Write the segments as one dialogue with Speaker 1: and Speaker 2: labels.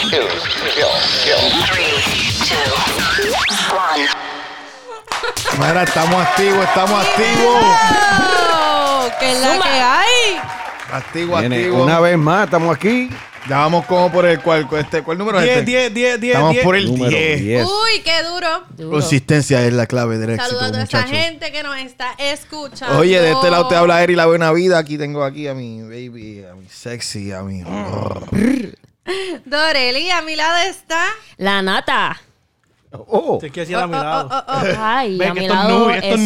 Speaker 1: kill, kill.
Speaker 2: Mira, estamos activos, estamos activos.
Speaker 3: ¡Oh! ¡Que es la
Speaker 4: Zumba.
Speaker 3: que hay!
Speaker 2: Activo,
Speaker 5: Viene
Speaker 2: activo.
Speaker 5: una vez más, estamos aquí.
Speaker 2: Ya vamos como por el cual, este, ¿cuál número es
Speaker 6: 10,
Speaker 2: este?
Speaker 6: 10, 10, 10.
Speaker 2: Estamos por el
Speaker 5: Número
Speaker 2: 10.
Speaker 5: 10.
Speaker 3: ¡Uy, qué duro!
Speaker 2: Consistencia es la clave del éxito,
Speaker 3: Saludos a toda esa
Speaker 2: muchachos.
Speaker 3: gente que nos está escuchando.
Speaker 2: Oye, de este lado te habla Eri, la buena vida. Aquí tengo aquí a mi baby, a mi sexy, a
Speaker 5: Mm.
Speaker 2: mi...
Speaker 3: Doreli, a mi lado está.
Speaker 4: La nata.
Speaker 5: Oh,
Speaker 6: Te quiero decir a mi
Speaker 3: Oh,
Speaker 6: lado.
Speaker 3: oh, oh, oh.
Speaker 4: Ay,
Speaker 6: Ven,
Speaker 4: a
Speaker 6: que
Speaker 4: mi
Speaker 6: esto es
Speaker 4: lado
Speaker 6: newbie, esto es
Speaker 4: está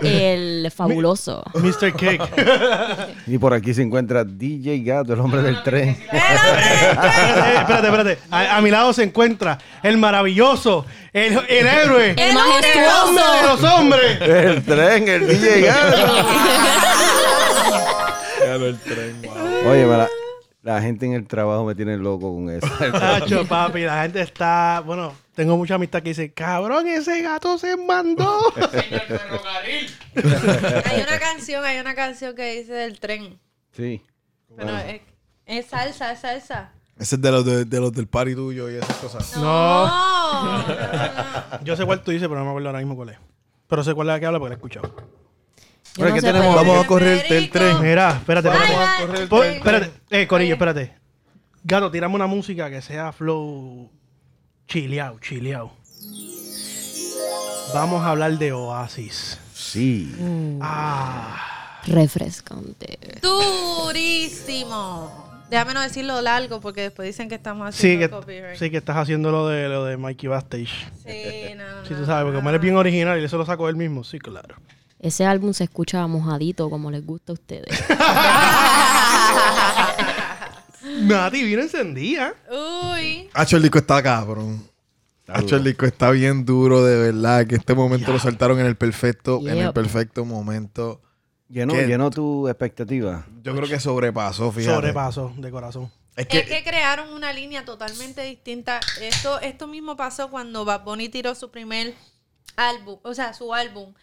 Speaker 6: newbie.
Speaker 4: el fabuloso.
Speaker 6: Mr. Cake. Eh,
Speaker 5: y por aquí se encuentra DJ Gato, el hombre del tren.
Speaker 6: Eh, espérate, espérate. A, a mi lado se encuentra el maravilloso, el, el héroe,
Speaker 4: El
Speaker 6: el hombre de
Speaker 4: majestuoso.
Speaker 6: los hombres.
Speaker 5: El tren, el DJ Gato. Oye, mala, la gente en el trabajo me tiene loco con eso.
Speaker 6: Tacho, papi, la gente está. Bueno, tengo mucha amistad que dice: Cabrón, ese gato se mandó.
Speaker 3: Hay una canción, hay una canción que dice del tren.
Speaker 5: Sí.
Speaker 3: Pero es, es salsa, es salsa.
Speaker 2: Ese es de los, de, de los del party tuyo y esas cosas.
Speaker 3: No,
Speaker 6: No.
Speaker 3: no, no.
Speaker 6: Yo sé cuál tú dices, pero no me acuerdo ahora mismo cuál es. Pero sé cuál es la que habla porque la he escuchado.
Speaker 4: Yo no
Speaker 5: ¿qué
Speaker 4: sé,
Speaker 5: tenemos?
Speaker 4: pero-
Speaker 2: Vamos a correr el, el tren. eh.
Speaker 6: Mira, espérate, espérate.
Speaker 3: Ay, ay,
Speaker 2: correr el
Speaker 6: Po-
Speaker 3: tren.
Speaker 6: espérate, eh, Corillo, espérate. Gato, tirame una música que sea flow chileado, chileado. Vamos a hablar de Oasis. Ah,
Speaker 5: Sí.
Speaker 4: Refrescante.
Speaker 3: Durísimo. Déjame no decirlo largo porque después dicen que estamos
Speaker 6: Sí
Speaker 3: haciendo
Speaker 6: que,
Speaker 3: copyright.
Speaker 6: sí, que estás haciendo lo de, lo de Mikey Backstage.
Speaker 3: Sí, no, no,
Speaker 6: Si tú
Speaker 3: no,
Speaker 6: sabes,
Speaker 3: no,
Speaker 6: porque como eres bien original y eso lo sacó él mismo. Sí, claro.
Speaker 4: Ese álbum se escucha mojadito como les gusta a ustedes.
Speaker 6: Nati vino encendida.
Speaker 3: Uy.
Speaker 2: Hacho, el disco está cabrón. Hacho, el disco está bien duro, de verdad. Que este momento lo saltaron en el perfecto, en el
Speaker 4: Yep.
Speaker 2: perfecto momento.
Speaker 5: Llenó,
Speaker 2: ¿Qué?
Speaker 5: llenó tu expectativa.
Speaker 2: Yo creo que sobrepasó, fíjate.
Speaker 6: Sobrepaso de corazón.
Speaker 2: Es que,
Speaker 3: Es que crearon una línea totalmente distinta. Esto, esto mismo pasó cuando Bad Bunny tiró su primer álbum, o sea, su álbum.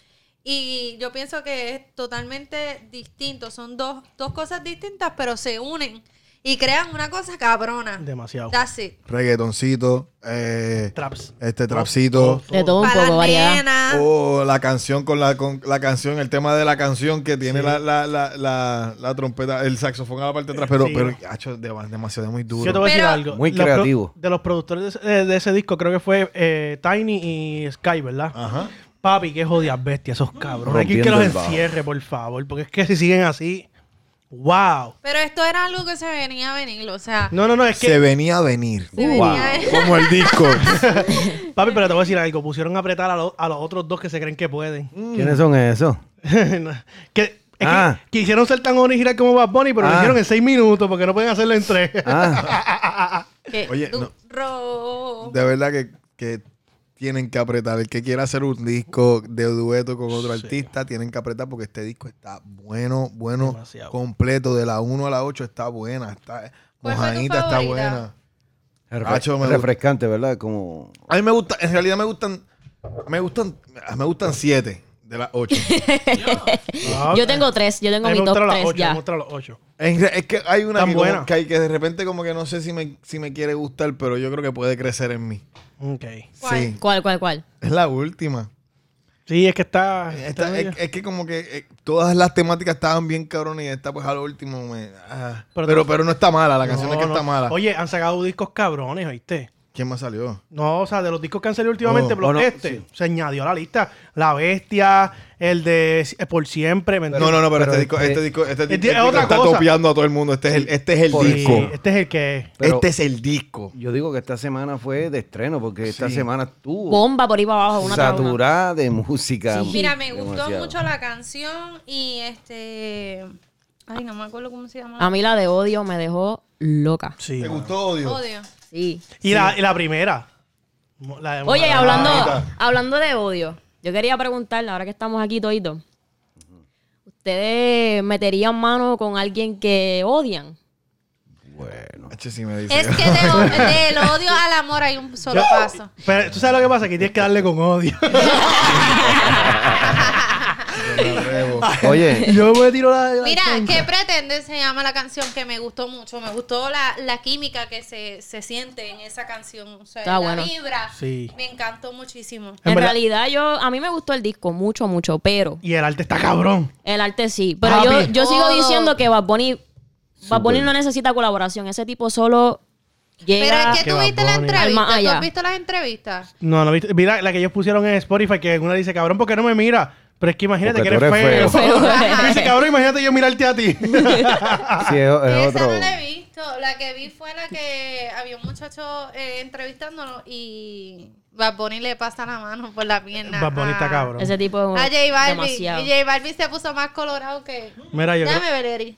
Speaker 3: Y yo pienso que es totalmente distinto. Son dos, dos cosas distintas, pero se unen y crean una cosa cabrona.
Speaker 6: Demasiado.
Speaker 3: That's it.
Speaker 2: reggaetoncito, eh,
Speaker 6: Traps.
Speaker 2: este trapcito.
Speaker 4: De todo un
Speaker 3: Para
Speaker 4: poco,
Speaker 3: las
Speaker 4: variedad.
Speaker 3: nenas.
Speaker 2: O la canción con la, con la canción, el tema de la canción que tiene la, la, la, la, la trompeta, el saxofón a la parte de atrás, pero,
Speaker 6: Sí.
Speaker 2: pero hacho, de- demasiado muy
Speaker 6: Yo te
Speaker 2: duro.
Speaker 6: voy a decir
Speaker 3: Pero-
Speaker 6: algo.
Speaker 5: Muy
Speaker 6: Los pro-
Speaker 5: creativo.
Speaker 6: de los productores de ese, eh, de- de ese disco, creo que fue eh, Tiny y Sky, ¿verdad?
Speaker 2: Ajá.
Speaker 6: Papi, qué jodidas bestias esos cabrones. Hay que
Speaker 5: Rompiendo
Speaker 6: los
Speaker 5: el bajo.
Speaker 6: encierre, por favor. Porque es que si siguen así. ¡Wow!
Speaker 3: Pero esto era algo que se venía a venir, o sea,
Speaker 6: No, no, no, es que.
Speaker 2: Se venía a venir.
Speaker 3: se venía
Speaker 2: Como el disco.
Speaker 6: Papi, pero te voy a decir algo. Pusieron a apretar a, lo- a los otros dos que se creen que pueden.
Speaker 5: Mm. ¿Quiénes son esos?
Speaker 6: que, es que
Speaker 5: Ah.
Speaker 6: quisieron ser tan original como Bad Bunny, pero lo
Speaker 5: Ah.
Speaker 6: hicieron en seis minutos porque no pueden hacerlo en tres.
Speaker 5: Ah,
Speaker 3: que
Speaker 2: Oye, no.
Speaker 3: duro.
Speaker 2: De verdad que, que tienen que apretar. El que quiera hacer un disco de dueto con otro artista, tienen que apretar porque este disco está bueno, bueno,
Speaker 6: Demasiado.
Speaker 2: completo. De la 1 a la 8 está buena. Está,
Speaker 3: ¿Cuál fue tu
Speaker 2: mojadita está
Speaker 3: favorita?
Speaker 2: buena.
Speaker 5: refre-
Speaker 2: Hacho, me gusta.
Speaker 5: refrescante, ¿verdad? Como
Speaker 2: A mí me gusta, en realidad me gustan, me gustan, me gustan siete de las ocho.
Speaker 4: Yo tengo tres, yo tengo
Speaker 6: A mí
Speaker 4: mis
Speaker 6: me
Speaker 4: dos
Speaker 6: gustaron las
Speaker 4: tres
Speaker 6: ocho. Me
Speaker 4: ya.
Speaker 6: gustaron las ocho.
Speaker 2: En re- es que hay una
Speaker 6: Tan
Speaker 2: que, como-
Speaker 6: buena.
Speaker 2: que hay que de repente como que no sé si me, si me quiere gustar, pero yo creo que puede crecer en mí.
Speaker 6: Ok.
Speaker 3: ¿Cuál?
Speaker 2: Sí.
Speaker 4: ¿Cuál, cuál, cuál?
Speaker 2: Es la última.
Speaker 6: Sí, es que está.
Speaker 2: Esta-
Speaker 6: está-
Speaker 2: es, es que como que eh, todas las temáticas estaban bien cabrones y esta pues a lo último me- ah.
Speaker 6: Pero
Speaker 2: pero,
Speaker 6: te-
Speaker 2: pero, no está mala, la canción
Speaker 6: No,
Speaker 2: es que
Speaker 6: no.
Speaker 2: está mala.
Speaker 6: Oye, han sacado discos cabrones, ¿oíste?
Speaker 2: ¿Quién más salió?
Speaker 6: No, o sea, de los discos que han salido últimamente,
Speaker 2: Oh,
Speaker 6: pero
Speaker 5: bueno,
Speaker 6: este se añadió a la lista. La Bestia, el de eh, Por Siempre. ¿me
Speaker 2: No,
Speaker 6: entiendes?
Speaker 2: no, no, pero,
Speaker 5: Pero
Speaker 2: este, disco,
Speaker 5: este-
Speaker 2: este disco, este,
Speaker 6: Este
Speaker 2: disco
Speaker 6: es otra
Speaker 2: está
Speaker 6: cosa.
Speaker 2: copiando a todo el mundo. Este es el, este es el
Speaker 5: Por-
Speaker 6: Sí,
Speaker 2: disco.
Speaker 6: este es el que.
Speaker 5: Pero-
Speaker 2: este es el disco.
Speaker 5: yo digo que esta semana fue de estreno, porque esta
Speaker 2: Sí.
Speaker 5: semana
Speaker 6: Uh.
Speaker 5: estuvo
Speaker 4: Bomba por ahí para abajo, una tras una.
Speaker 5: saturada de música.
Speaker 4: Sí.
Speaker 3: Mira, me gustó
Speaker 5: Demasiado.
Speaker 3: mucho la canción y este. Ay, no me acuerdo cómo se llama.
Speaker 4: A mí la de odio me dejó loca.
Speaker 6: Sí.
Speaker 2: ¿Te
Speaker 6: mano.
Speaker 2: gustó Odio?
Speaker 3: Odio.
Speaker 4: Sí.
Speaker 6: Y, la, y la primera. La de-
Speaker 4: Oye, y
Speaker 6: la-
Speaker 4: hablando,
Speaker 2: Ahorita.
Speaker 4: hablando de odio, yo quería preguntarle, ahora que estamos aquí toditos, ¿ustedes meterían mano con alguien que odian?
Speaker 5: Bueno.
Speaker 2: H, sí me dice.
Speaker 3: Es que de o- del odio al amor hay un solo paso.
Speaker 6: Pero tú sabes lo que pasa, que tienes que darle con odio.
Speaker 2: Yo me atrevo. nuevo.
Speaker 5: Oye,
Speaker 6: Yo me tiro la. la
Speaker 3: Mira,
Speaker 6: chancla.
Speaker 3: ¿qué pretendes? Se llama la canción que me gustó mucho. Me gustó la, la química que se, se siente en esa canción. O sea,
Speaker 4: Está
Speaker 3: la
Speaker 4: bueno.
Speaker 3: vibra.
Speaker 6: Sí.
Speaker 3: Me encantó muchísimo.
Speaker 6: En
Speaker 4: En
Speaker 6: verdad-
Speaker 4: realidad yo, a mí me gustó el disco mucho, mucho, pero
Speaker 6: Y el arte está cabrón.
Speaker 4: el arte sí. Pero yo,
Speaker 6: Papi.
Speaker 4: yo sigo
Speaker 3: Todo.
Speaker 4: diciendo que Bad Bunny, Bad Bunny
Speaker 5: Súper.
Speaker 4: no necesita colaboración. Ese tipo solo
Speaker 3: Pero
Speaker 4: llega...
Speaker 3: es que
Speaker 6: que
Speaker 3: tú
Speaker 6: Bad
Speaker 3: viste la
Speaker 6: Bunny.
Speaker 3: entrevista.
Speaker 4: Alma
Speaker 3: ¿Tú
Speaker 4: allá.
Speaker 3: has visto las entrevistas?
Speaker 6: No, no viste. Mira la que ellos pusieron en Spotify, que una dice, cabrón, ¿por qué no me mira? Pero es que imagínate
Speaker 5: Porque
Speaker 6: que
Speaker 5: tú
Speaker 6: eres,
Speaker 5: eres
Speaker 4: feo.
Speaker 6: feo.
Speaker 4: Feo.
Speaker 6: dice, cabrón, imagínate yo mirarte a ti.
Speaker 5: sí, es, es
Speaker 3: Esa
Speaker 5: otro.
Speaker 3: no la he visto. La que vi fue la que había un muchacho eh, entrevistándolo y Bad Bunny le pasa la mano por la pierna.
Speaker 6: Bad Bunny está
Speaker 3: a-
Speaker 6: cabrón.
Speaker 4: Ese tipo
Speaker 3: A J Balvin.
Speaker 4: demasiado.
Speaker 3: Y J Balvin se puso más colorado que.
Speaker 6: Mira, yo
Speaker 3: Déjame
Speaker 6: creo.
Speaker 3: ver, Eri.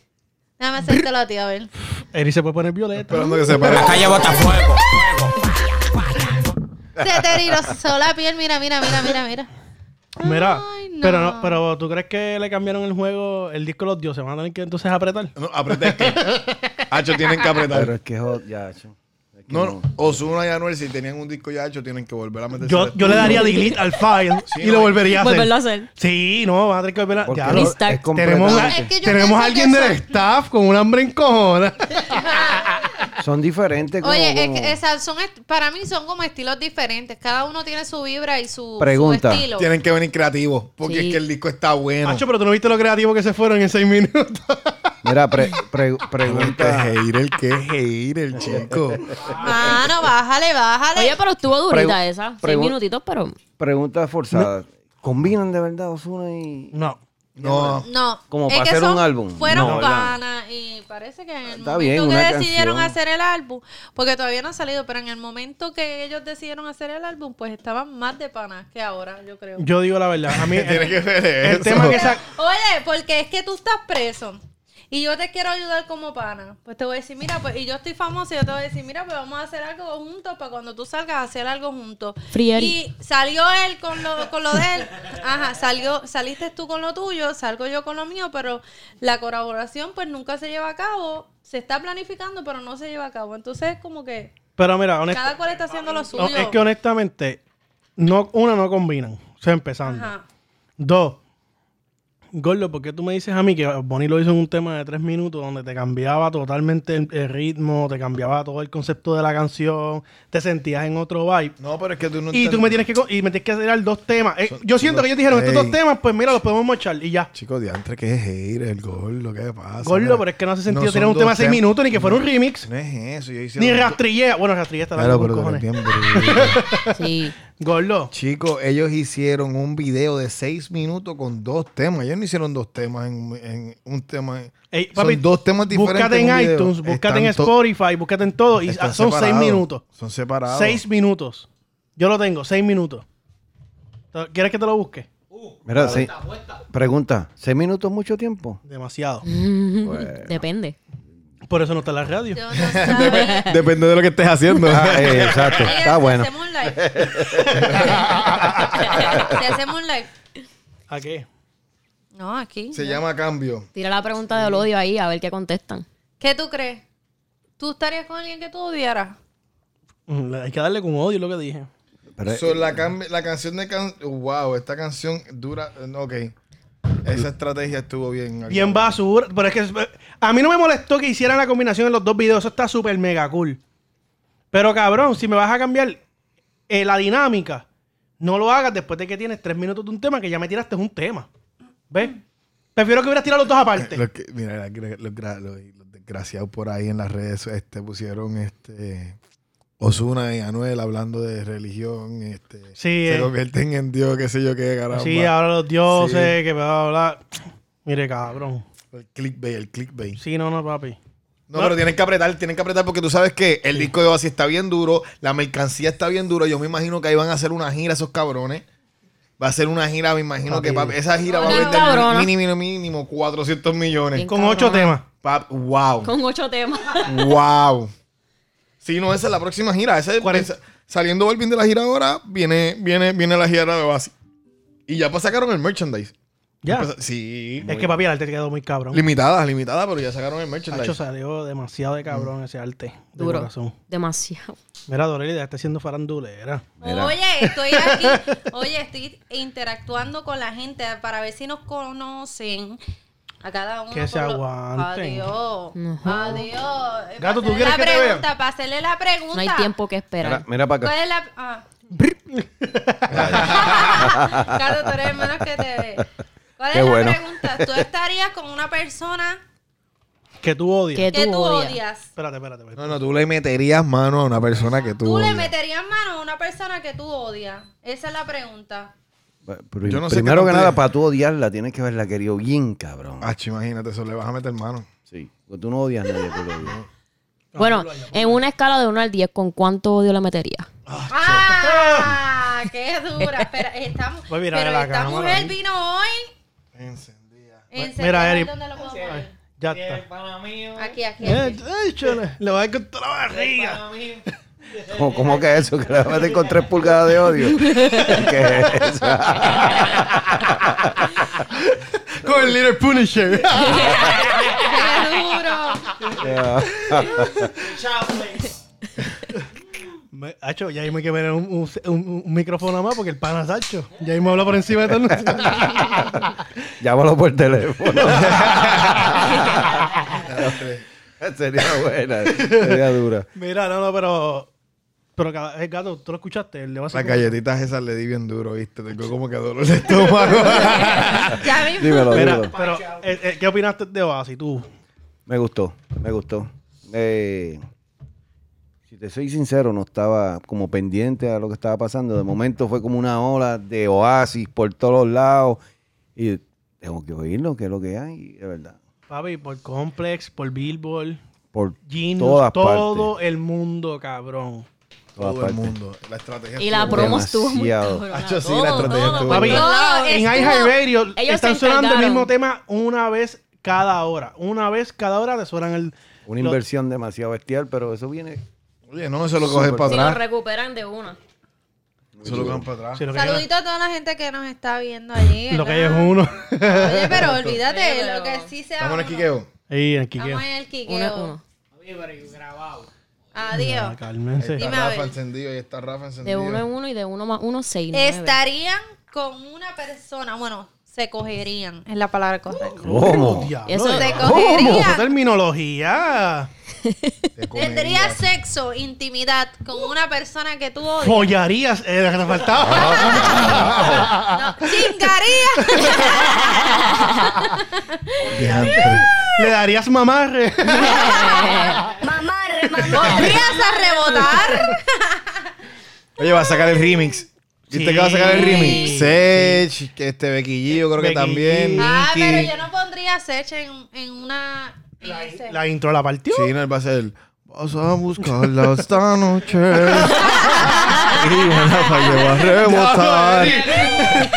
Speaker 3: Déjame hacértelo a ti, a ver.
Speaker 6: Eri se puede poner violeta.
Speaker 2: Esperando que se pare.
Speaker 3: Se te rirosó la piel, mira, mira, mira, mira, mira.
Speaker 6: Mira,
Speaker 3: Ay, no.
Speaker 6: pero no, pero ¿tú crees que le cambiaron el juego, el disco de los dioses? ¿Van a tener que entonces apretar?
Speaker 2: No, apretar que. Hacho, tienen que
Speaker 5: Pero
Speaker 2: apretar.
Speaker 5: es que es otro. Ya, chum. Es que
Speaker 2: No, no. Ozuna y Anuel, si tenían un disco ya hecho, tienen que volver a meterse.
Speaker 6: Yo,
Speaker 2: al
Speaker 6: yo
Speaker 2: estudio.
Speaker 6: le daría delete al file
Speaker 2: Sí,
Speaker 6: y lo
Speaker 2: no,
Speaker 6: volvería a hacer.
Speaker 4: Volverlo a hacer.
Speaker 6: Sí, no, van a tener que volver a...
Speaker 5: Porque
Speaker 6: Ya,
Speaker 5: no-
Speaker 6: lo-
Speaker 4: Restart.
Speaker 5: es
Speaker 6: tenemos a-
Speaker 3: No, es
Speaker 5: completamente-
Speaker 3: que yo
Speaker 6: tenemos
Speaker 3: pienso
Speaker 6: a alguien
Speaker 3: que
Speaker 6: del
Speaker 3: eso-
Speaker 6: staff con un hambre en cojones.
Speaker 5: Son diferentes. Como,
Speaker 3: Oye, es
Speaker 5: como-
Speaker 3: que esas son est- para mí son como estilos diferentes. Cada uno tiene su vibra y su, su
Speaker 5: Pregunta.
Speaker 3: estilo.
Speaker 2: Tienen que venir creativos, porque
Speaker 4: Sí.
Speaker 2: es que el disco está bueno.
Speaker 6: Macho, pero tú no viste lo creativo que se fueron en seis minutos.
Speaker 5: Mira, pre- pre-
Speaker 2: Este
Speaker 5: pregunta.
Speaker 2: hater, qué hater, chico.
Speaker 3: Mano, bájale, bájale.
Speaker 4: Oye, pero estuvo durita
Speaker 5: Pregu-
Speaker 4: esa. Seis
Speaker 5: pregun-
Speaker 4: minutitos, pero...
Speaker 5: Pregunta forzada. ¿Combinan de verdad Osuna y.?
Speaker 6: No.
Speaker 2: No,
Speaker 3: no,
Speaker 5: como
Speaker 3: es
Speaker 5: para
Speaker 3: que
Speaker 5: hacer un
Speaker 3: son-
Speaker 5: álbum.
Speaker 3: Fueron
Speaker 5: No, ¿verdad?
Speaker 3: panas y parece que en el
Speaker 5: Está bien,
Speaker 3: momento
Speaker 5: una
Speaker 3: que decidieron
Speaker 5: canción.
Speaker 3: hacer el álbum, porque todavía no ha salido, pero en el momento que ellos decidieron hacer el álbum, pues estaban más de panas que ahora, yo creo.
Speaker 6: Yo digo la verdad. A mí
Speaker 2: tiene que ver
Speaker 6: el
Speaker 2: eso.
Speaker 6: tema que sa-
Speaker 3: Oye, porque es que tú estás preso y yo te quiero ayudar como pana. Pues te voy a decir, mira, pues, y yo estoy famosa y yo te voy a decir, mira, pues vamos a hacer algo juntos para cuando tú salgas a hacer algo juntos.
Speaker 4: Free Eric.
Speaker 3: Y salió él con lo, con lo de él. Ajá, salió, saliste tú con lo tuyo, salgo yo con lo mío, pero la colaboración pues nunca se lleva a cabo. Se está planificando, pero no se lleva a cabo. Entonces es como que
Speaker 6: Pero mira, honest-
Speaker 3: cada cual está haciendo lo suyo.
Speaker 6: no, es que honestamente, no, una no combinan. O sea, empezando.
Speaker 3: Ajá.
Speaker 6: Dos. Gordo, ¿por qué tú me dices a mí que Bonnie lo hizo en un tema de tres minutos donde te cambiaba totalmente el, el ritmo, te cambiaba todo el concepto de la canción, te sentías en otro vibe?
Speaker 2: No, pero es que tú no
Speaker 6: Y tú me tienes que, co- y me tienes que hacer dos temas. Eh, yo siento que ellos dijeron, estos
Speaker 2: Ey.
Speaker 6: dos temas, pues mira, los podemos mochar y ya.
Speaker 2: Chico, diantre, qué hater, el gordo, qué pasa.
Speaker 6: Gordo,
Speaker 2: Mira,
Speaker 6: pero es que no hace sentido tener
Speaker 2: son
Speaker 6: un tema de
Speaker 2: dos
Speaker 6: seis
Speaker 2: tem-
Speaker 6: minutos ni que fuera un remix.
Speaker 2: No es eso, yo hice.
Speaker 6: Ni rastrillea. Bueno, rastrillea está dando
Speaker 2: Claro, pero
Speaker 6: por
Speaker 2: tú eres
Speaker 6: cojones.
Speaker 2: bien bruto.
Speaker 4: Sí.
Speaker 6: Gordo.
Speaker 2: Chicos, ellos hicieron un video de seis minutos con dos temas. Ellos no hicieron dos temas en, en un tema. en-
Speaker 6: Ey,
Speaker 2: Son
Speaker 6: papi,
Speaker 2: dos temas diferentes.
Speaker 6: Búscate en
Speaker 2: un video.
Speaker 6: iTunes, búscate en
Speaker 2: Están to-
Speaker 6: Spotify, búscate en todo. Y
Speaker 2: están
Speaker 6: ah, son seis
Speaker 2: separados.
Speaker 6: minutos.
Speaker 2: Son separados.
Speaker 6: Seis minutos. Yo lo tengo, seis minutos. Te- ¿Quieres que te lo busque?
Speaker 5: Mira, sí. Pregunta. ¿Seis minutos es mucho tiempo?
Speaker 6: Demasiado.
Speaker 4: Depende.
Speaker 6: Por eso no está en la radio.
Speaker 3: Yo no sabía.
Speaker 2: Depende de lo que estés haciendo.
Speaker 5: Ah, eh, exacto.
Speaker 3: Mira,
Speaker 5: Está
Speaker 3: si
Speaker 5: bueno.
Speaker 3: Hacemos un live. si hacemos un live.
Speaker 6: ¿A qué?
Speaker 3: No, aquí.
Speaker 2: Se llama cambio.
Speaker 4: Tira la pregunta del odio ahí a ver qué contestan.
Speaker 3: ¿Qué tú crees? ¿Tú estarías con alguien que tú odiaras?
Speaker 6: Mm, Hay que darle con odio lo que dije.
Speaker 5: Pero-
Speaker 2: So, la, cam- la canción de can- wow, esta canción dura. eh, Ok. Esa estrategia estuvo bien.
Speaker 6: Bien basura. Pero es que es- a mí no me molestó que hicieran la combinación en los dos videos. Eso está súper mega cool. Pero cabrón, si me vas a cambiar eh, la dinámica, no lo hagas después de que tienes tres minutos de un tema que ya me tiraste un tema. ¿Ves? Prefiero que hubieras tirado los dos aparte.
Speaker 2: Los que- mira, la- gra- los, gra- los- los desgraciados por ahí en las redes este, pusieron este Osuna y Anuel hablando de religión. Este,
Speaker 6: Sí,
Speaker 2: se
Speaker 6: eh.
Speaker 2: convierten en Dios, qué sé yo qué, caramba.
Speaker 6: Sí, ahora los dioses, que bla, bla, bla. Mire, cabrón.
Speaker 2: El clickbait, el clickbait.
Speaker 6: Sí, no, no, papi.
Speaker 2: No, pero tienen que apretar, tienen que apretar porque tú sabes que el disco de Oasis está bien duro, la mercancía está bien dura. Yo me imagino que ahí van a hacer una gira esos cabrones. Va a ser una gira, me imagino que papi, esa gira va a
Speaker 4: Bien
Speaker 2: vender
Speaker 4: cabrona.
Speaker 2: mínimo, mínimo 400 millones.
Speaker 4: Bien
Speaker 6: Con ocho
Speaker 4: ¿eh?
Speaker 6: temas.
Speaker 2: Pap- wow.
Speaker 4: Con ocho temas.
Speaker 2: Wow. Sí, no, esa es la próxima gira. Esa, es-
Speaker 6: Cuarenta.
Speaker 2: esa- saliendo Balvin de la gira ahora, viene, viene, viene la gira de Oasis. Y ya pues sacaron el merchandise.
Speaker 6: Ya.
Speaker 2: Empezó- sí.
Speaker 6: es que papi, el arte te quedó muy cabrón.
Speaker 2: Limitada, limitada, pero ya sacaron el
Speaker 6: Hacho
Speaker 2: merchandise.
Speaker 6: salió demasiado de cabrón ese arte. De
Speaker 4: Duro.
Speaker 6: corazón.
Speaker 4: Demasiado.
Speaker 6: Mira, Dorelli, ya está siendo farandulera.
Speaker 5: Mira.
Speaker 3: Oye, estoy aquí, oye, estoy interactuando con la gente para ver si nos conocen a cada uno.
Speaker 6: Que se
Speaker 3: por lo-
Speaker 6: aguanten.
Speaker 3: Adiós.
Speaker 4: No.
Speaker 3: Adiós.
Speaker 6: Gato, ¿tú
Speaker 3: Para hacerle
Speaker 6: quieres
Speaker 3: la
Speaker 6: que te
Speaker 3: pregunta,
Speaker 6: vean?
Speaker 3: Para hacerle la pregunta.
Speaker 4: No hay tiempo que
Speaker 5: Mira,
Speaker 4: esperar.
Speaker 5: mira para acá.
Speaker 3: ¿Cuál es la...? ah. Gato, tú eres el menos que te ve. ¿Cuál
Speaker 5: Qué
Speaker 3: es
Speaker 5: bueno.
Speaker 3: la pregunta? ¿Tú estarías con una persona
Speaker 6: Que tú odias.
Speaker 4: Que
Speaker 3: que
Speaker 4: tú
Speaker 3: tú
Speaker 4: odias.
Speaker 3: odias?
Speaker 6: Espérate, espérate. espérate.
Speaker 2: No, no, tú le meterías mano a una persona que tú.
Speaker 3: ¿Tú le
Speaker 2: odias.
Speaker 3: meterías mano a una persona que tú odias? Esa es la pregunta. Pues-
Speaker 5: Pero
Speaker 2: Yo no sé
Speaker 5: primero
Speaker 2: qué Ah,
Speaker 5: que
Speaker 2: tanto-
Speaker 5: nada, para tú odiarla, tienes que haberla querido bien, cabrón.
Speaker 2: Ach, imagínate, eso le vas a meter mano.
Speaker 5: Sí. Porque tú no odias a nadie. tú lo odias.
Speaker 4: Bueno, en una escala de 1 al 10, ¿con cuánto odio la metería?
Speaker 3: ¡Ah! ¡Qué dura! Espera, estamos,
Speaker 6: Voy a virar
Speaker 3: pero
Speaker 6: Pues la
Speaker 3: esta
Speaker 6: cámara
Speaker 3: mujer
Speaker 6: ahí. Pues,
Speaker 3: vino hoy.
Speaker 2: Encendida.
Speaker 3: Enséñame
Speaker 6: mira, Eri.
Speaker 3: dónde lo puedo poner.
Speaker 5: Ah.
Speaker 6: Ya está.
Speaker 3: Aquí, aquí.
Speaker 6: Eh,
Speaker 3: aquí.
Speaker 6: ay, chale, le va a encontrar la barriga.
Speaker 5: ¿Cómo, cómo que eso? Que la vas a meter con tres pulgadas de odio. ¿Qué es eso?
Speaker 2: Con el Little Punisher.
Speaker 3: ¡Qué duro!
Speaker 6: Me- Hacho, ya ahí me que ver un, un- un- un micrófono más porque el pana es Hacho. Ya ahí me habla por encima de todo el mundo.
Speaker 5: Llámalo por teléfono. sería buena. Sería dura.
Speaker 6: Mira, no, no, pero. Pero cab- el gato, tú lo escuchaste. Le va a
Speaker 2: Las
Speaker 6: hacer como-
Speaker 2: galletitas esas le di bien duro, ¿viste? Tengo como que dolor de estómago.
Speaker 3: Ya mismo.
Speaker 5: Dímelo, dímelo.
Speaker 6: Mira, pero, eh, eh, ¿qué opinaste de Oasis tú?
Speaker 5: Me gustó, me gustó. Eh, si te soy sincero, no estaba como pendiente a lo que estaba pasando. De momento fue como una ola de oasis por todos lados. Y tengo que oírlo, que es lo que hay, de verdad.
Speaker 6: Papi, por Complex, por Billboard,
Speaker 5: Por
Speaker 6: Genius,
Speaker 5: todas
Speaker 6: todo
Speaker 5: partes.
Speaker 6: el mundo, cabrón.
Speaker 2: Todo
Speaker 5: todas
Speaker 2: el
Speaker 5: partes.
Speaker 2: mundo. La estrategia.
Speaker 4: Y la
Speaker 2: estuvo
Speaker 4: promo
Speaker 2: buena.
Speaker 4: estuvo muy
Speaker 5: Demasiado.
Speaker 4: cabrona.
Speaker 2: Hacho, sí, la estrategia estuvo
Speaker 4: por
Speaker 6: Papi,
Speaker 4: todos lados
Speaker 6: en
Speaker 4: estuvo-
Speaker 6: iHeartRadio
Speaker 4: ellos
Speaker 6: están
Speaker 4: se
Speaker 6: sonando el
Speaker 4: encargaron.
Speaker 6: mismo tema una vez cada hora. Una vez cada hora te suenan el...
Speaker 5: Una
Speaker 6: lo-
Speaker 5: inversión demasiado bestial, pero eso viene.
Speaker 2: Oye, no, eso lo coges para
Speaker 4: Si lo
Speaker 2: atrás.
Speaker 4: recuperan de una.
Speaker 2: Eso lo coges para
Speaker 6: si
Speaker 2: atrás.
Speaker 6: lo que
Speaker 3: Saludito a toda la gente que nos está viendo allí.
Speaker 6: hay- lo que hay
Speaker 3: ¿verdad?
Speaker 6: es uno.
Speaker 3: Oye, pero olvídate,
Speaker 4: Sí, pero-
Speaker 3: lo que sí se
Speaker 2: Estamos en el
Speaker 3: uno.
Speaker 2: quiqueo.
Speaker 6: Ahí, aquí que...
Speaker 3: Estamos en el
Speaker 4: Una es
Speaker 3: quiqueo.
Speaker 4: uno.
Speaker 3: Adiós.
Speaker 6: Cálmense.
Speaker 2: Está
Speaker 3: Dime a
Speaker 2: Rafa
Speaker 3: ver.
Speaker 2: encendido y está Rafa encendido.
Speaker 4: De uno en uno y de uno más uno, seis. nueve.
Speaker 3: Estarían con una persona, bueno, se cogerían, es la palabra
Speaker 6: Uh,
Speaker 3: correcta.
Speaker 5: ¿Cómo?
Speaker 6: Diablo,
Speaker 4: Eso-
Speaker 3: Se
Speaker 6: ya. Esa
Speaker 3: cogerían.
Speaker 6: terminología.
Speaker 2: Te comería.
Speaker 3: Tendrías sexo, intimidad con una persona que tú odias.
Speaker 6: Follarías, era lo eh, que te faltaba.
Speaker 3: No, chingaría.
Speaker 2: Diantre.
Speaker 6: Le darías mamarre.
Speaker 3: Podrías a rebotar.
Speaker 2: Oye, va a sacar el remix. ¿Viste
Speaker 6: Sí.
Speaker 2: que va a sacar el
Speaker 6: Sí.
Speaker 2: remix? Sech, que este Becky G, yo creo
Speaker 6: Becky
Speaker 2: que también.
Speaker 6: G.
Speaker 3: Ah,
Speaker 2: Nicki.
Speaker 3: pero yo no pondría sexo en, en una. en ese.
Speaker 6: La intro la partió.
Speaker 2: Sí, no, él va a ser. Vas a buscarla esta noche. y van a pa' que va a rebotar.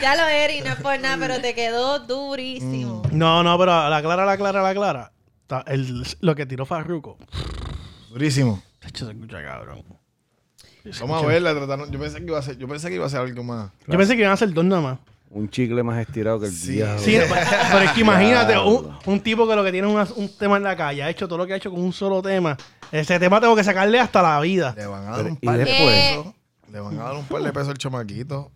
Speaker 3: Ya lo Eri, no es por nada, pero te quedó
Speaker 6: Mm.
Speaker 3: durísimo.
Speaker 6: No, no, pero la clara, la clara, la clara. Ta- el- lo que tiró Farruko.
Speaker 2: Durísimo.
Speaker 6: Hecho, se escucha cabrón.
Speaker 2: Vamos a verla. trataron- Yo pensé que iba a ser, yo pensé que iba a ser algo más.
Speaker 6: Yo pensé que iban a hacer dos nada más.
Speaker 5: Un chicle más estirado que el
Speaker 2: Sí.
Speaker 5: diablo.
Speaker 6: Sí,
Speaker 2: Diablo.
Speaker 6: pero es que imagínate, un, un tipo que lo que tiene es una- un tema en la calle, ha hecho todo lo que ha hecho con un solo tema. Ese tema tengo que sacarle hasta la vida.
Speaker 2: Le van a dar un
Speaker 5: Y
Speaker 2: par de
Speaker 5: después.
Speaker 2: pesos. Le van a dar un par de pesos al chamaquito.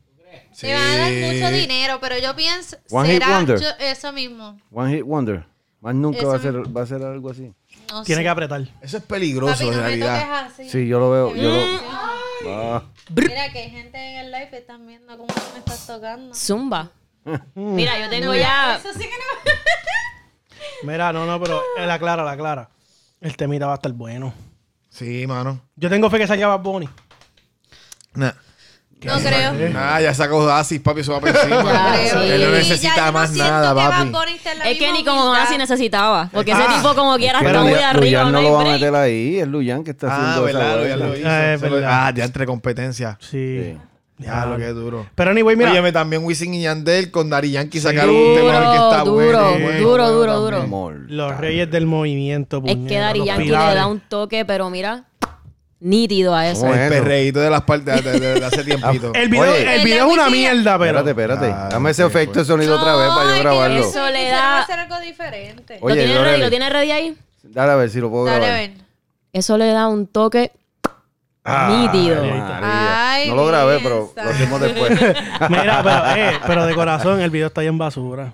Speaker 2: Sí.
Speaker 3: Te van a dar mucho dinero, pero yo pienso.
Speaker 5: One hit
Speaker 3: será
Speaker 5: wonder.
Speaker 3: yo- eso mismo.
Speaker 5: One Hit Wonder. Más nunca
Speaker 3: Eso
Speaker 5: va a, ser, va a ser algo así.
Speaker 3: No
Speaker 6: Tiene
Speaker 3: sé.
Speaker 6: que apretar.
Speaker 2: Eso es
Speaker 3: Papi,
Speaker 2: peligroso
Speaker 3: no
Speaker 2: en
Speaker 3: me toques
Speaker 2: realidad.
Speaker 3: así.
Speaker 5: Sí, yo lo veo. Yo lo-
Speaker 3: Mm, Ay.
Speaker 5: Ah.
Speaker 3: Mira que hay gente en el live que están viendo cómo tú me estás tocando. Ah,
Speaker 4: Zumba. Mira, yo tengo ya.
Speaker 3: Eso sí que no.
Speaker 6: Mira, no, no, pero eh, la clara, la clara. El temita va a estar bueno.
Speaker 2: Sí, mano.
Speaker 6: Yo tengo fe que salga Bad Bunny.
Speaker 2: Nah.
Speaker 3: No creo.
Speaker 2: Eh. Nah, ya sacó Asis, papi, eso va por encima.
Speaker 4: Ya,
Speaker 2: Él
Speaker 4: sí.
Speaker 2: no
Speaker 3: Ya yo
Speaker 2: necesita
Speaker 3: no
Speaker 2: más
Speaker 3: siento
Speaker 2: nada,
Speaker 3: que Bad
Speaker 2: papi.
Speaker 3: Bunny esté en la
Speaker 4: Es que
Speaker 3: misma
Speaker 4: ni como
Speaker 3: humildad.
Speaker 4: así necesitaba. Porque ese
Speaker 6: Ah.
Speaker 4: tipo, como quiera,
Speaker 5: Es que
Speaker 4: está muy
Speaker 5: Luyan-
Speaker 4: arriba.
Speaker 5: Luyan no
Speaker 4: no hay
Speaker 5: lo va a
Speaker 4: break.
Speaker 5: meter ahí, es Luyan que está
Speaker 2: Ah,
Speaker 5: haciendo esa
Speaker 2: verdad,
Speaker 5: vuelta.
Speaker 2: ya lo hizo.
Speaker 6: Ah, es
Speaker 2: Se lo-
Speaker 6: verdad.
Speaker 2: Ah, ya entre competencia.
Speaker 6: Sí.
Speaker 5: Sí.
Speaker 2: Ya, Ah, lo que duro.
Speaker 6: Pero anyway, mira.
Speaker 2: Óyeme, también Wisin y Yandel con Dari Yankee sacaron un
Speaker 4: Duro,
Speaker 2: tema que está
Speaker 4: duro,
Speaker 2: bueno. bueno,
Speaker 4: duro,
Speaker 2: bueno
Speaker 4: duro,
Speaker 2: también.
Speaker 4: duro.
Speaker 5: Mortal.
Speaker 6: Los reyes del movimiento,
Speaker 4: Es
Speaker 6: puñeta,
Speaker 4: que Dari
Speaker 6: los
Speaker 4: Yankee le
Speaker 6: pilares.
Speaker 4: da un toque, pero mira, nítido a eso. Ah,
Speaker 5: ¿Cómo
Speaker 2: El
Speaker 5: Bueno.
Speaker 2: perreíto de las partes de, de- de hace tiempito.
Speaker 6: El video,
Speaker 5: Oye.
Speaker 6: el video es una mierda, pero.
Speaker 5: Espérate, espérate.
Speaker 2: Ah,
Speaker 5: Dame ese
Speaker 2: ok,
Speaker 5: efecto de
Speaker 2: pues.
Speaker 5: sonido otra vez para yo grabarlo.
Speaker 4: eso-
Speaker 3: Eso le
Speaker 4: Soledad.
Speaker 3: da. hacer algo diferente.
Speaker 5: Oye,
Speaker 4: ¿Lo tienes
Speaker 5: Lorelei.
Speaker 4: ready? ¿Lo tienes ready ahí?
Speaker 5: Dale a ver si lo puedo
Speaker 3: Dale,
Speaker 5: grabar.
Speaker 3: ven.
Speaker 4: Eso le da un toque nítido.
Speaker 5: María.
Speaker 3: Ay,
Speaker 5: no lo grabé, pero
Speaker 3: bien,
Speaker 5: lo hacemos después.
Speaker 6: Mira, pero, eh, pero de corazón el video está ahí en basura.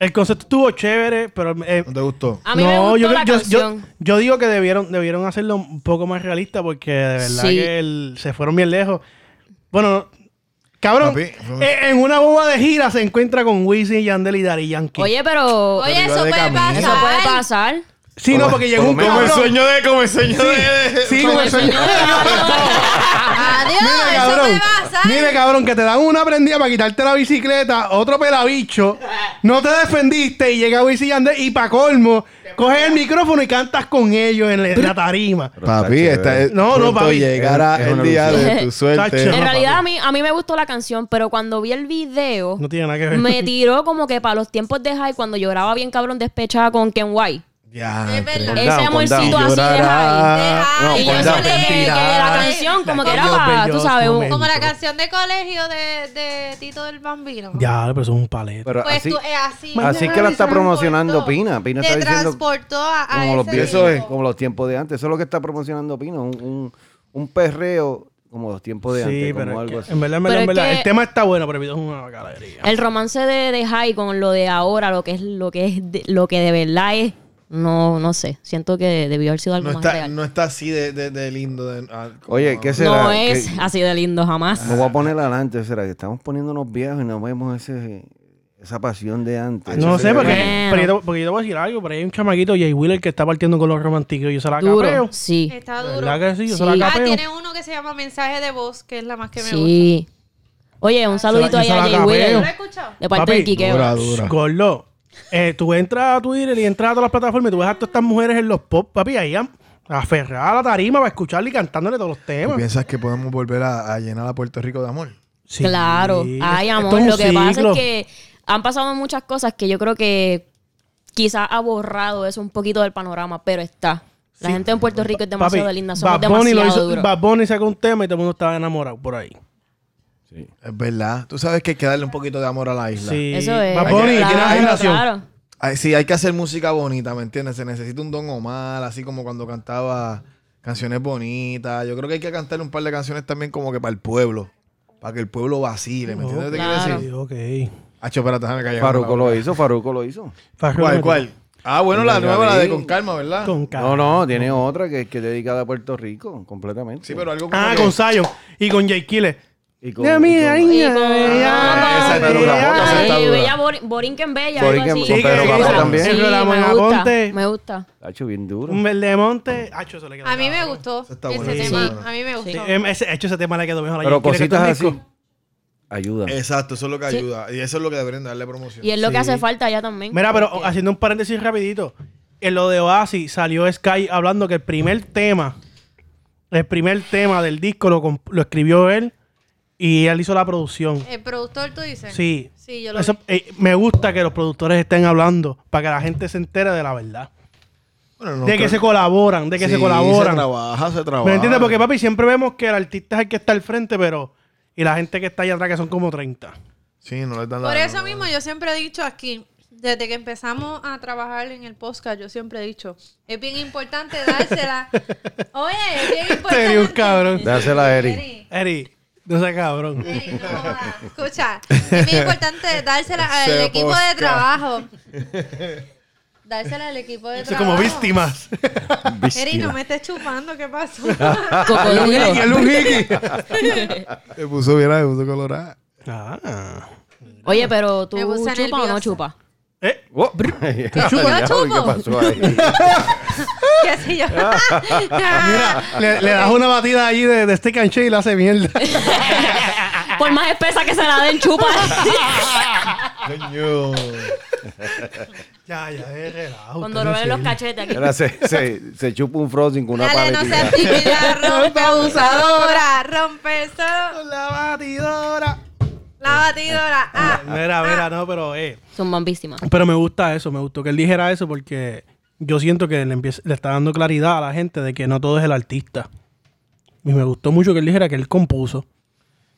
Speaker 6: El concepto estuvo chévere, pero... eh,
Speaker 2: ¿No te gustó?
Speaker 4: A mí me gustó la canción.
Speaker 6: yo digo que debieron, debieron hacerlo un poco más realista porque de verdad
Speaker 4: Sí.
Speaker 6: que el- se fueron bien lejos. Bueno, cabrón,
Speaker 2: Papi,
Speaker 6: eh, en una boba de gira se encuentra con Wisin, Yandel y Daddy Yankee.
Speaker 4: Oye, pero
Speaker 3: Oye,
Speaker 2: Pero
Speaker 3: eso
Speaker 2: iba de
Speaker 3: puede
Speaker 2: camino.
Speaker 3: pasar.
Speaker 4: eso puede pasar.
Speaker 6: sí, no, porque llegó un
Speaker 5: Como el
Speaker 6: cabrón.
Speaker 2: de, como el sueño de.
Speaker 6: Sí, como el sueño.
Speaker 3: Adiós,
Speaker 6: Mira,
Speaker 3: eso
Speaker 6: cabrón.
Speaker 3: puede pasar.
Speaker 6: Mira, cabrón, que te dan una prendida para quitarte la bicicleta, otro pelabicho. No te defendiste y llega Wisin y Yandel y pa' colmo, coges el micrófono y cantas con ellos en la- en la tarima.
Speaker 2: Papi, esta es.
Speaker 6: No, no,
Speaker 2: pronto
Speaker 6: papi.
Speaker 2: llegará
Speaker 5: Es- es
Speaker 2: el
Speaker 5: una
Speaker 2: día
Speaker 5: ilusión.
Speaker 2: de tu
Speaker 6: Chacho.
Speaker 2: suerte.
Speaker 4: En
Speaker 6: no,
Speaker 4: realidad
Speaker 6: papi.
Speaker 4: a mí, a mí me gustó la canción, pero cuando vi el video,
Speaker 6: No tiene nada que ver.
Speaker 4: me tiró como que para los tiempos de high, cuando lloraba bien cabrón despechada con Ken White.
Speaker 2: Ya,
Speaker 3: Es verdad.
Speaker 4: Ese
Speaker 5: down, con
Speaker 4: amorcito
Speaker 5: down.
Speaker 4: así de high.
Speaker 3: Deja-
Speaker 5: No,
Speaker 4: Y yo
Speaker 5: con
Speaker 4: sé
Speaker 5: down.
Speaker 4: que, que la canción como que era
Speaker 6: Bellos,
Speaker 4: para, tú
Speaker 6: bellos
Speaker 4: sabes, un-
Speaker 6: momentos.
Speaker 3: Como la canción de colegio de, de Tito del Bambino.
Speaker 6: Ya, pero eso es un paleto.
Speaker 5: Pero
Speaker 3: Pues
Speaker 5: así,
Speaker 3: tú, eh, así.
Speaker 5: así
Speaker 3: te
Speaker 5: que la está
Speaker 3: transportó.
Speaker 5: promocionando Pina. Pina
Speaker 3: te
Speaker 5: está diciendo
Speaker 3: transportó a, a
Speaker 5: como los,
Speaker 3: Ah, ese
Speaker 5: vie-
Speaker 2: Eso es.
Speaker 3: tiempo.
Speaker 5: como los tiempos de antes. Eso es lo que está promocionando Pino. Un, un, un perreo como los tiempos de
Speaker 6: Sí,
Speaker 5: antes.
Speaker 6: pero
Speaker 5: Como
Speaker 6: es
Speaker 5: algo
Speaker 6: que-
Speaker 5: así.
Speaker 6: en verdad, en
Speaker 4: Pero
Speaker 6: verdad, en
Speaker 4: es
Speaker 6: verdad.
Speaker 4: que-
Speaker 6: El tema está bueno, pero el video es una galería.
Speaker 4: el romance de, de high con lo de ahora, lo que es lo que es de- lo que de verdad es, no no sé, siento que debió haber sido algo
Speaker 2: No
Speaker 4: más
Speaker 2: está,
Speaker 4: real. No,
Speaker 2: no está así de, de- de lindo. de- ah, como-
Speaker 5: Oye, ¿qué será? ¿Qué-
Speaker 4: es así de lindo jamás.
Speaker 5: Me voy a poner adelante, será que estamos poniéndonos viejos y no vemos ese, esa pasión de antes.
Speaker 6: No sé, porque,
Speaker 4: Eh,
Speaker 6: Eh,
Speaker 4: Bueno.
Speaker 6: pero yo, te- porque yo te voy a decir algo, pero hay un chamaquito Jay Wheeler que está partiendo con los románticos y yo se la
Speaker 4: Duro,
Speaker 6: capeo.
Speaker 4: sí.
Speaker 3: Está
Speaker 6: ¿De
Speaker 3: duro.
Speaker 6: ¿Verdad que sí? Yo
Speaker 4: Sí.
Speaker 6: se la
Speaker 3: Ah,
Speaker 6: capeo.
Speaker 3: tiene uno que se llama Mensaje de Voz, que es la más que me gusta.
Speaker 4: Sí. Oye, un saludito
Speaker 6: yo
Speaker 4: ahí
Speaker 6: se
Speaker 4: a
Speaker 6: la
Speaker 4: Jay
Speaker 6: capeo.
Speaker 3: ¿Lo
Speaker 4: Wheeler
Speaker 3: has escuchado?
Speaker 4: de parte
Speaker 6: Papi,
Speaker 4: de Quiqueo.
Speaker 2: Dura, dura.
Speaker 6: Gordo, eh, tú entras a Twitter y entras a todas las plataformas y tú ves a todas estas mujeres en los pop, papi, ahí am- aferradas a la tarima para escucharle y cantándole todos los
Speaker 2: ¿Tú
Speaker 6: temas.
Speaker 2: piensas que podemos volver a, a llenar a Puerto Rico de amor?
Speaker 6: Sí.
Speaker 4: Claro. Ay,
Speaker 6: Esto
Speaker 4: amor,
Speaker 6: es un
Speaker 4: lo que pasa
Speaker 6: ciclo.
Speaker 4: es que han pasado muchas cosas que yo creo que quizás ha borrado eso un poquito del panorama, pero está. La gente en Puerto Rico es demasiado
Speaker 6: Papi,
Speaker 4: linda, somos
Speaker 6: Bad Bunny lo
Speaker 4: demasiado
Speaker 6: hizo-
Speaker 4: duros.
Speaker 6: Bad Bunny sacó un tema y todo el mundo estaba enamorado por ahí.
Speaker 2: Es verdad. Tú sabes que hay que darle un poquito de amor a la isla.
Speaker 6: Sí.
Speaker 4: Eso es.
Speaker 6: Bad Bunny,
Speaker 4: claro,
Speaker 6: tiene generación.
Speaker 4: claro.
Speaker 2: Ay, sí, hay que hacer música bonita, ¿me entiendes? Se necesita un don Omar, así como cuando cantaba canciones bonitas. Yo creo que hay que cantarle un par de canciones también como que para el pueblo. Para que el pueblo vacile, ¿me entiendes? lo que te quiero
Speaker 4: Claro.
Speaker 2: decir?
Speaker 6: Ok.
Speaker 2: Hacho, espérate, déjame callar.
Speaker 5: Faruco lo hizo, Faruco lo hizo.
Speaker 6: Farruko
Speaker 2: ¿Cuál,
Speaker 6: me-
Speaker 2: cuál? Ah, bueno, la
Speaker 5: Venga,
Speaker 2: nueva, la de
Speaker 5: Gabriel.
Speaker 2: Con Calma, ¿verdad?
Speaker 6: Con K.
Speaker 5: No, no, tiene otra que, que es dedicada a Puerto Rico, completamente.
Speaker 2: Sí, pero algo como
Speaker 6: Ah,
Speaker 2: que-
Speaker 6: con Zion y con Jay Killer.
Speaker 5: Y con-
Speaker 6: De
Speaker 5: y
Speaker 6: mi
Speaker 5: con-
Speaker 6: ay,
Speaker 4: Y
Speaker 6: ay,
Speaker 4: con-
Speaker 6: ay,
Speaker 2: Ah, esa
Speaker 6: ay,
Speaker 2: Pedro Capota,
Speaker 6: ay.
Speaker 2: esa está
Speaker 4: Ay,
Speaker 2: dura.
Speaker 4: Bella Bori- Borinquen Bella, algo
Speaker 5: Borinquen
Speaker 4: así.
Speaker 5: con
Speaker 6: Sí, Pedro que- Capó que- también.
Speaker 4: Sí,
Speaker 6: que- que-
Speaker 4: me
Speaker 6: Ponte.
Speaker 4: gusta, me gusta.
Speaker 5: Hacho, bien duro.
Speaker 6: Un verde monte. Hacho, eso le quedó
Speaker 3: A mí me
Speaker 6: cabrón.
Speaker 3: gustó
Speaker 2: Eso está
Speaker 3: ese
Speaker 2: bueno,
Speaker 3: tema.
Speaker 2: sí.
Speaker 3: A mí me gustó.
Speaker 6: Em, ese, hecho, ese tema le quedó mejor a
Speaker 5: Pero
Speaker 6: Jay Killer que
Speaker 5: cositas
Speaker 6: todo el
Speaker 5: así.
Speaker 6: disco.
Speaker 5: Ayuda.
Speaker 2: Exacto, eso es lo que
Speaker 4: Sí.
Speaker 2: ayuda. Y eso es lo que deberían darle promoción.
Speaker 4: Y es lo que
Speaker 6: Sí.
Speaker 4: hace falta allá también.
Speaker 6: Mira, pero
Speaker 4: Porque-
Speaker 6: haciendo un paréntesis rapidito. En lo de Oasis salió Sky hablando que el primer tema, el primer tema del disco lo, comp- lo escribió él y él hizo la producción.
Speaker 3: El productor, tú dices.
Speaker 6: Sí.
Speaker 3: Eh, Sí, yo lo
Speaker 6: Eso-
Speaker 3: vi.
Speaker 6: eh, me gusta que los productores estén hablando para que la gente se entere de la verdad.
Speaker 2: Bueno, no
Speaker 6: de que
Speaker 2: creo-
Speaker 6: se colaboran, de que se
Speaker 2: Sí,
Speaker 6: colaboran.
Speaker 2: Se trabaja, se trabaja.
Speaker 6: ¿Me entiendes? Porque, papi, siempre vemos que el artista es el que está al frente, pero. Y la gente que está allá atrás, que son como 30.
Speaker 2: Sí, no le están
Speaker 3: Por
Speaker 2: dando-
Speaker 3: eso mismo yo siempre he dicho aquí, desde que empezamos a trabajar en el podcast, yo siempre he dicho, es bien importante dársela. Oye, es bien importante.
Speaker 6: Sería un cabrón.
Speaker 5: Dásela a Eri.
Speaker 3: Eri,
Speaker 6: Eri, no seas cabrón.
Speaker 3: Eri, no jodas. Escucha, es bien importante dársela al
Speaker 2: Ese
Speaker 3: equipo de
Speaker 2: podcast.
Speaker 3: trabajo. Dársela al equipo de
Speaker 6: Soy
Speaker 3: trabajo.
Speaker 6: como víctimas.
Speaker 3: Eri, no me estés chupando, ¿qué pasó? Pero
Speaker 4: Cocodrilo.
Speaker 2: Se Eh, puso bien, se puso colorada.
Speaker 6: ah.
Speaker 4: Oye, pero tú
Speaker 3: Me puse
Speaker 4: chupas o
Speaker 3: nerviosa.
Speaker 4: no chupas.
Speaker 6: Eh,
Speaker 5: Oh.
Speaker 3: chupa, chupa.
Speaker 5: pasó ahí?
Speaker 3: ¿Qué sé yo? Mira,
Speaker 6: le, le das una batida allí de, de stick and shake y la hace mierda.
Speaker 4: Por más espesa que se la den, chupa.
Speaker 2: Coño.
Speaker 6: ya, ya, es relajo.
Speaker 4: Cuando lo ven los cachetes aquí.
Speaker 5: Era, se, se, se chupa un frozen con una
Speaker 3: Dale, no
Speaker 5: paletita.
Speaker 3: seas tímida, rompe abusadora, rompe eso,
Speaker 6: La batidora.
Speaker 3: la batidora. Ah,
Speaker 6: Mira, mira, no, pero eh.
Speaker 4: Son bambísimas.
Speaker 6: Pero me gusta eso, me gustó que él dijera eso porque yo siento que le, empieza- le está dando claridad a la gente de que no todo es el artista. Y me gustó mucho que él dijera que él compuso.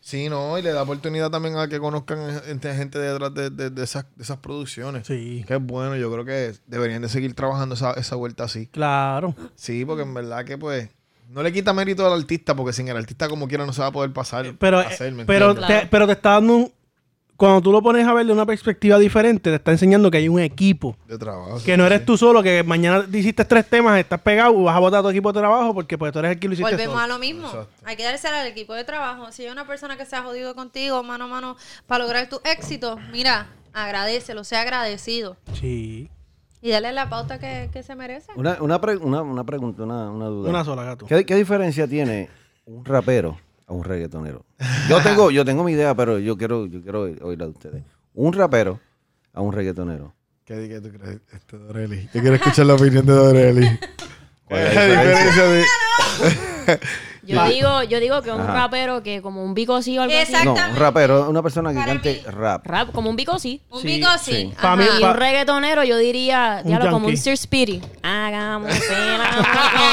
Speaker 2: Sí, no, y le da oportunidad también a que conozcan gente gente detrás de, de- de esas, de esas producciones.
Speaker 6: Sí.
Speaker 2: Que es bueno, yo creo que deberían de seguir trabajando esa, esa vuelta así.
Speaker 6: Claro.
Speaker 2: Sí, porque en verdad que pues no le quita mérito al artista, porque sin el artista como quiera no se va a poder pasar.
Speaker 6: Eh, Pero,
Speaker 2: a hacer, ¿me
Speaker 6: pero,
Speaker 2: entiendes?
Speaker 6: te, pero te está dando un... Cuando tú lo pones a ver de una perspectiva diferente, te está enseñando que hay un equipo.
Speaker 2: de trabajo.
Speaker 6: Que no eres tú solo, que mañana te hiciste tres temas, estás pegado, vas a botar a tu equipo de trabajo porque pues, tú eres el que lo hiciste
Speaker 3: Volvemos a
Speaker 6: solo.
Speaker 3: lo mismo.
Speaker 2: Exacto.
Speaker 3: Hay que dársela al equipo de trabajo. Si hay una persona que se ha jodido contigo mano a mano para lograr tu éxito, mira, agradecelo, sea agradecido.
Speaker 6: Sí.
Speaker 3: Y dale la pauta que, que se merece.
Speaker 5: Una, una, pre- una, una pregunta, una, una duda.
Speaker 6: Una sola, gato.
Speaker 5: ¿Qué, qué diferencia tiene un rapero a un reggaetonero? Yo tengo, yo tengo mi idea, pero yo quiero, yo quiero oírla de ustedes. Un rapero a un reggaetonero.
Speaker 2: ¿Qué, qué tú crees? Este Dorelli. Yo quiero escuchar la opinión de Dorelli.
Speaker 5: ¿Cuál es
Speaker 2: ¿Qué
Speaker 5: la diferencia?
Speaker 2: diferencia de-
Speaker 4: Yo digo, yo digo que un
Speaker 5: Ajá.
Speaker 4: rapero que como un bico sí o algo así.
Speaker 3: Exacto.
Speaker 5: No, un rapero, una persona que
Speaker 3: Para
Speaker 5: cante
Speaker 3: mí.
Speaker 5: rap.
Speaker 4: Rap, como un bico sí.
Speaker 3: Un
Speaker 6: Sí,
Speaker 3: pico sí.
Speaker 5: sí.
Speaker 6: Pa' mí-
Speaker 3: Ajá.
Speaker 4: Y un reggaetonero, yo diría,
Speaker 6: Un
Speaker 4: diablo, como
Speaker 6: yankee.
Speaker 4: un Sir Speedy. Hagamos pena. vamos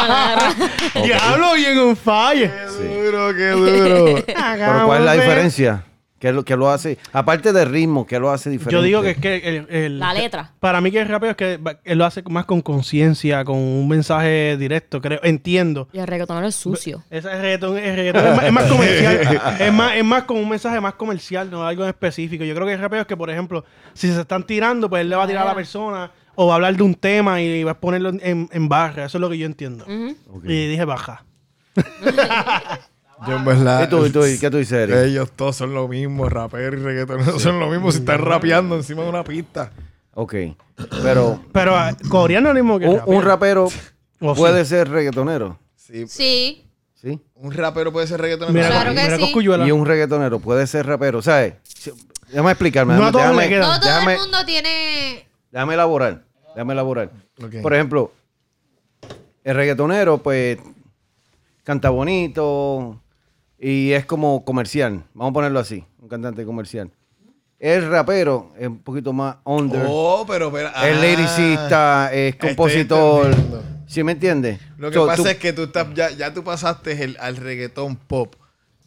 Speaker 4: a la-
Speaker 6: Diablo, bien en fire.
Speaker 5: Sí.
Speaker 2: Qué duro, qué duro.
Speaker 5: Pero ¿cuál es la diferencia? ¿Qué lo, qué lo hace? Aparte del ritmo, ¿qué lo hace diferente?
Speaker 6: Yo digo que es que el, el-
Speaker 4: La letra.
Speaker 6: Para mí que el rapeo es que va- él lo hace más con conciencia, con un mensaje directo, creo. Entiendo.
Speaker 4: Y el reggaetonero es sucio.
Speaker 6: Ese es reggaetón, el reggaetón es, más, es más comercial. es, más, es más con un mensaje más comercial, no algo en específico. Yo creo que el rapeo es que, por ejemplo, si se están tirando, pues él le va a tirar a la persona o va a hablar de un tema y va a ponerlo en- en, en barra. Eso es lo que yo entiendo.
Speaker 5: Ok.
Speaker 6: Y dije baja.
Speaker 2: Yo en verdad.
Speaker 5: ¿Y tú, y tú, y qué tú dices, Eric?
Speaker 2: Ellos todos son lo mismo, rapero y reggaetonero son lo mismo si están rapeando encima de una pista.
Speaker 5: Ok. Pero
Speaker 6: Pero ah, coreano es lo mismo que
Speaker 5: un,
Speaker 6: rapeo.
Speaker 5: un rapero
Speaker 6: O sí.
Speaker 5: puede ser reggaetonero,
Speaker 2: Sí.
Speaker 3: Sí.
Speaker 5: ¿sí?
Speaker 2: Un rapero puede ser reggaetonero.
Speaker 6: Mira,
Speaker 3: Claro que
Speaker 6: mira
Speaker 3: sí.
Speaker 6: Cosculluela.
Speaker 5: Y un reggaetonero puede ser rapero, ¿sabes? Si- Déjame explicarme.
Speaker 6: No
Speaker 5: déjame-
Speaker 6: a todos
Speaker 5: déjame-
Speaker 6: le queda.
Speaker 3: No todo
Speaker 5: déjame-
Speaker 3: el mundo tiene.
Speaker 5: Déjame elaborar. Déjame elaborar.
Speaker 2: Ok.
Speaker 5: Por ejemplo, el reggaetonero, pues, canta bonito y es como comercial. Vamos a ponerlo así, un cantante comercial. El rapero es un poquito más under.
Speaker 2: Oh, pero, espera.
Speaker 5: es
Speaker 2: ah.
Speaker 5: lyricista, es
Speaker 2: Estoy
Speaker 5: compositor.
Speaker 2: entendiendo.
Speaker 5: ¿Sí me entiendes?
Speaker 2: Lo que
Speaker 5: So,
Speaker 2: pasa
Speaker 5: tú-
Speaker 2: es que tú estás, ya, ya tú pasaste el, al reggaetón pop,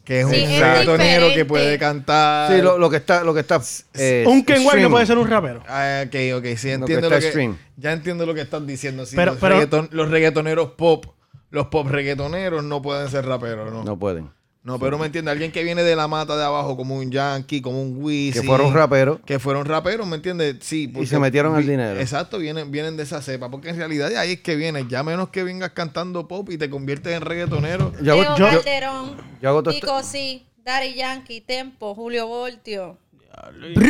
Speaker 2: que es
Speaker 3: Sí,
Speaker 2: un
Speaker 3: es
Speaker 2: reggaetonero que
Speaker 3: diferente.
Speaker 2: puede cantar.
Speaker 5: Sí, lo, lo que está... Lo que está eh,
Speaker 6: Un Ken White no
Speaker 5: streaming.
Speaker 6: puede ser un rapero.
Speaker 2: Ah, ok, ok, sí,
Speaker 5: Lo que
Speaker 2: entiendo
Speaker 5: está
Speaker 2: lo que,
Speaker 5: stream.
Speaker 2: ya entiendo lo que estás diciendo. sí,
Speaker 6: Pero-
Speaker 2: los,
Speaker 6: pero-
Speaker 2: reggaeton- los reggaetoneros pop, los pop reggaetoneros no pueden ser raperos, ¿no? No,
Speaker 5: No pueden.
Speaker 2: pero me entiende, alguien que viene de la mata de abajo, como un yankee, como un Wiz.
Speaker 5: Que fueron raperos.
Speaker 2: Que fueron raperos, ¿me entiendes? Sí. porque
Speaker 5: se metieron al
Speaker 2: vi-
Speaker 5: dinero.
Speaker 2: Exacto, vienen, vienen de esa cepa, porque en realidad de ahí es que vienes, ya menos que vengas cantando pop y te conviertes en reggaetonero.
Speaker 5: Yo hago-
Speaker 3: Teo
Speaker 5: yo-
Speaker 3: Calderón.
Speaker 5: yo hago tost-
Speaker 3: Pico sí. Daddy Yankee. Tempo. Julio Voltio.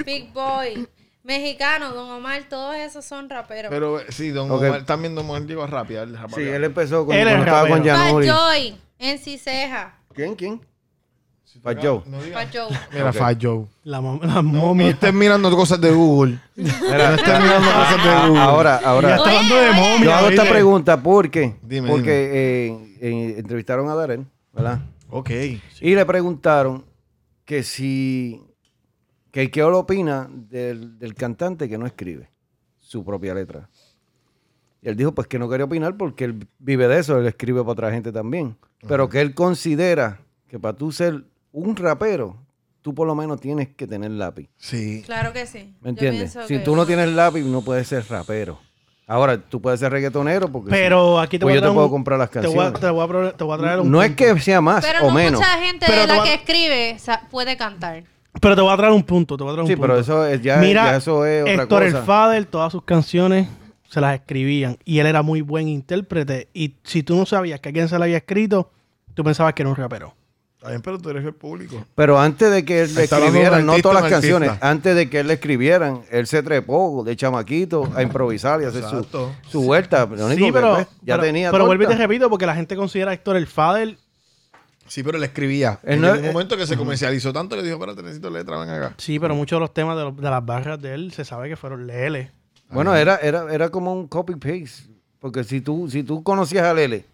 Speaker 3: Big Boy. Mexicano. Don Omar. Todos esos son raperos.
Speaker 2: Pero eh, sí, Don
Speaker 5: Ok.
Speaker 2: Omar, también Don Omar llegó a rapear. a
Speaker 5: Sí,
Speaker 2: rapear.
Speaker 5: él empezó con,
Speaker 6: Él es
Speaker 5: cuando estaba con
Speaker 6: rapero.
Speaker 3: Fat
Speaker 5: Yanuri.
Speaker 3: Joy. NC Ceja.
Speaker 5: ¿Quién? ¿Quién? Fat Joe.
Speaker 2: No digas-
Speaker 3: Fat Joe.
Speaker 2: Mira,
Speaker 5: Ok.
Speaker 2: Fat Joe.
Speaker 6: La, mom- la
Speaker 2: No,
Speaker 6: momia.
Speaker 2: estés mirando cosas de Google.
Speaker 5: Mira,
Speaker 2: estés mirando cosas de Google.
Speaker 5: Ah, ahora, ahora.
Speaker 6: Está hablando de momia.
Speaker 5: Yo hago esta
Speaker 6: ¿viste?
Speaker 5: pregunta porque,
Speaker 2: Dime,
Speaker 5: porque eh, eh, entrevistaron a Darren, ¿verdad?
Speaker 2: Ok.
Speaker 5: Y le preguntaron que si, que qué él opina del, del cantante que no escribe su propia letra. Y él dijo pues que no quería opinar porque él vive de eso, él escribe para otra gente también. Pero que él considera que para tú ser un rapero, tú por lo menos tienes que tener lápiz.
Speaker 2: Sí.
Speaker 3: Claro que sí.
Speaker 5: ¿Me
Speaker 3: Yo
Speaker 5: entiendes?
Speaker 3: pienso
Speaker 5: Si
Speaker 3: que-
Speaker 5: tú no tienes lápiz, no puedes ser rapero. Ahora, tú puedes ser reggaetonero porque...
Speaker 6: Pero aquí te
Speaker 5: Pues yo
Speaker 6: voy a
Speaker 5: te
Speaker 6: traer
Speaker 5: puedo
Speaker 6: un-
Speaker 5: comprar las
Speaker 6: te voy a-
Speaker 5: canciones.
Speaker 6: Te voy a, pro- te voy a traer un
Speaker 5: No es
Speaker 6: punto.
Speaker 5: que sea más
Speaker 3: Pero
Speaker 5: o
Speaker 3: no
Speaker 5: menos.
Speaker 3: mucha gente
Speaker 6: Pero
Speaker 3: de
Speaker 6: te
Speaker 3: la
Speaker 6: voy a-
Speaker 3: que escribe sa- puede cantar.
Speaker 6: Pero te voy a traer un punto, te voy a traer un
Speaker 5: Sí,
Speaker 6: punto.
Speaker 5: pero eso es- ya- ya eso es otra
Speaker 6: Héctor el
Speaker 5: cosa.
Speaker 6: Fader, todas sus canciones se las escribían y él era muy buen intérprete y si tú no sabías que alguien se la había escrito, tú pensabas que era un rapero.
Speaker 2: Está bien, pero tú eres el público.
Speaker 5: Pero antes de que él le
Speaker 2: Está hablando de un
Speaker 5: escribieran, no
Speaker 2: artista,
Speaker 5: todas las
Speaker 2: un artista.
Speaker 5: canciones, antes de que él le escribieran, él se trepó de chamaquito a improvisar y hacer su,
Speaker 2: Exacto.
Speaker 5: su vuelta. Lo único
Speaker 6: sí,
Speaker 5: que,
Speaker 6: pero,
Speaker 5: pues, ya
Speaker 6: pero,
Speaker 5: tenía
Speaker 6: pero vuelvo y te
Speaker 5: torta.
Speaker 6: repito porque la gente considera a Héctor el Fader.
Speaker 2: Sí, pero le escribía.
Speaker 5: Él
Speaker 2: en
Speaker 5: no-
Speaker 2: un momento que se comercializó tanto, le dijo, espérate, necesito letra, ven acá.
Speaker 6: Sí, pero muchos de los temas de, los- de las barras de él se sabe que fueron Lele.
Speaker 5: Bueno, era, era, era como un copy-paste. Porque si tú, si tú conocías a Lele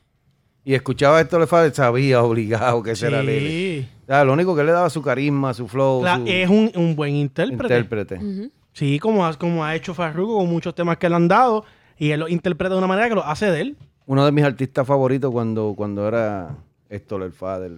Speaker 5: y escuchabas a Héctor el Fader, sabías obligado que ese era Lele.
Speaker 6: Sí.
Speaker 5: O sea, lo único que él le daba su carisma, su flow,
Speaker 6: La-
Speaker 5: su
Speaker 6: es un, un buen intérprete.
Speaker 5: Oh, intérprete.
Speaker 6: Sí, como, ha- como ha hecho Farruko con muchos temas que le han dado y él los interpreta de una manera que lo hace de él.
Speaker 5: uno de mis artistas favoritos cuando, cuando era Héctor el Fader.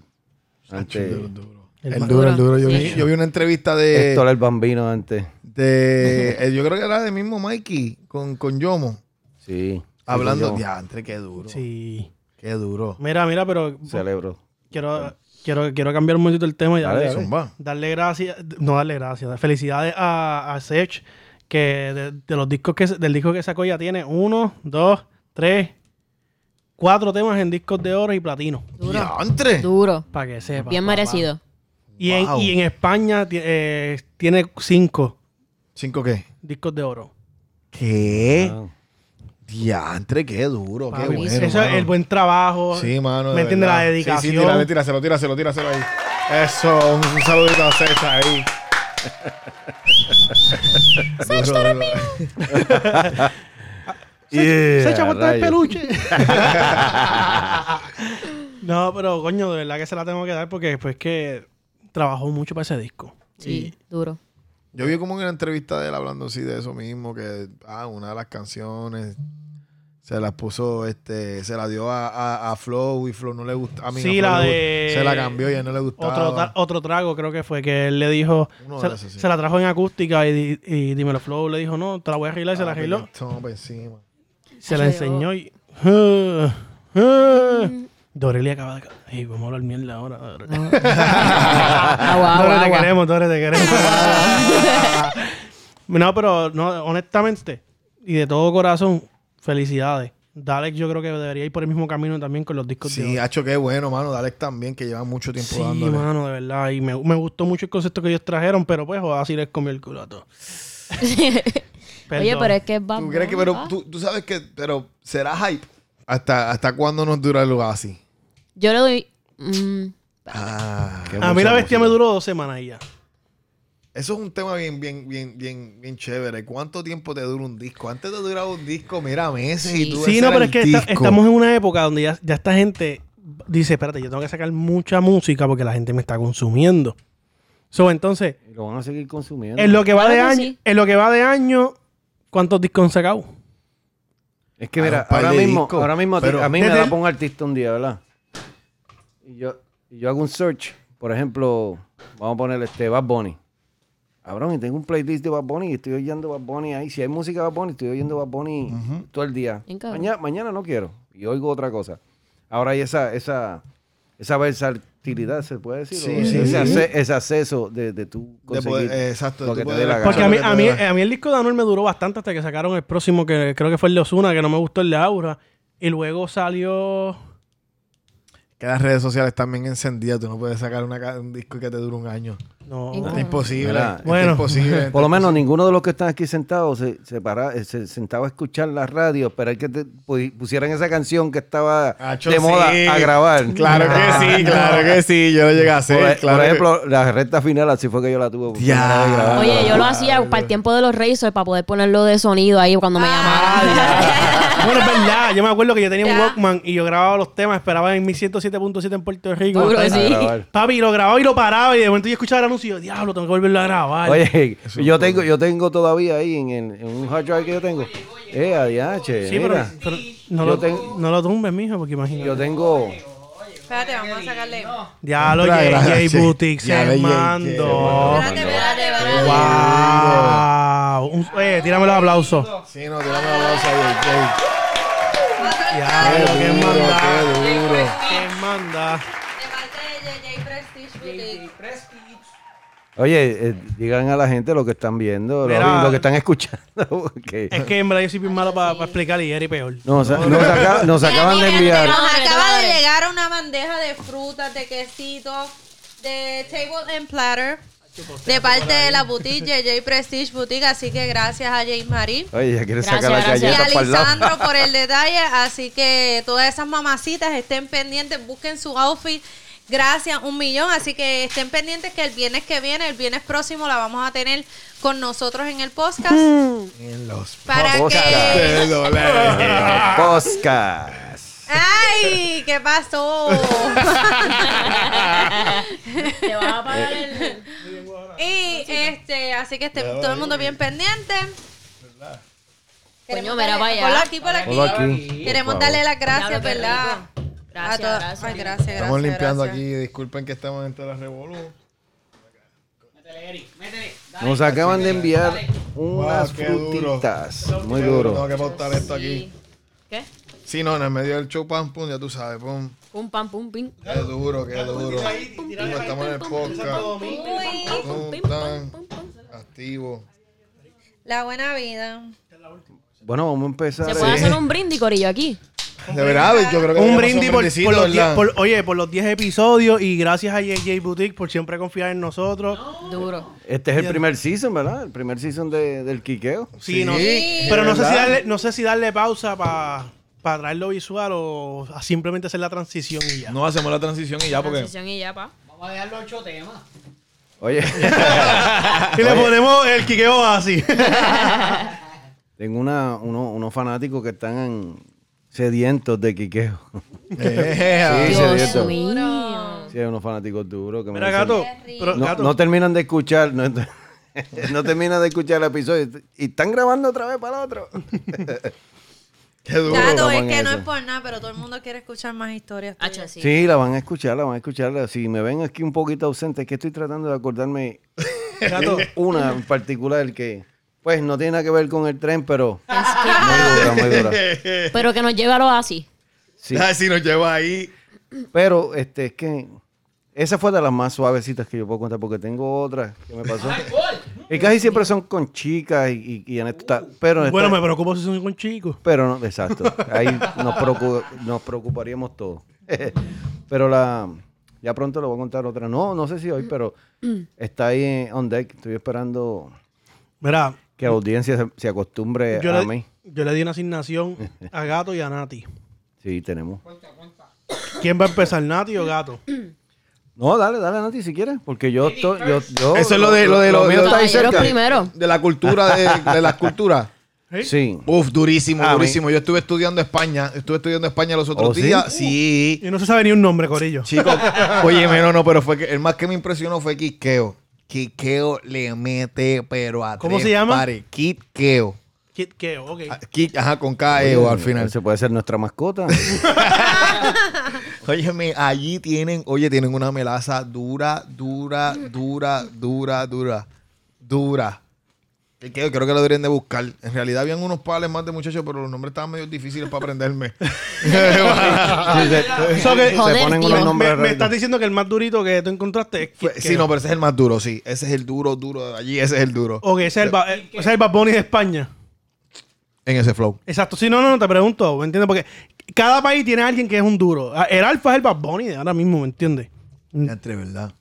Speaker 5: Antes.
Speaker 2: Duro, duro.
Speaker 1: El,
Speaker 2: El
Speaker 1: duro, el duro. Yo
Speaker 2: Yo
Speaker 1: vi,
Speaker 2: vi, yo vi una entrevista de.
Speaker 5: Héctor el Bambino antes.
Speaker 2: de eh, yo creo que era del mismo Mikey con, con Yomo.
Speaker 5: Sí.
Speaker 2: hablando.
Speaker 5: Sí, yo
Speaker 2: Diantre, qué duro.
Speaker 6: Sí.
Speaker 2: Qué duro.
Speaker 6: Mira, mira, pero
Speaker 5: Celebro.
Speaker 6: quiero, quiero, quiero cambiar un momentito el tema y darle,
Speaker 5: Dale, dale.
Speaker 2: Zumba.
Speaker 6: darle gracias, no darle gracias, felicidades a, a Sech, que de, de los discos que del disco que sacó ya tiene uno, dos, tres, cuatro temas en discos de oro y platino.
Speaker 4: Duro.
Speaker 2: Diantre.
Speaker 4: Duro.
Speaker 6: Para que sepa.
Speaker 4: Bien
Speaker 6: papá.
Speaker 4: merecido.
Speaker 6: Y, en,
Speaker 2: Wow.
Speaker 6: y en España ti- eh, tiene cinco
Speaker 2: ¿Cinco qué?
Speaker 6: discos de oro.
Speaker 2: ¿Qué?
Speaker 5: Ah.
Speaker 2: Diantre, qué duro. Qué
Speaker 6: Papi,
Speaker 2: bueno.
Speaker 6: eso es
Speaker 2: mano.
Speaker 6: el buen trabajo.
Speaker 2: Sí, mano.
Speaker 6: ¿Me
Speaker 2: de
Speaker 6: entiendes?
Speaker 2: verdad.
Speaker 6: La
Speaker 2: Sí,
Speaker 6: dedicación.
Speaker 2: sí, tírale, tíraselo, tíraselo, tíraselo ahí. Eso, un, un saludito a Sech ahí. Sech, tú eres mío.
Speaker 6: Se
Speaker 5: Yeah,
Speaker 6: echa a botar el
Speaker 5: rayos.
Speaker 6: peluche. no, pero coño, de verdad que se la tengo que dar porque después que trabajó mucho para ese disco.
Speaker 4: Sí, duro.
Speaker 2: Yo vi como en una entrevista de él hablando así de eso mismo, que ah, una de las canciones se las puso, este, se la dio a, a, a Flow y Flow no le gustaba. A mí
Speaker 6: Sí,
Speaker 2: a Flow
Speaker 6: la
Speaker 2: le gust-
Speaker 6: de-
Speaker 2: Se la cambió y a él no le
Speaker 6: Otro,
Speaker 2: gustaba.
Speaker 6: tra- otro trago creo que fue que él le dijo,
Speaker 2: Uno de
Speaker 6: se,
Speaker 2: esos, sí.
Speaker 6: se la trajo en acústica y, di- y Dímelo Flow le dijo, no, te la voy a arreglar y oh, se
Speaker 2: Ah,
Speaker 6: la arregló.
Speaker 2: Toma pa' encima.
Speaker 6: Se la
Speaker 4: Ay,
Speaker 6: enseñó y... Uh,
Speaker 4: Mm.
Speaker 6: uh. Dorelli acaba de... Ay, vamos a hablar mierda ahora.
Speaker 4: Agua,
Speaker 6: Dore,
Speaker 4: agua,
Speaker 6: te
Speaker 4: agua.
Speaker 6: queremos, Dore, te queremos. no, pero no, honestamente, y de todo corazón, felicidades. Dalek yo creo que debería ir por el mismo camino también con los discos
Speaker 2: Sí,
Speaker 6: de
Speaker 2: hacho, qué bueno, mano. Dalek también, que lleva mucho tiempo
Speaker 6: Sí,
Speaker 2: dándole.
Speaker 6: mano, de verdad. Y me, me gustó mucho el concepto que ellos trajeron, pero pues joder, así les comió el culo a todos.
Speaker 4: Oye,
Speaker 6: Perdón.
Speaker 4: pero es que es Bad
Speaker 2: ¿Tú crees que,
Speaker 4: Bunny,
Speaker 2: pero
Speaker 4: pa.
Speaker 2: tú, tú sabes que, pero será hype? ¿Hasta, hasta cuándo nos dura el así?
Speaker 4: Yo le doy. mm,
Speaker 2: Ah,
Speaker 5: Qué
Speaker 6: A mí
Speaker 5: mucha
Speaker 6: la bestia
Speaker 5: música.
Speaker 6: me duró dos semanas y ya.
Speaker 2: eso es un tema bien, bien, bien, bien, bien chévere. ¿Cuánto tiempo te dura un disco? Antes te duraba un disco, mira, meses y tú
Speaker 6: Sí,
Speaker 2: ese
Speaker 6: no,
Speaker 2: era
Speaker 6: pero
Speaker 2: el
Speaker 6: es que esta-
Speaker 2: disco.
Speaker 6: estamos en una época donde ya, ya esta gente dice, espérate, yo tengo que sacar mucha música porque la gente me está consumiendo. So, entonces,
Speaker 5: Y lo van a seguir consumiendo.
Speaker 6: en lo que va
Speaker 4: Claro
Speaker 6: de
Speaker 4: que
Speaker 6: año,
Speaker 4: sí.
Speaker 6: en lo que va de año, ¿cuántos discos han sacado?
Speaker 5: Es que
Speaker 2: Ah,
Speaker 5: mira,
Speaker 2: un par
Speaker 5: ahora
Speaker 2: de
Speaker 5: mismo,
Speaker 2: discos.
Speaker 5: ahora mismo a ti-
Speaker 2: Pero-
Speaker 5: a mí me
Speaker 2: Desde
Speaker 5: da
Speaker 2: el-
Speaker 5: por un artista un día, ¿verdad? Y yo, y yo hago un search, por ejemplo, vamos a poner este Bad Bunny. Cabrón, y tengo un playlist de Bad Bunny y estoy oyendo Bad Bunny ahí. Si hay música de Bad Bunny, estoy oyendo Bad Bunny todo el día.
Speaker 4: Bien cabrón.
Speaker 5: Mañana, mañana no quiero. Y oigo otra cosa. Ahora hay esa, esa, esa versatilidad, ¿se puede decir?
Speaker 2: Sí,
Speaker 5: O
Speaker 2: sí,
Speaker 5: ese,
Speaker 2: sí.
Speaker 5: ace- ese acceso de, de tú
Speaker 2: De
Speaker 5: conseguir
Speaker 2: poder- exacto, de
Speaker 5: lo
Speaker 2: tú
Speaker 5: que te
Speaker 2: poder
Speaker 5: dé la
Speaker 2: escuchar
Speaker 6: Porque a
Speaker 5: gana.
Speaker 6: mí,
Speaker 2: Claro,
Speaker 6: a, mí,
Speaker 2: claro.
Speaker 6: a mí el disco de Anuel me duró bastante hasta que sacaron el próximo, que creo que fue el de Osuna, que no me gustó el de Aura. Y luego salió.
Speaker 2: Que las redes sociales están bien encendidas. Tú no puedes sacar una ca- un disco que te dure un año.
Speaker 6: No.
Speaker 4: Y-
Speaker 2: Está imposible.
Speaker 5: Mira,
Speaker 2: está
Speaker 6: bueno.
Speaker 2: imposible.
Speaker 5: Por lo menos ninguno de los que están aquí sentados se, se, para- eh, se sentaba a escuchar la radio, esperar que te pu- pusieran esa canción que estaba
Speaker 2: Hacho,
Speaker 5: de moda
Speaker 2: Ah, sí.
Speaker 5: a grabar. Ah.
Speaker 2: Claro que sí, claro que sí. Yo lo llegué a
Speaker 5: Por, e-
Speaker 2: hacer. claro
Speaker 5: por
Speaker 2: que-
Speaker 5: ejemplo, la recta final así fue que yo la tuve. por
Speaker 2: Ya.
Speaker 5: primera vez grabando.
Speaker 4: Oye, yo lo
Speaker 2: Ah,
Speaker 4: hacía para el tiempo de los Razor para poder ponerlo de sonido ahí cuando
Speaker 6: Ah,
Speaker 4: me llamaban.
Speaker 6: Bueno, es verdad. Yo me acuerdo que yo tenía un
Speaker 3: Ya.
Speaker 6: Walkman y yo grababa los temas, esperaba en mi 107.7 en Puerto Rico.
Speaker 4: Duro,
Speaker 5: A
Speaker 4: sí.
Speaker 5: grabar.
Speaker 6: Papi, lo grababa y lo paraba. Y de momento yo escuchaba el anuncio y yo, diablo, tengo que volverlo a grabar.
Speaker 5: Oye,
Speaker 2: Eso es
Speaker 5: yo
Speaker 2: todo.
Speaker 5: tengo, yo tengo todavía ahí en, en- en un hard drive que yo tengo. Eh, adiache.
Speaker 6: sí, pero,
Speaker 5: mira.
Speaker 6: pero no,
Speaker 5: Yo
Speaker 6: lo,
Speaker 5: tengo-
Speaker 6: no lo tumbes, mijo, porque imagínate.
Speaker 5: Yo tengo.
Speaker 3: Espérate, vamos a sacarle.
Speaker 6: Diablo,
Speaker 2: Otra gracia.
Speaker 6: JJ Boutique
Speaker 2: Ya ve,
Speaker 6: se
Speaker 2: JJ.
Speaker 6: mandó.
Speaker 3: Espérate, espérate, espérate.
Speaker 6: ¡Wow! Un- oye, tírame los aplausos.
Speaker 2: Sí, no, tirame la voz ahí.
Speaker 6: ¡Diablo,
Speaker 2: Qué
Speaker 6: qué
Speaker 2: duro,
Speaker 6: manda!
Speaker 2: qué duro.
Speaker 6: ¡Qué manda!
Speaker 3: De parte de JJ Prestige Boutique.
Speaker 5: Oye, eh, digan a la gente lo que están viendo, lo-
Speaker 6: Mira.
Speaker 5: lo, que están escuchando. porque-
Speaker 6: Es que en verdad yo soy bien malo para explicar y era peor.
Speaker 5: Nos, nos acaba- nos acaban de
Speaker 3: Mira,
Speaker 5: enviar.
Speaker 3: Nos acaba de
Speaker 4: Dólares.
Speaker 3: llegar una bandeja de frutas, de quesitos, de table and platter. De parte de la boutique JJ Prestige Boutique, así que gracias a James Marie
Speaker 5: Oye, ya quiere sacar las
Speaker 4: Gracias,
Speaker 3: y
Speaker 4: gracias.
Speaker 3: a
Speaker 5: galletas para el lado.
Speaker 3: Lisandro por el detalle, así que todas esas mamacitas estén pendientes, busquen su outfit, gracias un millón, así que estén pendientes que el viernes que viene, el viernes próximo la vamos a tener con nosotros en el podcast
Speaker 2: En los
Speaker 3: para que
Speaker 5: Podcast.
Speaker 2: de dólares.
Speaker 5: Podcast.
Speaker 3: ¡Ay! ¿Qué pasó?
Speaker 4: Te vas a pagar el.
Speaker 3: y este, así que esté todo el mundo bien pendiente. Queremos
Speaker 4: mira,
Speaker 3: darle-
Speaker 4: vaya.
Speaker 3: Ponlo aquí, ponlo aquí.
Speaker 5: Ponlo aquí, por
Speaker 3: Queremos
Speaker 5: favor.
Speaker 3: darle las gracias,
Speaker 4: Diablo, qué
Speaker 3: ¿verdad? A
Speaker 4: Gracias,
Speaker 3: toda-
Speaker 4: gracias.
Speaker 3: Ay, gracias, gracias.
Speaker 2: Estamos limpiando
Speaker 3: gracias.
Speaker 2: aquí, disculpen que estamos en todas las revoluciones.
Speaker 1: Métele, Eric, métele. Dale.
Speaker 5: Nos acaban de enviar unas
Speaker 2: Wow, qué duro.
Speaker 5: frutitas. Muy duro.
Speaker 2: Tengo que pautar esto aquí.
Speaker 4: Sí. ¿Qué?
Speaker 2: Sí, no, en el medio del show, pam, pum, ya tú sabes, pum.
Speaker 4: Pum, pam, pum, pim.
Speaker 2: Qué duro, qué duro.
Speaker 6: tírale
Speaker 2: Estamos en el podcast. Pum, tan, activo.
Speaker 3: La buena vida.
Speaker 5: Bueno, vamos a empezar.
Speaker 4: Se
Speaker 5: eh,
Speaker 4: puede hacer un brindis, Corillo, aquí.
Speaker 2: De verdad, yo creo que
Speaker 6: Un
Speaker 2: deberíamos
Speaker 6: brindis
Speaker 2: hacer
Speaker 6: por,
Speaker 2: brindisito,
Speaker 6: por los
Speaker 2: ¿verdad?
Speaker 6: 10, por- oye, por los 10 episodios y gracias a JJ Boutique por siempre confiar en nosotros.
Speaker 4: Duro.
Speaker 5: Este es el primer season, ¿verdad? El primer season de- del quiqueo.
Speaker 6: Sí, no,
Speaker 2: Sí,
Speaker 6: pero no sé, si
Speaker 5: ¿verdad?
Speaker 6: darle, no sé si darle pausa para traerlo visual o a simplemente hacer la transición y ya.
Speaker 2: No hacemos la transición y
Speaker 6: Ah,
Speaker 2: ya, porque.
Speaker 4: Transición y ya, pa.
Speaker 1: Vamos a dejarlo ocho temas.
Speaker 5: Oye,
Speaker 6: Y le ponemos el quiqueo así.
Speaker 5: tengo una, uno- unos fanáticos que están sedientos de quiqueo.
Speaker 2: Eh,
Speaker 5: Sí,
Speaker 2: ah,
Speaker 5: se
Speaker 4: Dios
Speaker 5: dio.
Speaker 4: mío.
Speaker 5: Sí, hay unos fanáticos duros que me
Speaker 6: Mira,
Speaker 5: dicen-
Speaker 6: gato. Pero,
Speaker 5: No,
Speaker 6: gato,
Speaker 5: no terminan de escuchar. No, no terminan de escuchar el episodio. Y están grabando otra vez para el otro.
Speaker 2: Qué duro.
Speaker 3: Tato, es
Speaker 5: Vamos en
Speaker 3: que no
Speaker 5: eso.
Speaker 3: es por nada, pero todo el mundo quiere escuchar más historias. tuyas.
Speaker 4: Hacha, sí.
Speaker 5: Sí, la van a escuchar, la van a escuchar. Si me ven aquí un poquito ausente, es que estoy tratando de acordarme
Speaker 6: gato,
Speaker 5: una en particular que, pues, no tiene nada que ver con el tren, pero muy dura, muy dura.
Speaker 4: Pero que nos lleve a lo así.
Speaker 5: Sí.
Speaker 2: Ah, si nos lleva ahí.
Speaker 5: Pero, este, es que esa fue de las más suavecitas que yo puedo contar, porque tengo otras que me pasó. Y casi siempre son con chicas y, y- y en esto está- Pero en esta-
Speaker 6: bueno, me preocupo si son con chicos.
Speaker 5: Pero no, exacto. Ahí nos, procu- nos preocuparíamos todos. pero la ya pronto lo voy a contar otra. No, no sé si hoy, pero está ahí en on deck. Estoy esperando
Speaker 6: Mira,
Speaker 5: que la audiencia se, se acostumbre
Speaker 6: yo
Speaker 5: Eh, a
Speaker 6: le,
Speaker 5: mí.
Speaker 6: yo le di una asignación a Gato y a Nati.
Speaker 5: Sí, tenemos.
Speaker 6: ¿Quién va a empezar, Nati o Gato?
Speaker 5: No, dale, dale, Nati, si quieres. Porque yo estoy. Yo, yo-
Speaker 2: Eso es lo de- lo de- lo-
Speaker 5: Oh, mío
Speaker 2: lo-
Speaker 5: está ahí
Speaker 4: Caballeros
Speaker 5: cerca.
Speaker 4: primero.
Speaker 2: De la cultura, de, de las culturas.
Speaker 5: Sí.
Speaker 2: Uf, durísimo,
Speaker 5: Ah,
Speaker 2: durísimo. Yo estuve estudiando España. Estuve estudiando España los otros
Speaker 5: ¿Oh, sí?
Speaker 2: días. Sí.
Speaker 6: Y no se sabe ni un nombre, Corillo.
Speaker 2: Chicos, oye, no, no, pero fue que el más que me impresionó fue Quiqueo. Quiqueo le mete, pero a
Speaker 6: ¿Cómo
Speaker 2: tres
Speaker 6: se llama?
Speaker 2: pares. Quiqueo.
Speaker 6: Quiqueo, ok.
Speaker 2: Ah, Qui- Ajá, con K-E-O al final.
Speaker 5: Se puede ser nuestra mascota.
Speaker 2: Óyeme, allí tienen, oye, tienen una melaza dura, dura, dura, dura, dura, dura. Que creo, creo que lo deberían de buscar. En realidad habían unos pales más de muchachos, pero los nombres estaban medio difíciles para aprenderme.
Speaker 5: Sí, se,
Speaker 6: So que-
Speaker 5: eh, se
Speaker 4: Joder,
Speaker 5: ponen
Speaker 4: tío.
Speaker 5: unos
Speaker 6: me,
Speaker 5: nombres
Speaker 6: me estás
Speaker 5: raros.
Speaker 6: diciendo que el más durito que tú encontraste es
Speaker 5: Pues,
Speaker 2: Fue-
Speaker 6: Quiqueo.
Speaker 2: Pues, sí, no, pero ese es el más duro, sí. Ese es el duro, duro. de Allí ese es el
Speaker 5: Oh.
Speaker 2: duro.
Speaker 6: Ok, ese es el, ba- eh, ese es el Bad Bunny de España.
Speaker 2: En ese flow.
Speaker 6: Exacto, sí, no, no, no, te pregunto, ¿me entiendes? Porque cada país tiene a alguien que es un duro. Ah, El Alfa es el Bad Bunny de ahora mismo, ¿me entiendes?
Speaker 5: Mm.
Speaker 2: Entre, ¿verdad?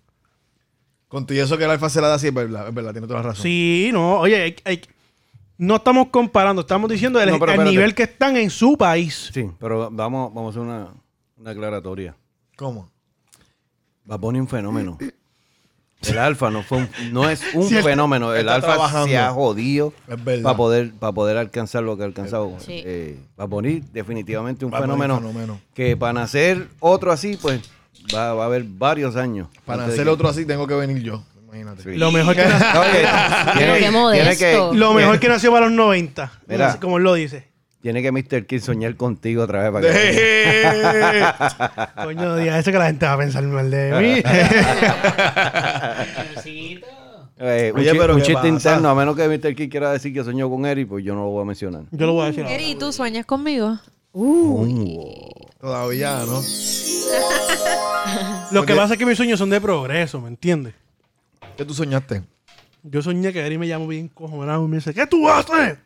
Speaker 2: Con todo y eso que el alfa se la da, sí, es verdad, es verdad, tiene toda la razón.
Speaker 6: Sí, no, oye, hay- hay- no estamos comparando, estamos diciendo el,
Speaker 5: No, pero
Speaker 6: el
Speaker 5: espérate.
Speaker 6: nivel que están en su país.
Speaker 5: Sí, pero vamos, vamos a hacer una, una aclaratoria.
Speaker 2: ¿Cómo?
Speaker 5: Va a poner un fenómeno. El alfa no, fue un- no es un
Speaker 2: Sí, él-
Speaker 5: fenómeno. El
Speaker 2: está
Speaker 5: alfa se
Speaker 2: trabajando.
Speaker 5: ha jodido
Speaker 2: Es verdad.
Speaker 5: para poder, para poder alcanzar lo que ha alcanzado.
Speaker 4: Sí.
Speaker 5: va a poner definitivamente un
Speaker 2: Bad Bunny,
Speaker 5: fenómeno,
Speaker 2: fenómeno.
Speaker 5: que para nacer otro así, pues va, va a haber varios años.
Speaker 2: Para
Speaker 5: antes de
Speaker 2: hacer
Speaker 5: que-
Speaker 2: otro así, tengo que venir yo. Imagínate.
Speaker 5: Sí.
Speaker 6: Lo mejor que, nació,
Speaker 5: Ok,
Speaker 4: Pero qué
Speaker 5: tiene, tiene
Speaker 4: modesto.
Speaker 5: que,
Speaker 6: lo mejor que nació para los 90,
Speaker 5: Mira.
Speaker 6: así como él lo dice.
Speaker 5: tiene que Mr. King soñar contigo otra vez. Para que-
Speaker 2: Pero
Speaker 6: Coño, diga eso que la gente va a pensar mal de mí.
Speaker 1: Señorcito.
Speaker 5: Eh, un
Speaker 2: Oye,
Speaker 5: chi-
Speaker 2: pero
Speaker 5: un
Speaker 2: ¿qué
Speaker 5: chiste
Speaker 2: pasa?
Speaker 5: interno, a menos que Mr. King quiera decir que soñó con Eric, pues yo no lo voy a mencionar.
Speaker 6: Yo lo voy a decir ahora.
Speaker 3: Eri, ¿tú sueñas conmigo?
Speaker 2: Todavía, ¿no?
Speaker 6: Lo que
Speaker 2: Porque-
Speaker 6: pasa es que mis sueños son de progreso, ¿me entiendes?
Speaker 2: ¿Qué tú soñaste?
Speaker 6: Yo soñé que Eri me llamó bien cojonado y me dice, ¿qué tú haces?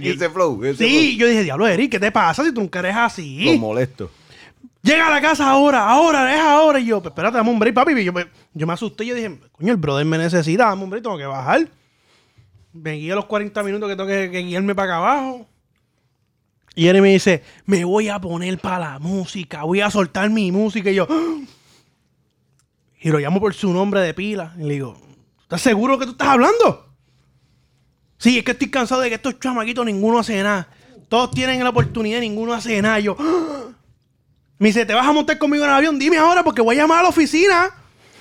Speaker 5: ¿Y ese flow? ese
Speaker 6: Sí, yo dije, diablo, Eri, ¿qué te pasa si tú nunca eres
Speaker 5: flow.
Speaker 6: así?
Speaker 5: Lo molesto.
Speaker 6: Llega a la casa ahora, ahora, es ahora. Y yo, pues espérate, dame un break, papi. Y yo, me- yo me asusté y yo dije, coño, el brother me necesita, dame un break, tengo que bajar. Me guía los 40 minutos que tengo que, que guiarme para acá abajo. Y él me dice, me voy a poner para la música, voy a soltar mi música. Y yo, ¡ah! y lo llamo por su nombre de pila. Y le digo, ¿estás seguro que tú estás hablando? Sí, es que estoy cansado de que estos chamaquitos ninguno hace nada. Todos tienen la oportunidad, ninguno hace nada. Y yo, ¡ah! Me dice, ¿te vas a montar conmigo en el avión? Dime ahora porque voy a llamar a la oficina.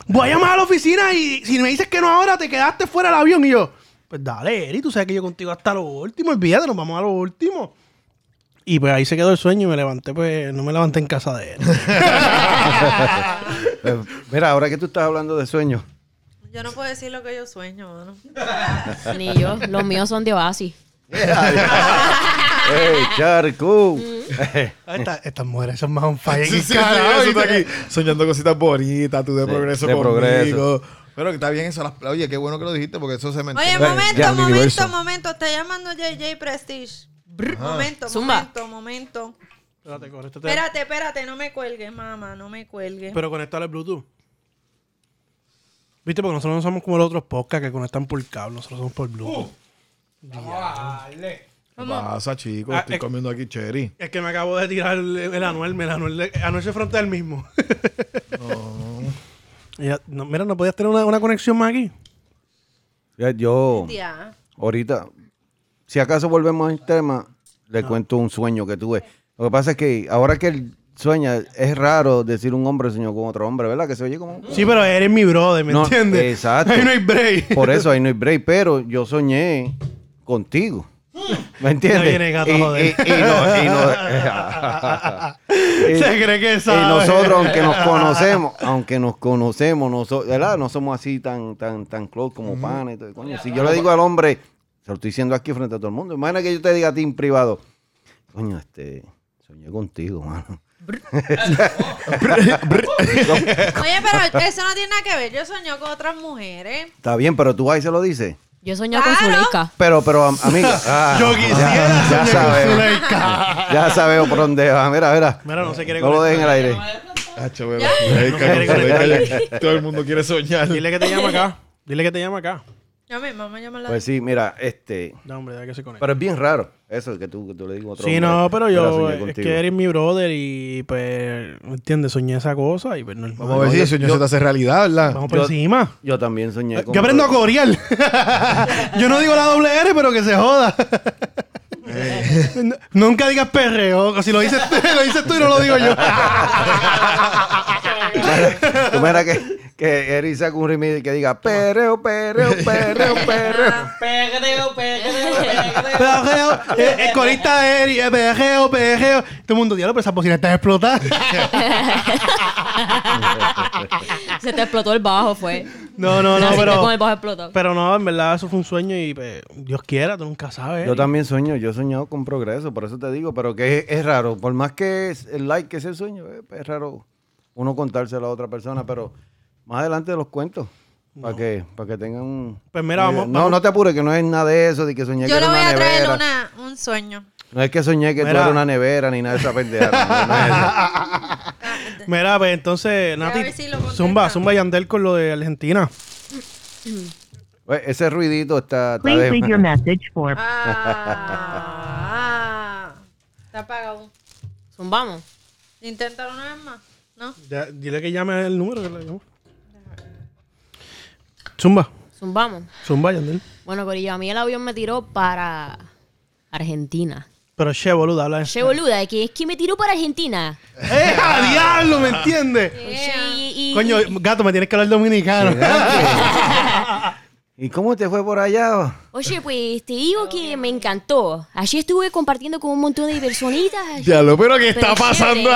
Speaker 6: Voy a llamar a la oficina y si me dices que no ahora, te quedaste fuera del avión. Y yo, pues dale, Eri, tú sabes que yo contigo hasta lo último. Olvídate, nos vamos a lo último. Y pues ahí se quedó el sueño y me levanté, pues no me levanté en casa de él.
Speaker 5: Eh, Mira, ahora que tú estás hablando de sueños,
Speaker 3: Yo no puedo decir lo que yo sueño, mano.
Speaker 4: Ni yo. Los míos son de Oasis.
Speaker 5: ¡Ey, Charco!
Speaker 6: Ahí está, estas mujeres son más on fire.
Speaker 2: Sí, sí, sí,
Speaker 6: Carajo,
Speaker 2: eso está
Speaker 6: ¿viste?
Speaker 2: aquí soñando cositas bonitas, tú de
Speaker 5: Sí,
Speaker 2: progreso
Speaker 5: de
Speaker 2: conmigo.
Speaker 5: progreso.
Speaker 2: Pero que está bien eso. las- Oye, qué bueno que lo dijiste porque eso se me
Speaker 3: Oye,
Speaker 2: entera.
Speaker 3: momento,
Speaker 5: ya,
Speaker 3: momento,
Speaker 5: universo.
Speaker 3: momento. Está llamando JJ Prestige. Momento,
Speaker 4: Zumba.
Speaker 3: momento, momento.
Speaker 6: Espérate, conéctate.
Speaker 3: Espérate, espérate, no me cuelgues, mamá, no me cuelgues.
Speaker 6: Pero conectar el Bluetooth. ¿Viste? Porque nosotros no somos como los otros podcasts que conectan por cable, nosotros somos por Bluetooth.
Speaker 1: Vamos a darle.
Speaker 2: ¿Qué pasa, chicos?
Speaker 6: Ah,
Speaker 2: Estoy
Speaker 6: eh.
Speaker 2: comiendo aquí cherry.
Speaker 6: Es que me acabo de tirar el, el Anuel, el Anuel, de- Anuel se frontea el mismo. Ella- no, mira, ¿no podías tener una, una conexión más aquí?
Speaker 5: Ya, Yo,
Speaker 3: Ya.
Speaker 5: ahorita, si acaso volvemos al tema, le cuento un sueño que tuve. Lo que pasa es que ahora que él sueña, es raro decir un hombre soñó con otro hombre, ¿verdad? Que se oye como...
Speaker 6: Sí, pero eres mi brother, ¿me
Speaker 5: No,
Speaker 6: entiendes?
Speaker 5: exacto. Pues,
Speaker 6: Ahí no hay break.
Speaker 5: Por eso ahí no hay break, pero yo soñé contigo. ¿Me entiendes?
Speaker 6: No viene gato,
Speaker 5: Y-
Speaker 6: joder.
Speaker 5: y- y no- y no-
Speaker 6: Se cree que
Speaker 5: Y
Speaker 6: sabe.
Speaker 5: eh, nosotros, aunque nos conocemos, aunque nos conocemos, no so- ¿verdad? No somos así tan, tan, tan close como panes. y todo. Coño, si yo le digo al hombre, se lo estoy diciendo aquí frente a todo el mundo. Imagina que yo te diga a ti en privado, coño, este, soñé contigo, mano.
Speaker 3: Oye, pero eso no tiene nada que ver. Yo soñé con otras mujeres.
Speaker 5: Está bien, pero tú ahí se lo dices.
Speaker 4: Yo he soñado con
Speaker 3: Claro.
Speaker 4: Zuleika.
Speaker 5: Pero, pero, am- amiga. ah,
Speaker 6: Yo
Speaker 5: ya-
Speaker 6: quisiera
Speaker 5: Ya,
Speaker 6: soñar con
Speaker 5: sabemos. Ya sabemos por dónde va. Mira, mira.
Speaker 6: Mira, no se quiere
Speaker 5: No lo
Speaker 6: conectar.
Speaker 5: dejen al aire.
Speaker 2: Hacho, bebé. Zuleika,
Speaker 6: quiere conectar.
Speaker 2: Zuleika, Todo el mundo quiere soñar.
Speaker 6: Dile que te llama acá. Dile que te llama acá.
Speaker 3: Yo mi mamá llama la.
Speaker 5: Pues sí, mira, este.
Speaker 6: No, hombre, deja que se conecte.
Speaker 5: Pero es bien raro. Eso que tú, que tú le digas a otro
Speaker 6: Sí,
Speaker 5: hombre,
Speaker 6: no, pero
Speaker 5: mira,
Speaker 6: yo,
Speaker 5: soñé
Speaker 6: es
Speaker 5: contigo.
Speaker 6: que eres mi brother y pues, ¿me ¿entiendes? Soñé esa cosa y pues normal.
Speaker 2: Vamos a ver si el sueño se te hace realidad, ¿verdad?
Speaker 6: Vamos por
Speaker 5: Yo-
Speaker 6: encima.
Speaker 5: Yo también soñé con.
Speaker 6: Yo Ah, aprendo a corear. yo no digo la doble R, pero que se joda. N- Nunca digas perreo. Si lo dices, tú- lo dices tú y no lo digo yo.
Speaker 5: Tú mira que, que Eric saca un remix que diga perreo, perreo, perreo, perreo.
Speaker 3: Ah.
Speaker 1: Perreo, perreo, perreo.
Speaker 6: perreo. eh, eh, corista de Eric. eh, perreo, perreo. Todo el mundo, diablo, pero esa bocina está explotada.
Speaker 4: Se te explotó el bajo, fue.
Speaker 6: no, no, no,
Speaker 4: Naciste con el
Speaker 6: pero.
Speaker 4: bajo explotado.
Speaker 6: Pero no, en verdad, eso fue un sueño y pues, Dios quiera, tú nunca sabes.
Speaker 5: Yo también sueño, yo he soñado con progreso, por eso te digo, pero que es, es raro. Por más que es el like que es el sueño, eh, es, raro uno contárselo a otra persona, pero más adelante los cuento. Para que, para que tengan un.
Speaker 6: Pues mira, vamos-
Speaker 5: No,
Speaker 6: vamos-
Speaker 5: no te apures, que no es nada de eso, de que soñé
Speaker 3: Yo
Speaker 5: que
Speaker 3: le
Speaker 5: era
Speaker 3: voy
Speaker 5: una
Speaker 3: a traer
Speaker 5: nevera.
Speaker 3: una, un sueño.
Speaker 5: No es que soñé que tú
Speaker 6: Mira.
Speaker 5: eras una nevera ni nada de esa pendeja. no, no es eso.
Speaker 6: Mira, pues entonces,
Speaker 3: Voy a
Speaker 6: Nati,
Speaker 3: ver si lo contesta.
Speaker 6: zumba, zumba Yandel con lo de Argentina.
Speaker 5: Oye, Pues Ese ruidito está. está
Speaker 7: Please
Speaker 5: de-
Speaker 7: leave your message for
Speaker 3: Ah, ah. está apagado.
Speaker 4: Zumbamos.
Speaker 3: Inténtalo una vez más. ¿No?
Speaker 6: Ya, dile que llame el número que le llamo. Zumba,
Speaker 4: Zumbamos.
Speaker 6: zumba Yandel.
Speaker 4: Bueno, Corillo, a mí el avión me tiró para Argentina.
Speaker 6: Pero che, boludo, habla de
Speaker 4: Che, boluda, que es que me tiró para Argentina.
Speaker 6: ¡Eh, a diablo! ¿Me entiendes?
Speaker 4: Che, y- y-
Speaker 6: Coño, gato, me tienes que hablar dominicano.
Speaker 5: ¿Y cómo te fue por allá?
Speaker 4: Oye, pues te digo que me encantó. Allí estuve compartiendo con un montón de personitas.
Speaker 2: Diablo, pero ¿qué
Speaker 4: Pero
Speaker 2: está pasando
Speaker 4: chévere.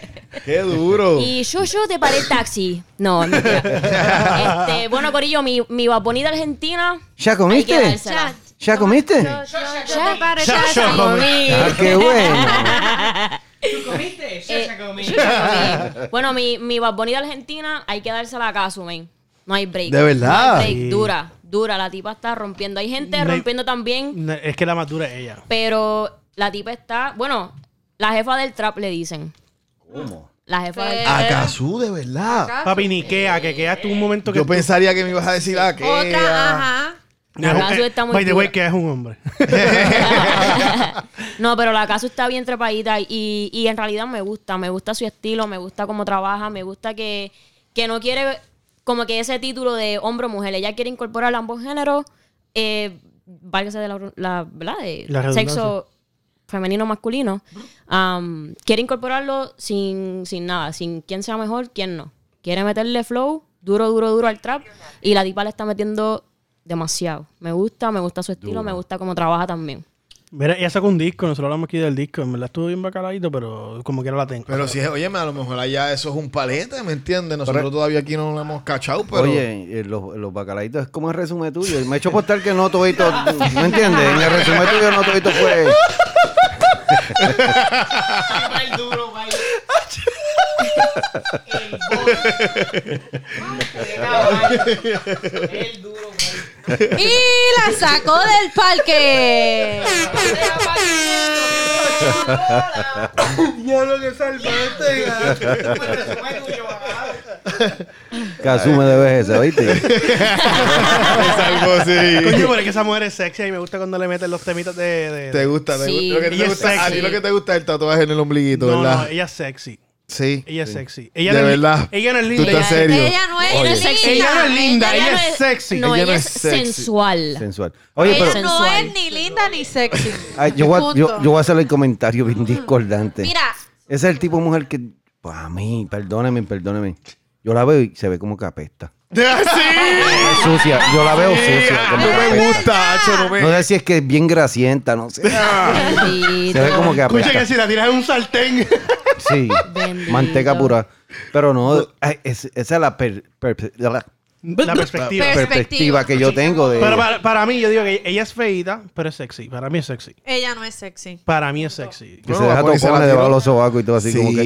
Speaker 2: aquí? Qué duro.
Speaker 4: Y yo, yo te paré el taxi. No, no. este, bueno, Corillo, mi, mi vaponita argentina.
Speaker 5: ¿Ya
Speaker 4: hay que
Speaker 5: comiste?
Speaker 4: dársela.
Speaker 5: ¿Ya comiste?
Speaker 3: Yo, yo te paro,
Speaker 6: Ya,
Speaker 3: ya,
Speaker 6: yo
Speaker 3: ya.
Speaker 6: comí.
Speaker 5: Ah, qué bueno.
Speaker 1: ¿Tú comiste? Yo
Speaker 4: Eh,
Speaker 1: ya comí.
Speaker 4: yo ya comí. Bueno, mi, mi Bad Bunny de argentina hay que dársela acá, sumen. No hay break.
Speaker 2: De verdad.
Speaker 4: No hay break. Dura, dura. La tipa está rompiendo. Hay gente
Speaker 6: Me-
Speaker 4: rompiendo también,
Speaker 6: No, es que la más dura es ella.
Speaker 4: pero la tipa está... Bueno, la jefa del trap le dicen.
Speaker 5: ¿Cómo?
Speaker 4: La jefa
Speaker 3: Sí.
Speaker 4: del trap.
Speaker 2: Acazú, de
Speaker 4: Ah,
Speaker 2: verdad.
Speaker 6: Papi, ni Ikea, que quedaste un momento que.
Speaker 2: Yo
Speaker 6: tú-
Speaker 2: pensaría que me ibas a decir, ah, que.
Speaker 3: Otra,
Speaker 2: ah.
Speaker 3: ajá.
Speaker 6: Ya,
Speaker 4: Acaso
Speaker 6: eh,
Speaker 4: está muy
Speaker 6: By the way,
Speaker 4: dura.
Speaker 6: que es un hombre.
Speaker 4: no, pero la casa está bien trepadita y, y en realidad me gusta, me gusta su estilo, me gusta cómo trabaja, me gusta que, que no quiere como que ese título de hombre o mujer, ella quiere incorporar ambos géneros, eh, válgase de la, la- ¿verdad? De
Speaker 6: La redundancia.
Speaker 4: sexo femenino o masculino, Am, quiere incorporarlo sin, sin nada, sin quién sea mejor, quién no. Quiere meterle flow duro, duro, duro al trap y la tipa le está metiendo demasiado. Me gusta, me gusta su estilo, me gusta cómo trabaja también.
Speaker 6: Mira, ella sacó un disco, nosotros hablamos aquí del disco. En verdad estuvo bien bacaladito, pero como quiera la tengo.
Speaker 2: Pero si es, oye, a lo mejor allá eso es un palete, ¿me entiendes? Nosotros todavía aquí no lo hemos cachado, pero.
Speaker 5: Oye, eh, los, los bacalaitos es como el resumen tuyo. Me he hecho postar que no todito. ¿Me entiendes? En el resumen tuyo no todito fue.
Speaker 1: Bail duro, bail. El duro. El duro, bail.
Speaker 3: Y la sacó del parque.
Speaker 6: Ya lo que salva este
Speaker 5: Casume de vejez, ¿oíste?
Speaker 2: es algo así.
Speaker 6: Coño, pero es que esa mujer es sexy y me gusta cuando le meten los temitas de. de-
Speaker 2: Te gusta, te
Speaker 4: Sí.
Speaker 2: gusta. Lo que
Speaker 6: Y
Speaker 2: te
Speaker 6: es
Speaker 2: gusta a ti
Speaker 6: sexy.
Speaker 2: lo que te gusta es el tatuaje en el ombliguito,
Speaker 6: no,
Speaker 2: ¿verdad?
Speaker 6: no, ella es sexy.
Speaker 2: Sí.
Speaker 6: Ella es sexy. Ella
Speaker 2: De
Speaker 6: no es,
Speaker 2: verdad.
Speaker 6: Ella no es
Speaker 2: Tú
Speaker 6: linda.
Speaker 2: estás
Speaker 6: ella-
Speaker 2: serio.
Speaker 3: Ella no es,
Speaker 4: Oye.
Speaker 3: linda.
Speaker 6: Ella no es linda, ella
Speaker 4: no
Speaker 6: es sexy.
Speaker 4: No,
Speaker 2: Ella
Speaker 4: ella,
Speaker 2: no
Speaker 4: es
Speaker 2: es sexy.
Speaker 4: sensual.
Speaker 5: Sensual. Oye,
Speaker 3: Ella
Speaker 5: pero.
Speaker 3: no
Speaker 4: Sensual.
Speaker 3: es ni linda ni sexy.
Speaker 5: Ay, yo, voy a, yo-
Speaker 3: Punto. Mm.
Speaker 5: yo voy a hacer el comentario bien discordante.
Speaker 3: Mira,
Speaker 5: Ese es el tipo de mujer que. Para mí, perdóneme, perdóneme. Yo la veo y se ve como que apesta.
Speaker 2: Ah, ¡Sí! Ah,
Speaker 5: Es sucia. Yo la veo sucia.
Speaker 2: No
Speaker 5: como que
Speaker 2: me
Speaker 5: apesta.
Speaker 2: gusta, Acho, no me.
Speaker 5: No sé si es que es bien grasienta, no sé. Se ve como que
Speaker 6: Escucha
Speaker 5: apesta.
Speaker 6: que si la tiras en un sartén.
Speaker 5: Sí,
Speaker 4: Bendito.
Speaker 5: manteca pura. Pero no, ay, es- esa es la, per- per- la
Speaker 6: la perspectiva.
Speaker 3: Pero- Perspectiva.
Speaker 5: perspectiva que yo tengo de...
Speaker 6: Pero para, para mí, yo digo que ella es feita, pero es sexy. Para mí es sexy.
Speaker 3: ella no es sexy.
Speaker 6: Para mí es sexy.
Speaker 5: que
Speaker 2: Bueno,
Speaker 5: se deja
Speaker 2: Bad Bunny se la
Speaker 5: tocones
Speaker 2: tiró.
Speaker 5: debajo de los sobacos y todo así
Speaker 2: sí,
Speaker 5: como que...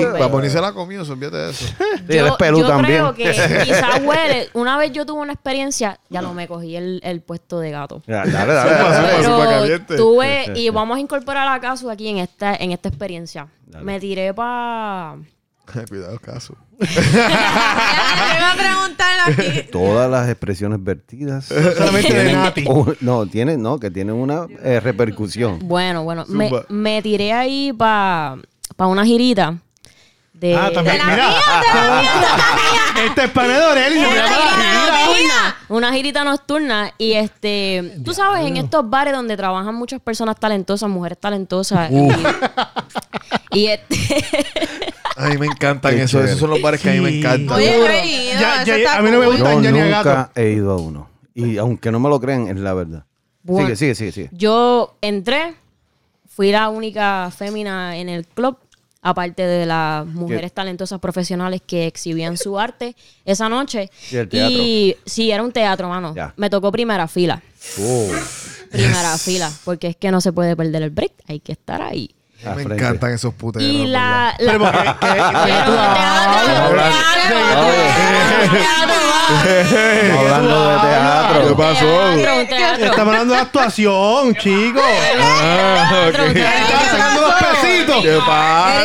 Speaker 5: "Eh,
Speaker 2: Bad Bunny se la comió, se olvídate de eso.
Speaker 5: Sí, él es pelú
Speaker 4: yo
Speaker 5: también.
Speaker 4: creo que quizás huele. Una vez yo tuve una experiencia, ya no me cogí el, el puesto de gato.
Speaker 5: Ya, Dale, dale,
Speaker 2: Supa,
Speaker 5: dale.
Speaker 2: supa, supa
Speaker 4: Pero
Speaker 2: caliente.
Speaker 4: tuve, y vamos a incorporar a Casu aquí en esta, en esta experiencia. Me tiré para...
Speaker 2: Cuidado, caso.
Speaker 3: Ella me iba a preguntar aquí.
Speaker 5: Todas las expresiones vertidas.
Speaker 6: Solamente de
Speaker 5: tienen-
Speaker 6: Nati.
Speaker 2: Oh.
Speaker 5: o- no, tiene, no, que tienen una eh, repercusión.
Speaker 4: Bueno, bueno, me,
Speaker 2: Zumba.
Speaker 4: me tiré ahí para pa una girita. De,
Speaker 6: Ah, también.
Speaker 3: ¡Te la
Speaker 6: Mira.
Speaker 3: mía, te la mía, te la mía!
Speaker 6: Este es pana de Orel y se
Speaker 3: ¡Te la
Speaker 6: llama
Speaker 3: mía,
Speaker 6: la
Speaker 3: la
Speaker 6: gira.
Speaker 3: mía!
Speaker 4: Una girita nocturna y este, tú sabes, en estos bares donde trabajan muchas personas talentosas, mujeres talentosas y, y este,
Speaker 2: A mí me encantan
Speaker 5: Qué
Speaker 2: eso. Esos son los bares que a mí me
Speaker 6: Sí.
Speaker 2: encantan.
Speaker 3: Oye, yo
Speaker 4: Seguro.
Speaker 3: he ido,
Speaker 6: Ya-
Speaker 3: eso
Speaker 6: ya-
Speaker 3: está
Speaker 6: a mí no me
Speaker 5: Yo
Speaker 6: gusta.
Speaker 3: cool.
Speaker 6: Tan ya ni a
Speaker 5: nunca
Speaker 6: gato.
Speaker 5: he ido a uno. Y aunque no me lo crean, es la verdad.
Speaker 4: Bueno.
Speaker 5: Sigue, sigue, sigue, sigue.
Speaker 4: yo entré, fui la única fémina en el club, aparte de las mujeres talentosas profesionales que exhibían su arte esa noche.
Speaker 5: Y el teatro.
Speaker 4: Y sí, era un teatro, mano.
Speaker 5: Ya.
Speaker 4: Me tocó primera fila.
Speaker 5: Oh,
Speaker 4: primera fila, porque es que no se puede perder el break, hay que estar ahí.
Speaker 5: al
Speaker 2: me
Speaker 5: frente.
Speaker 2: encantan esos puteros.
Speaker 4: Y la... la-
Speaker 6: Pero, ¿qué-
Speaker 4: Pero teatro, teatro, teatro,
Speaker 5: Estamos hablando de
Speaker 2: ¿Qué
Speaker 5: teatro.
Speaker 2: pasó?
Speaker 4: teatro, un teatro.
Speaker 6: Estamos hablando de actuación, chicos.
Speaker 2: Ah, ok.
Speaker 4: Teatro,
Speaker 6: Estaba
Speaker 4: teatro.
Speaker 6: sacando dos pesitos.
Speaker 2: ¿Qué
Speaker 3: Eri,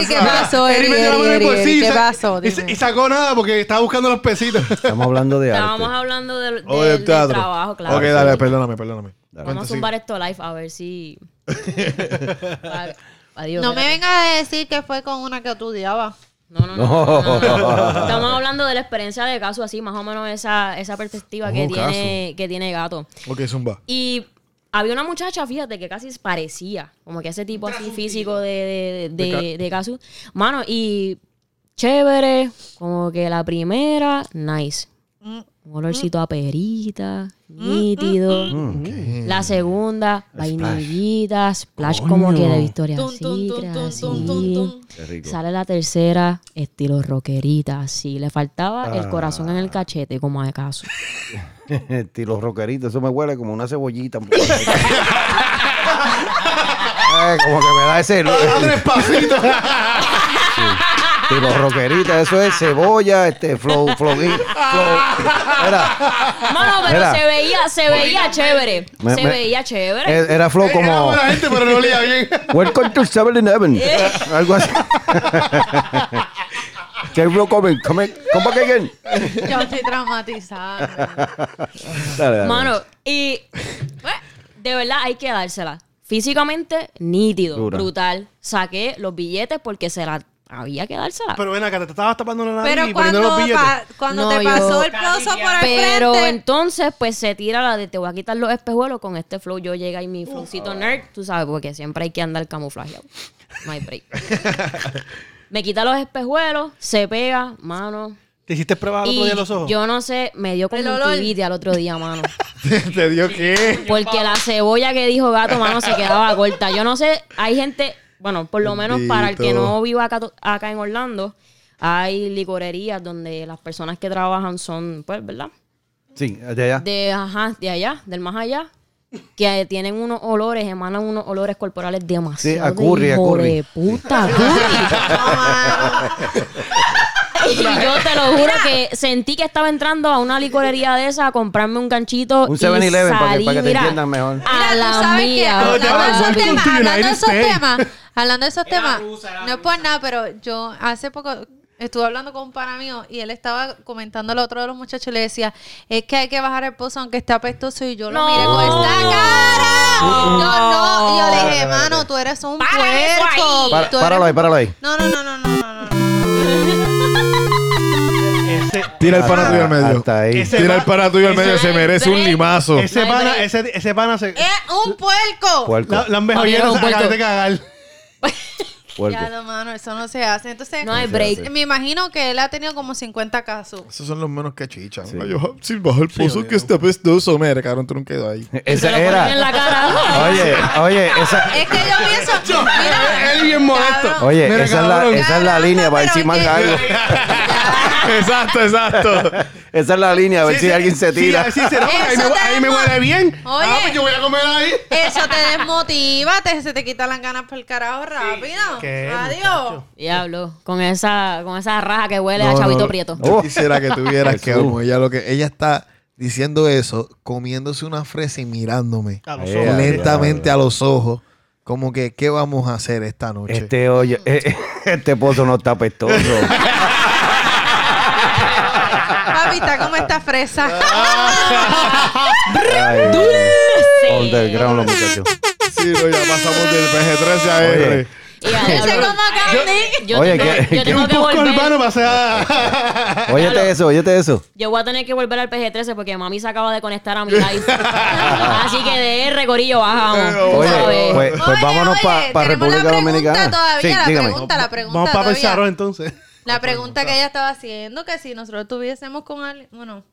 Speaker 3: ¿qué
Speaker 2: pasa?
Speaker 3: pasó, Eri?
Speaker 6: Eri
Speaker 3: Eri,
Speaker 6: Ah, metió la mano en el
Speaker 3: Eri, Eri,
Speaker 6: bolsillo y
Speaker 3: ¿Qué
Speaker 6: sa-
Speaker 3: pasó?
Speaker 6: y sa- Y sacó nada porque estaba buscando los pesitos.
Speaker 5: Estamos hablando de arte.
Speaker 4: Estábamos hablando del, del-
Speaker 2: O del
Speaker 4: del
Speaker 2: Oh, teatro.
Speaker 4: trabajo, claro.
Speaker 2: Ok, dale, pues, perdóname, perdóname.
Speaker 4: Vamos a zumbar esto live a ver si... A- Adiós.
Speaker 3: No me
Speaker 4: espérate.
Speaker 3: vengas a decir que fue con una que tú odiabas.
Speaker 4: No, no, no,
Speaker 5: No.
Speaker 4: no, no, no. Estamos hablando de la experiencia de Caso así, más o menos esa, esa perspectiva que,
Speaker 2: Oh, Casu.
Speaker 4: tiene, que tiene Gato.
Speaker 2: Ok, Zumba.
Speaker 4: Y había una muchacha, fíjate, que casi parecía, como que ese tipo así físico de, de, de, de Kazu. Mano, y chévere, como que la primera, nice.
Speaker 3: Mm.
Speaker 4: Un olorcito a perita, nítido.
Speaker 3: mm,
Speaker 4: La segunda, vainillita, splash como que de Victoria
Speaker 3: Tum, tum, tum, tum, tum, tum, tum.
Speaker 5: Qué rico.
Speaker 4: Sale la tercera, estilo rockerita, así. Le faltaba el corazón en el cachete, como acaso.
Speaker 5: Estilo rockerito, eso me huele como una cebollita. Eh, un poco. Ay, como que me da
Speaker 6: Ah,
Speaker 5: ese.
Speaker 6: Tres pasitos.
Speaker 5: Estilo rockerita, eso es cebolla, este flow, flow, flow. Era,
Speaker 4: Mano, pero
Speaker 5: Mira.
Speaker 4: se veía, se veía chévere.
Speaker 5: me-
Speaker 4: se
Speaker 5: me-
Speaker 4: veía chévere.
Speaker 5: e- era flow
Speaker 6: Era
Speaker 5: como.
Speaker 6: buena gente, pero no olía bien.
Speaker 5: Welcome to 7-Eleven. Algo así. Que flow coming, coming, come back again.
Speaker 3: Yo estoy traumatizada.
Speaker 5: Dale, dale.
Speaker 4: Mano, y pues, de verdad hay que dársela. Físicamente, nítido,
Speaker 5: Dura.
Speaker 4: brutal. Saqué los billetes porque se la había que dársela.
Speaker 6: Pero ven acá, te estabas tapando la nariz
Speaker 3: Pero
Speaker 6: y poniendo los
Speaker 3: cuando, pa-
Speaker 6: billetes.
Speaker 3: cuando
Speaker 4: No,
Speaker 3: te
Speaker 4: yo-
Speaker 3: pasó el pozo por el
Speaker 4: Pero
Speaker 3: frente,
Speaker 4: entonces, pues se tira la de te voy a quitar los espejuelos con este flow. Yo llega y mi flowcito nerd, tú sabes, porque siempre hay que andar camuflajeado. No hay break. Me quita los espejuelos, se pega, mano.
Speaker 6: ¿Te hiciste pruebas al otro
Speaker 4: Y
Speaker 6: día los ojos?
Speaker 4: yo no sé, me dio
Speaker 3: ¿El olor?
Speaker 4: conjuntivitis al otro día, mano.
Speaker 2: ¿Te, te dio qué?
Speaker 4: Porque la cebolla que dijo Gato, mano, se quedaba corta. Yo no sé, hay gente, bueno, por lo menos para el que
Speaker 2: Bendito.
Speaker 4: no viva acá, acá en Orlando, hay licorerías donde las personas que trabajan son, pues, ¿verdad?
Speaker 5: Sí, de allá.
Speaker 4: De, ajá, de allá, del más allá, que tienen unos olores, emanan unos olores corporales demasiado.
Speaker 5: a curry,
Speaker 4: de
Speaker 5: a
Speaker 4: hijo
Speaker 5: curry.
Speaker 4: de puta, curry.
Speaker 3: No, mano.
Speaker 4: Y yo te lo juro que sentí que estaba entrando a una licorería de esa a comprarme un ganchito.
Speaker 5: Un
Speaker 4: y Ah,
Speaker 5: 7-Eleven para que-
Speaker 4: salí,
Speaker 5: para que te
Speaker 4: mira,
Speaker 5: entiendan mejor.
Speaker 4: A
Speaker 3: Mira, tú
Speaker 4: la
Speaker 3: sabes que hablando de esos
Speaker 4: mía.
Speaker 6: Welcome
Speaker 3: temas,
Speaker 6: to
Speaker 3: hablando de
Speaker 6: United
Speaker 3: esos
Speaker 6: States.
Speaker 3: temas, hablando de esos
Speaker 1: Era
Speaker 3: temas,
Speaker 1: rusa, era
Speaker 3: no es por nada, pero yo hace poco estuve hablando con un pana mío y él estaba comentando a otro de los muchachos y le decía, es que hay que bajar el pozo aunque esté apestoso y yo lo
Speaker 4: No.
Speaker 3: miré con esta cara. Yo no, y yo le dije, mano, tú eres un
Speaker 4: Para eso ahí.
Speaker 3: puerco.
Speaker 5: Para-
Speaker 3: tú eres
Speaker 5: páralo ahí, páralo ahí.
Speaker 3: No, no, no, no, no, no, no.
Speaker 6: Ese,
Speaker 2: Tira el pana tuyo al medio.
Speaker 5: Hasta ahí.
Speaker 6: Ese
Speaker 2: Tira el
Speaker 6: va-
Speaker 2: pana tuyo al
Speaker 6: ese-
Speaker 2: medio. Se merece un limazo.
Speaker 6: ese pana, ese, ese pana se...
Speaker 4: Eh,
Speaker 3: ¡Es un puerco!
Speaker 5: Puerco,
Speaker 6: La, la han
Speaker 4: Para mí era
Speaker 6: bejollado,
Speaker 4: un puerco.
Speaker 6: acabas de cagar.
Speaker 5: puerco.
Speaker 3: Ya, no, mano, eso no se hace. Entonces,
Speaker 4: No hay break.
Speaker 3: me imagino que él ha tenido como 50 casos.
Speaker 2: Esos son los menos que chichan.
Speaker 5: Sí.
Speaker 2: Ay, yo, sin bajar el pozo que pues, está apestoso. Mira, cabrón, tú no quedó ahí.
Speaker 4: Te lo
Speaker 5: Esa
Speaker 4: ponen en la
Speaker 5: era.
Speaker 4: cara.
Speaker 5: Oye, oye, esa.
Speaker 3: Es que yo pienso. mira,
Speaker 6: él bien molesto.
Speaker 3: cabrón,
Speaker 5: Oye,
Speaker 6: Mira,
Speaker 5: esa, es la,
Speaker 6: cabrón.
Speaker 5: esa es la
Speaker 3: Caramba,
Speaker 5: línea para ver si
Speaker 3: pero
Speaker 5: marca
Speaker 3: que-
Speaker 5: algo.
Speaker 2: exacto, exacto.
Speaker 5: Esa es la línea, a ver
Speaker 6: Sí,
Speaker 5: si
Speaker 6: sí,
Speaker 5: alguien se
Speaker 6: sí,
Speaker 5: tira.
Speaker 6: así será, porque ahí,
Speaker 3: Eso
Speaker 6: me, ahí me
Speaker 3: tenemos.
Speaker 6: huele bien. Ah,
Speaker 3: Oye.
Speaker 6: pues yo voy a comer ahí.
Speaker 3: Eso te desmotiva, te, se te quitan las ganas por el carajo rápido.
Speaker 6: Qué
Speaker 3: Adiós.
Speaker 4: Diablo, con esa, con esa raja que huele a
Speaker 2: No,
Speaker 4: chavito
Speaker 2: no, no.
Speaker 4: prieto.
Speaker 2: Yo
Speaker 5: Oh.
Speaker 2: quisiera que tuvieras que
Speaker 5: Jesús.
Speaker 2: como ella lo que ella está diciendo eso, comiéndose una fresa y mirándome
Speaker 6: A los
Speaker 5: Eh,
Speaker 6: ojos.
Speaker 5: ale-
Speaker 2: lentamente a los ojos, como que qué vamos a hacer esta noche.
Speaker 5: Este hoyo, eh, este pozo no está pestoso.
Speaker 3: Papita, ¿cómo está fresa?
Speaker 6: Ah.
Speaker 5: Underground los muchachos.
Speaker 2: Sí, no, ya pasamos del PG-13 a
Speaker 5: Oye.
Speaker 2: R.
Speaker 4: Y a
Speaker 3: Dice
Speaker 4: diablo,
Speaker 3: como Candy.
Speaker 4: yo
Speaker 5: Oye,
Speaker 4: tengo,
Speaker 5: que-
Speaker 4: yo
Speaker 5: que
Speaker 4: tengo
Speaker 6: Un
Speaker 4: que
Speaker 6: poco
Speaker 4: volver.
Speaker 6: urbano va a ser-
Speaker 5: Óyete eso, óyete eso.
Speaker 4: Yo voy a tener que volver al PG-13 porque mami se acaba de conectar a mi live. Así que de R, gorillo, bajamos.
Speaker 5: Oye,
Speaker 4: ¿sabes?
Speaker 5: pues, pues
Speaker 3: Oye,
Speaker 5: vámonos
Speaker 3: oye,
Speaker 5: para
Speaker 3: tenemos la
Speaker 5: República
Speaker 3: pregunta
Speaker 5: Dominicana.
Speaker 3: Todavía,
Speaker 5: sí,
Speaker 3: la
Speaker 5: dígame.
Speaker 3: pregunta, la pregunta.
Speaker 6: Vamos para
Speaker 3: todavía.
Speaker 6: pensarlo entonces.
Speaker 3: La pregunta que ella estaba haciendo, que si nosotros tuviésemos con alguien. Bueno,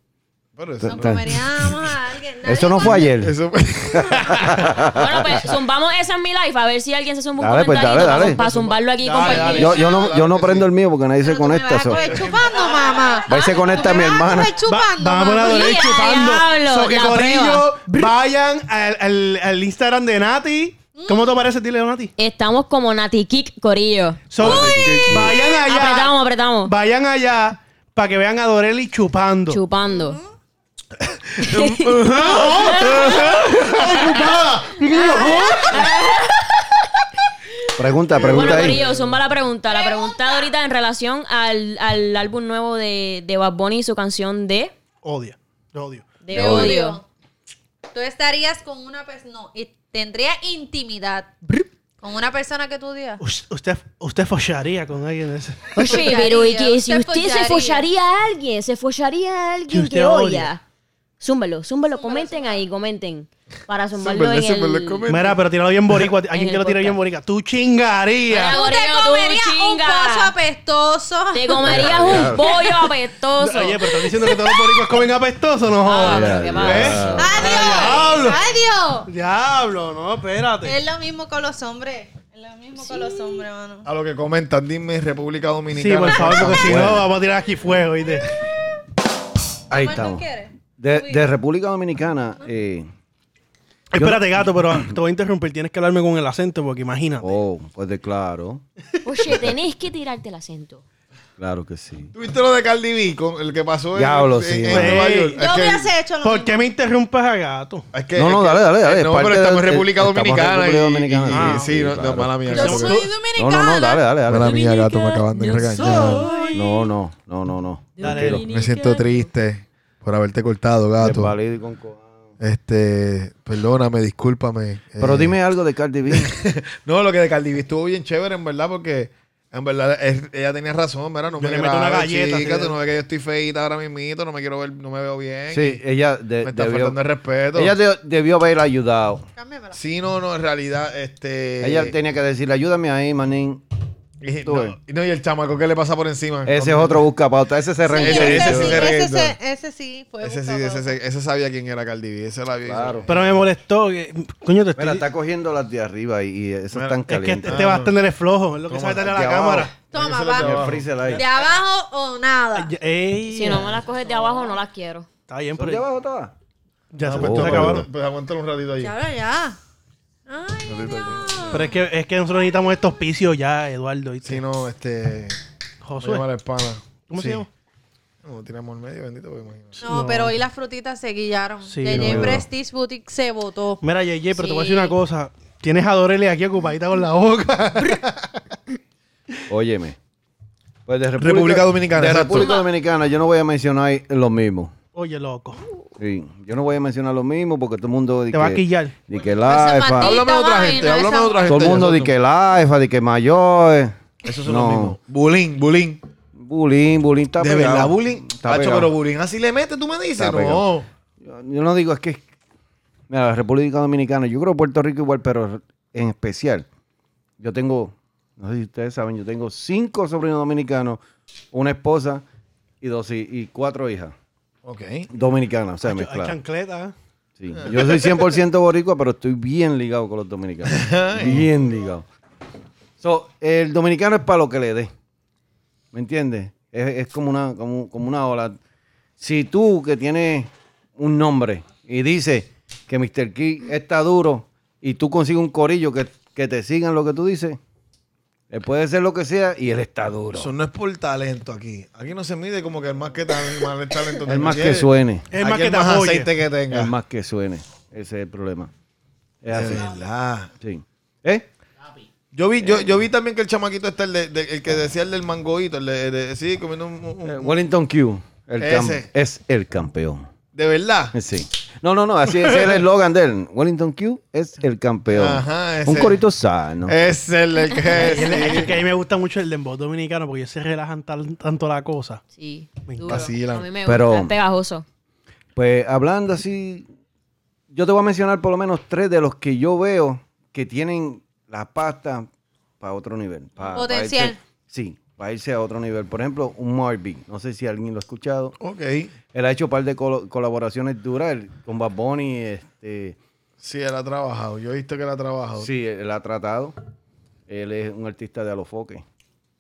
Speaker 2: Pero eso,
Speaker 3: nos comeríamos a alguien. Nadie
Speaker 5: Eso no fue
Speaker 3: con-
Speaker 5: ayer.
Speaker 2: eso-
Speaker 4: Bueno, pues zumbamos esa en mi live a ver si alguien se zumba un
Speaker 5: Dale, pues,
Speaker 4: comentario
Speaker 5: dale, dale.
Speaker 4: para zumbarlo aquí y
Speaker 2: Dale,
Speaker 4: compartir.
Speaker 5: Yo, yo no, yo no prendo el mío porque nadie se
Speaker 3: Pero tú me
Speaker 5: conecta.
Speaker 3: vas a
Speaker 5: so-
Speaker 3: coger chupando, mamá.
Speaker 5: Va y se
Speaker 3: Ah,
Speaker 5: conecta
Speaker 3: tú me
Speaker 5: mi
Speaker 3: vas a
Speaker 5: hermana.
Speaker 3: coger chupando,
Speaker 6: Va- vamos
Speaker 3: mamá.
Speaker 6: a poner
Speaker 4: Mira,
Speaker 6: chupando.
Speaker 4: diablo,
Speaker 6: So que
Speaker 4: la
Speaker 6: Corillo, vayan al, al- al Instagram de Nati.
Speaker 4: Mm.
Speaker 6: ¿Cómo te parece, dile Nati?
Speaker 4: Estamos como Nati Kick, corillo.
Speaker 6: So, vayan allá.
Speaker 4: Apretamos, apretamos.
Speaker 6: Vayan allá para que vean a Dorelli chupando.
Speaker 4: Chupando.
Speaker 5: Pregunta,
Speaker 4: Bueno,
Speaker 5: pregunta ahí.
Speaker 4: Corillo, zumba la pregunta. La pregunta de ahorita en relación al, al álbum nuevo de, de Bad Bunny y su canción de,
Speaker 6: Odia. Lo odio.
Speaker 4: de
Speaker 3: Te
Speaker 4: Odio.
Speaker 3: odio. Tú estarías con una persona. No, y tendría intimidad con una persona que tú odias.
Speaker 6: Us- Usted, usted follaría con alguien de ese.
Speaker 4: Oye,
Speaker 3: Follaría,
Speaker 4: Pues pero ¿y que si
Speaker 3: usted
Speaker 4: usted se
Speaker 3: follaría.
Speaker 4: follaría a alguien, se follaría a
Speaker 6: Que
Speaker 4: alguien
Speaker 6: usted
Speaker 4: que
Speaker 6: odia.
Speaker 4: odia. Zúmbalo, zúmbalo, comenten ahí, comenten. Para zumbarlo
Speaker 2: Zúmbalo,
Speaker 4: en
Speaker 2: zúmbalo,
Speaker 4: el...
Speaker 2: comenten.
Speaker 6: Mira, pero tíralo bien boricua. Alguien
Speaker 4: el
Speaker 6: que lo tire
Speaker 4: podcast.
Speaker 6: bien boricua. Tú chingarías.
Speaker 4: Mira,
Speaker 3: Tú te
Speaker 4: Gorila, tú
Speaker 3: comerías un
Speaker 4: chinga.
Speaker 3: pozo apestoso.
Speaker 4: Te comerías un pollo apestoso.
Speaker 6: Oye, pero estás diciendo que todos los boricuas comen apestoso, no
Speaker 4: Ah,
Speaker 6: jodas.
Speaker 4: pero ¿qué pasa?
Speaker 3: ¿Eh?
Speaker 5: Ah.
Speaker 3: ¡Adiós!
Speaker 6: Diablo.
Speaker 3: ¡Adiós!
Speaker 6: Diablo, no, espérate.
Speaker 3: Es lo mismo con los hombres. Es lo mismo con los hombres, mano.
Speaker 2: a lo que comentan, dime República Dominicana.
Speaker 6: Sí, por favor, porque si no,
Speaker 5: Bueno.
Speaker 6: vamos a tirar aquí fuego, ¿viste?
Speaker 5: Ahí
Speaker 3: ¿Cuál Ah, pues, tú
Speaker 5: estamos.
Speaker 3: quieres?
Speaker 5: De, de República Dominicana. Eh,
Speaker 6: Espérate, gato, pero ah, te voy a interrumpir. Tienes que hablarme con el acento porque imagínate.
Speaker 5: oh, pues de claro.
Speaker 4: Oye, tenés que tirarte el acento.
Speaker 5: Claro que sí.
Speaker 2: ¿Tuviste lo de Cardi B, con el que pasó en- en,
Speaker 5: Diablo, sí,
Speaker 2: en
Speaker 5: mano.
Speaker 2: Nueva York?
Speaker 6: Ey.
Speaker 2: Es
Speaker 3: Yo
Speaker 2: que-
Speaker 3: hubiese
Speaker 4: Oh.
Speaker 3: hecho lo
Speaker 6: ¿Por
Speaker 3: mismo.
Speaker 6: qué me interrumpes a gato?
Speaker 2: es que-
Speaker 5: No,
Speaker 2: es
Speaker 5: no,
Speaker 2: que-
Speaker 5: dale, dale, dale,
Speaker 2: No,
Speaker 5: parte
Speaker 2: pero estamos
Speaker 5: del-
Speaker 2: en República
Speaker 5: estamos en
Speaker 2: Dominicana.
Speaker 5: República
Speaker 2: y-
Speaker 5: Dominicana,
Speaker 2: y-
Speaker 5: sí,
Speaker 2: y- sí,
Speaker 5: sí,
Speaker 2: no,
Speaker 5: claro.
Speaker 2: no, mala mía.
Speaker 3: Yo
Speaker 2: gato,
Speaker 3: soy
Speaker 2: porque-
Speaker 5: No,
Speaker 3: dominicana.
Speaker 5: no, no, dale, dale,
Speaker 2: Mala
Speaker 5: dale.
Speaker 2: mía, gato, me acaban de regañar.
Speaker 5: No, no, no, no, no. Tranquilo.
Speaker 2: Me siento triste por haberte cortado, gato.
Speaker 5: Desvalido y con co-
Speaker 2: Este, perdóname, discúlpame.
Speaker 5: Pero
Speaker 2: Eh,
Speaker 5: dime algo de Cardi B.
Speaker 2: No, lo que de Cardi B estuvo bien chévere, en verdad, porque en verdad es- ella tenía razón, mira, no
Speaker 6: Yo
Speaker 2: me
Speaker 6: le meto una
Speaker 2: grabes,
Speaker 6: galleta,
Speaker 2: chica,
Speaker 6: sí,
Speaker 2: tú
Speaker 6: de-
Speaker 2: no ves que yo estoy feita ahora mismito, no me quiero ver, no me veo bien.
Speaker 5: Sí, ella de-
Speaker 2: me está
Speaker 5: debió,
Speaker 2: faltando el respeto.
Speaker 5: ella de- debió haber ayudado.
Speaker 3: Cámbiamela.
Speaker 2: Sí, no, no, en realidad, este...
Speaker 5: Ella tenía que decirle, ayúdame ahí, manín.
Speaker 2: Y,
Speaker 5: Tú
Speaker 2: no,
Speaker 5: ves.
Speaker 2: y no, y el chamaco que le pasa por encima.
Speaker 5: Ese es
Speaker 2: Cuando-
Speaker 5: otro busca pauta. Ese se
Speaker 3: Sí,
Speaker 5: reventó.
Speaker 2: ese-
Speaker 3: ese,
Speaker 2: ese se
Speaker 3: sí, ese,
Speaker 2: reventó.
Speaker 3: ese- ese sí fue
Speaker 2: Ese sí, ese,
Speaker 3: buscado.
Speaker 2: ese- ese sabía quién era Cardi B. Ese la vio.
Speaker 5: Claro.
Speaker 6: Pero me molestó. que- coño, te estoy-
Speaker 5: Mira, está cogiendo las de arriba y, y esas
Speaker 2: Mira,
Speaker 5: están
Speaker 6: es que este,
Speaker 5: calientes.
Speaker 6: este bastón es flojo. Es lo que sabe darle a la
Speaker 5: Aquí abajo.
Speaker 6: cámara.
Speaker 3: Toma,
Speaker 2: Ese lo
Speaker 5: Y
Speaker 3: va.
Speaker 5: el freezer ahí.
Speaker 3: De abajo o nada.
Speaker 6: Ya- ey,
Speaker 4: Si no me las coges de abajo, no las quiero.
Speaker 6: Está bien,
Speaker 5: ¿Son
Speaker 6: pero
Speaker 5: de abajo todas?
Speaker 6: ya se,
Speaker 2: Pues,
Speaker 5: Oh,
Speaker 6: se
Speaker 2: tú-
Speaker 6: acabaron.
Speaker 2: pues aguántalo un ratito ahí.
Speaker 3: Ya ahora ya. Ay, no.
Speaker 6: Pero es que, es que nosotros necesitamos estos picios ya, Eduardo. ¿viste?
Speaker 2: Si no, este. Voy a
Speaker 6: Josué.
Speaker 2: llamar a Espana.
Speaker 6: ¿Cómo se
Speaker 2: Sí.
Speaker 6: llama?
Speaker 2: No, tiramos al medio, bendito, porque imagínate.
Speaker 3: No, pero hoy las frutitas se guillaron.
Speaker 6: Sí,
Speaker 3: JJ
Speaker 5: no.
Speaker 3: Prestige Boutique se votó.
Speaker 6: Mira, JJ, pero te voy a decir
Speaker 4: Sí.
Speaker 6: una cosa. Tienes a Dorele aquí ocupadita con la boca.
Speaker 5: Óyeme. Pues de
Speaker 2: República Dominicana,
Speaker 5: De
Speaker 2: exacto.
Speaker 5: República Dominicana, yo no voy a mencionar los mismos.
Speaker 6: Oye, loco.
Speaker 5: Sí, yo no voy a mencionar los mismos porque todo el mundo. di
Speaker 6: Te va a
Speaker 5: que-
Speaker 6: quillar.
Speaker 5: Di que
Speaker 3: Ese
Speaker 5: la
Speaker 3: Matito,
Speaker 2: Háblame de otra
Speaker 3: vaina,
Speaker 2: gente, háblame de
Speaker 3: esa-
Speaker 2: otra gente.
Speaker 5: Todo el mundo
Speaker 2: ya,
Speaker 5: di
Speaker 2: exacto.
Speaker 5: que Laifa, di que Mayores.
Speaker 2: Esos son
Speaker 5: No.
Speaker 2: los mismos. Bulín, bulín.
Speaker 5: Bullying, bullying está
Speaker 2: De
Speaker 5: pegado.
Speaker 2: verdad, bullying.
Speaker 5: Está
Speaker 2: Tacho,
Speaker 5: pegado.
Speaker 2: pero bullying así le mete, tú me dices.
Speaker 5: Está
Speaker 2: No.
Speaker 5: pegado. Yo yo no digo, es que. Mira, la República Dominicana, yo creo Puerto Rico igual, pero en especial. Yo tengo, no sé si ustedes saben, yo tengo cinco sobrinos dominicanos, una esposa y dos hi- y cuatro hijas
Speaker 2: Ok.
Speaker 5: dominicanas, o
Speaker 2: Ah,
Speaker 5: sea,
Speaker 6: Hay
Speaker 5: mezcladas.
Speaker 6: chancleta. ¿eh?
Speaker 5: Sí. Yo soy 100% boricua, pero estoy bien ligado con los dominicanos. Bien ligado. So, el dominicano es para lo que le dé. ¿Me entiendes? Es, es como, una, como, como una ola. Si tú que tienes un nombre y dices que Mr. Key está duro y tú consigues un corillo que, que te sigan lo que tú dices, él puede ser lo que sea y él está duro.
Speaker 2: Eso no es por talento aquí. Aquí no se mide como que el más que tal- más el talento.
Speaker 5: El más que
Speaker 2: tiene.
Speaker 5: suene.
Speaker 6: El
Speaker 2: Aquí
Speaker 6: más que
Speaker 2: el
Speaker 6: te
Speaker 2: más
Speaker 6: apoye.
Speaker 2: aceite que tenga.
Speaker 5: El más que suene. Ese es el problema. Es
Speaker 2: De
Speaker 5: así.
Speaker 2: verdad.
Speaker 5: Sí. ¿Eh?
Speaker 2: Yo vi, yo, yo vi también que el chamaquito está el, de- de- el que decía el del mangoito, el de, de- sí, comiendo un, un- un-
Speaker 5: Eh, Wellington Q el cam-
Speaker 2: Ese.
Speaker 5: es el campeón.
Speaker 2: de verdad.
Speaker 5: Sí. No, no, no, así es el eslogan de él. Wellington Q es el campeón.
Speaker 2: Ajá, ese. Eh.
Speaker 5: Un corito sano.
Speaker 2: Es el, el que
Speaker 6: Es que a mí me gusta mucho el dembow dominicano porque ellos se relajan tan- tanto la cosa.
Speaker 4: Sí.
Speaker 6: Me
Speaker 4: duro.
Speaker 2: vacilan.
Speaker 4: A mí me
Speaker 5: Pero-
Speaker 4: gusta, es pegajoso.
Speaker 5: Pues hablando así, yo te voy a mencionar por lo menos tres de los que yo veo que tienen la pasta para otro nivel. pa- pa
Speaker 3: Potencial.
Speaker 5: irse- sí, para irse a otro nivel. Por ejemplo, un Marvin. No sé si alguien lo ha escuchado.
Speaker 2: Ok.
Speaker 5: Él ha hecho un par de colo- colaboraciones duras él con Bad Bunny. Este,
Speaker 2: Sí, él ha trabajado. Yo he visto que él ha trabajado.
Speaker 5: sí, él ha tratado. Él es un artista de alofoque.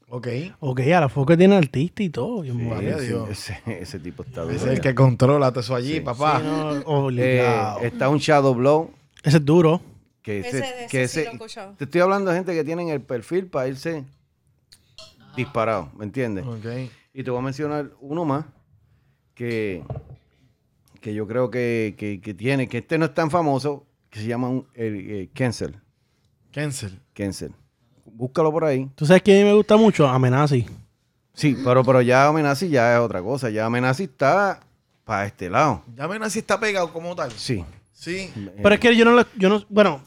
Speaker 2: Ok.
Speaker 6: Ok, a la foca tiene artista y todo. Dios mío.
Speaker 2: Vale,
Speaker 5: Sí,
Speaker 2: Dios.
Speaker 5: Ese, ese tipo está duro. Eh,
Speaker 2: Ese es el
Speaker 5: ya.
Speaker 2: que controla todo eso allí, papá.
Speaker 6: Sí, no,
Speaker 5: Eh,
Speaker 6: obligado.
Speaker 5: está un Shadow Blow.
Speaker 6: Ese es duro.
Speaker 5: Que
Speaker 3: Ese-
Speaker 5: ese,
Speaker 3: ese
Speaker 5: que
Speaker 3: sí
Speaker 5: ese-
Speaker 3: lo he escuchado.
Speaker 5: Te estoy hablando de gente que tienen el perfil para irse disparado, ¿me entiendes?
Speaker 2: Ok.
Speaker 5: Y te voy a mencionar uno más que, que yo creo que, que- que tiene, que este no es tan famoso, que se llama un, el, eh, Cancel.
Speaker 2: Cancel.
Speaker 5: Cancel. Búscalo por ahí.
Speaker 6: ¿Tú sabes quién me gusta mucho? Amenazi.
Speaker 5: Eh. Sí, pero, pero ya Amenazi ya es otra cosa. Ya Amenazi está para este lado.
Speaker 2: Ya ven así está pegado como tal.
Speaker 5: Sí.
Speaker 2: Sí.
Speaker 6: Pero es que yo no lo... Yo no, bueno,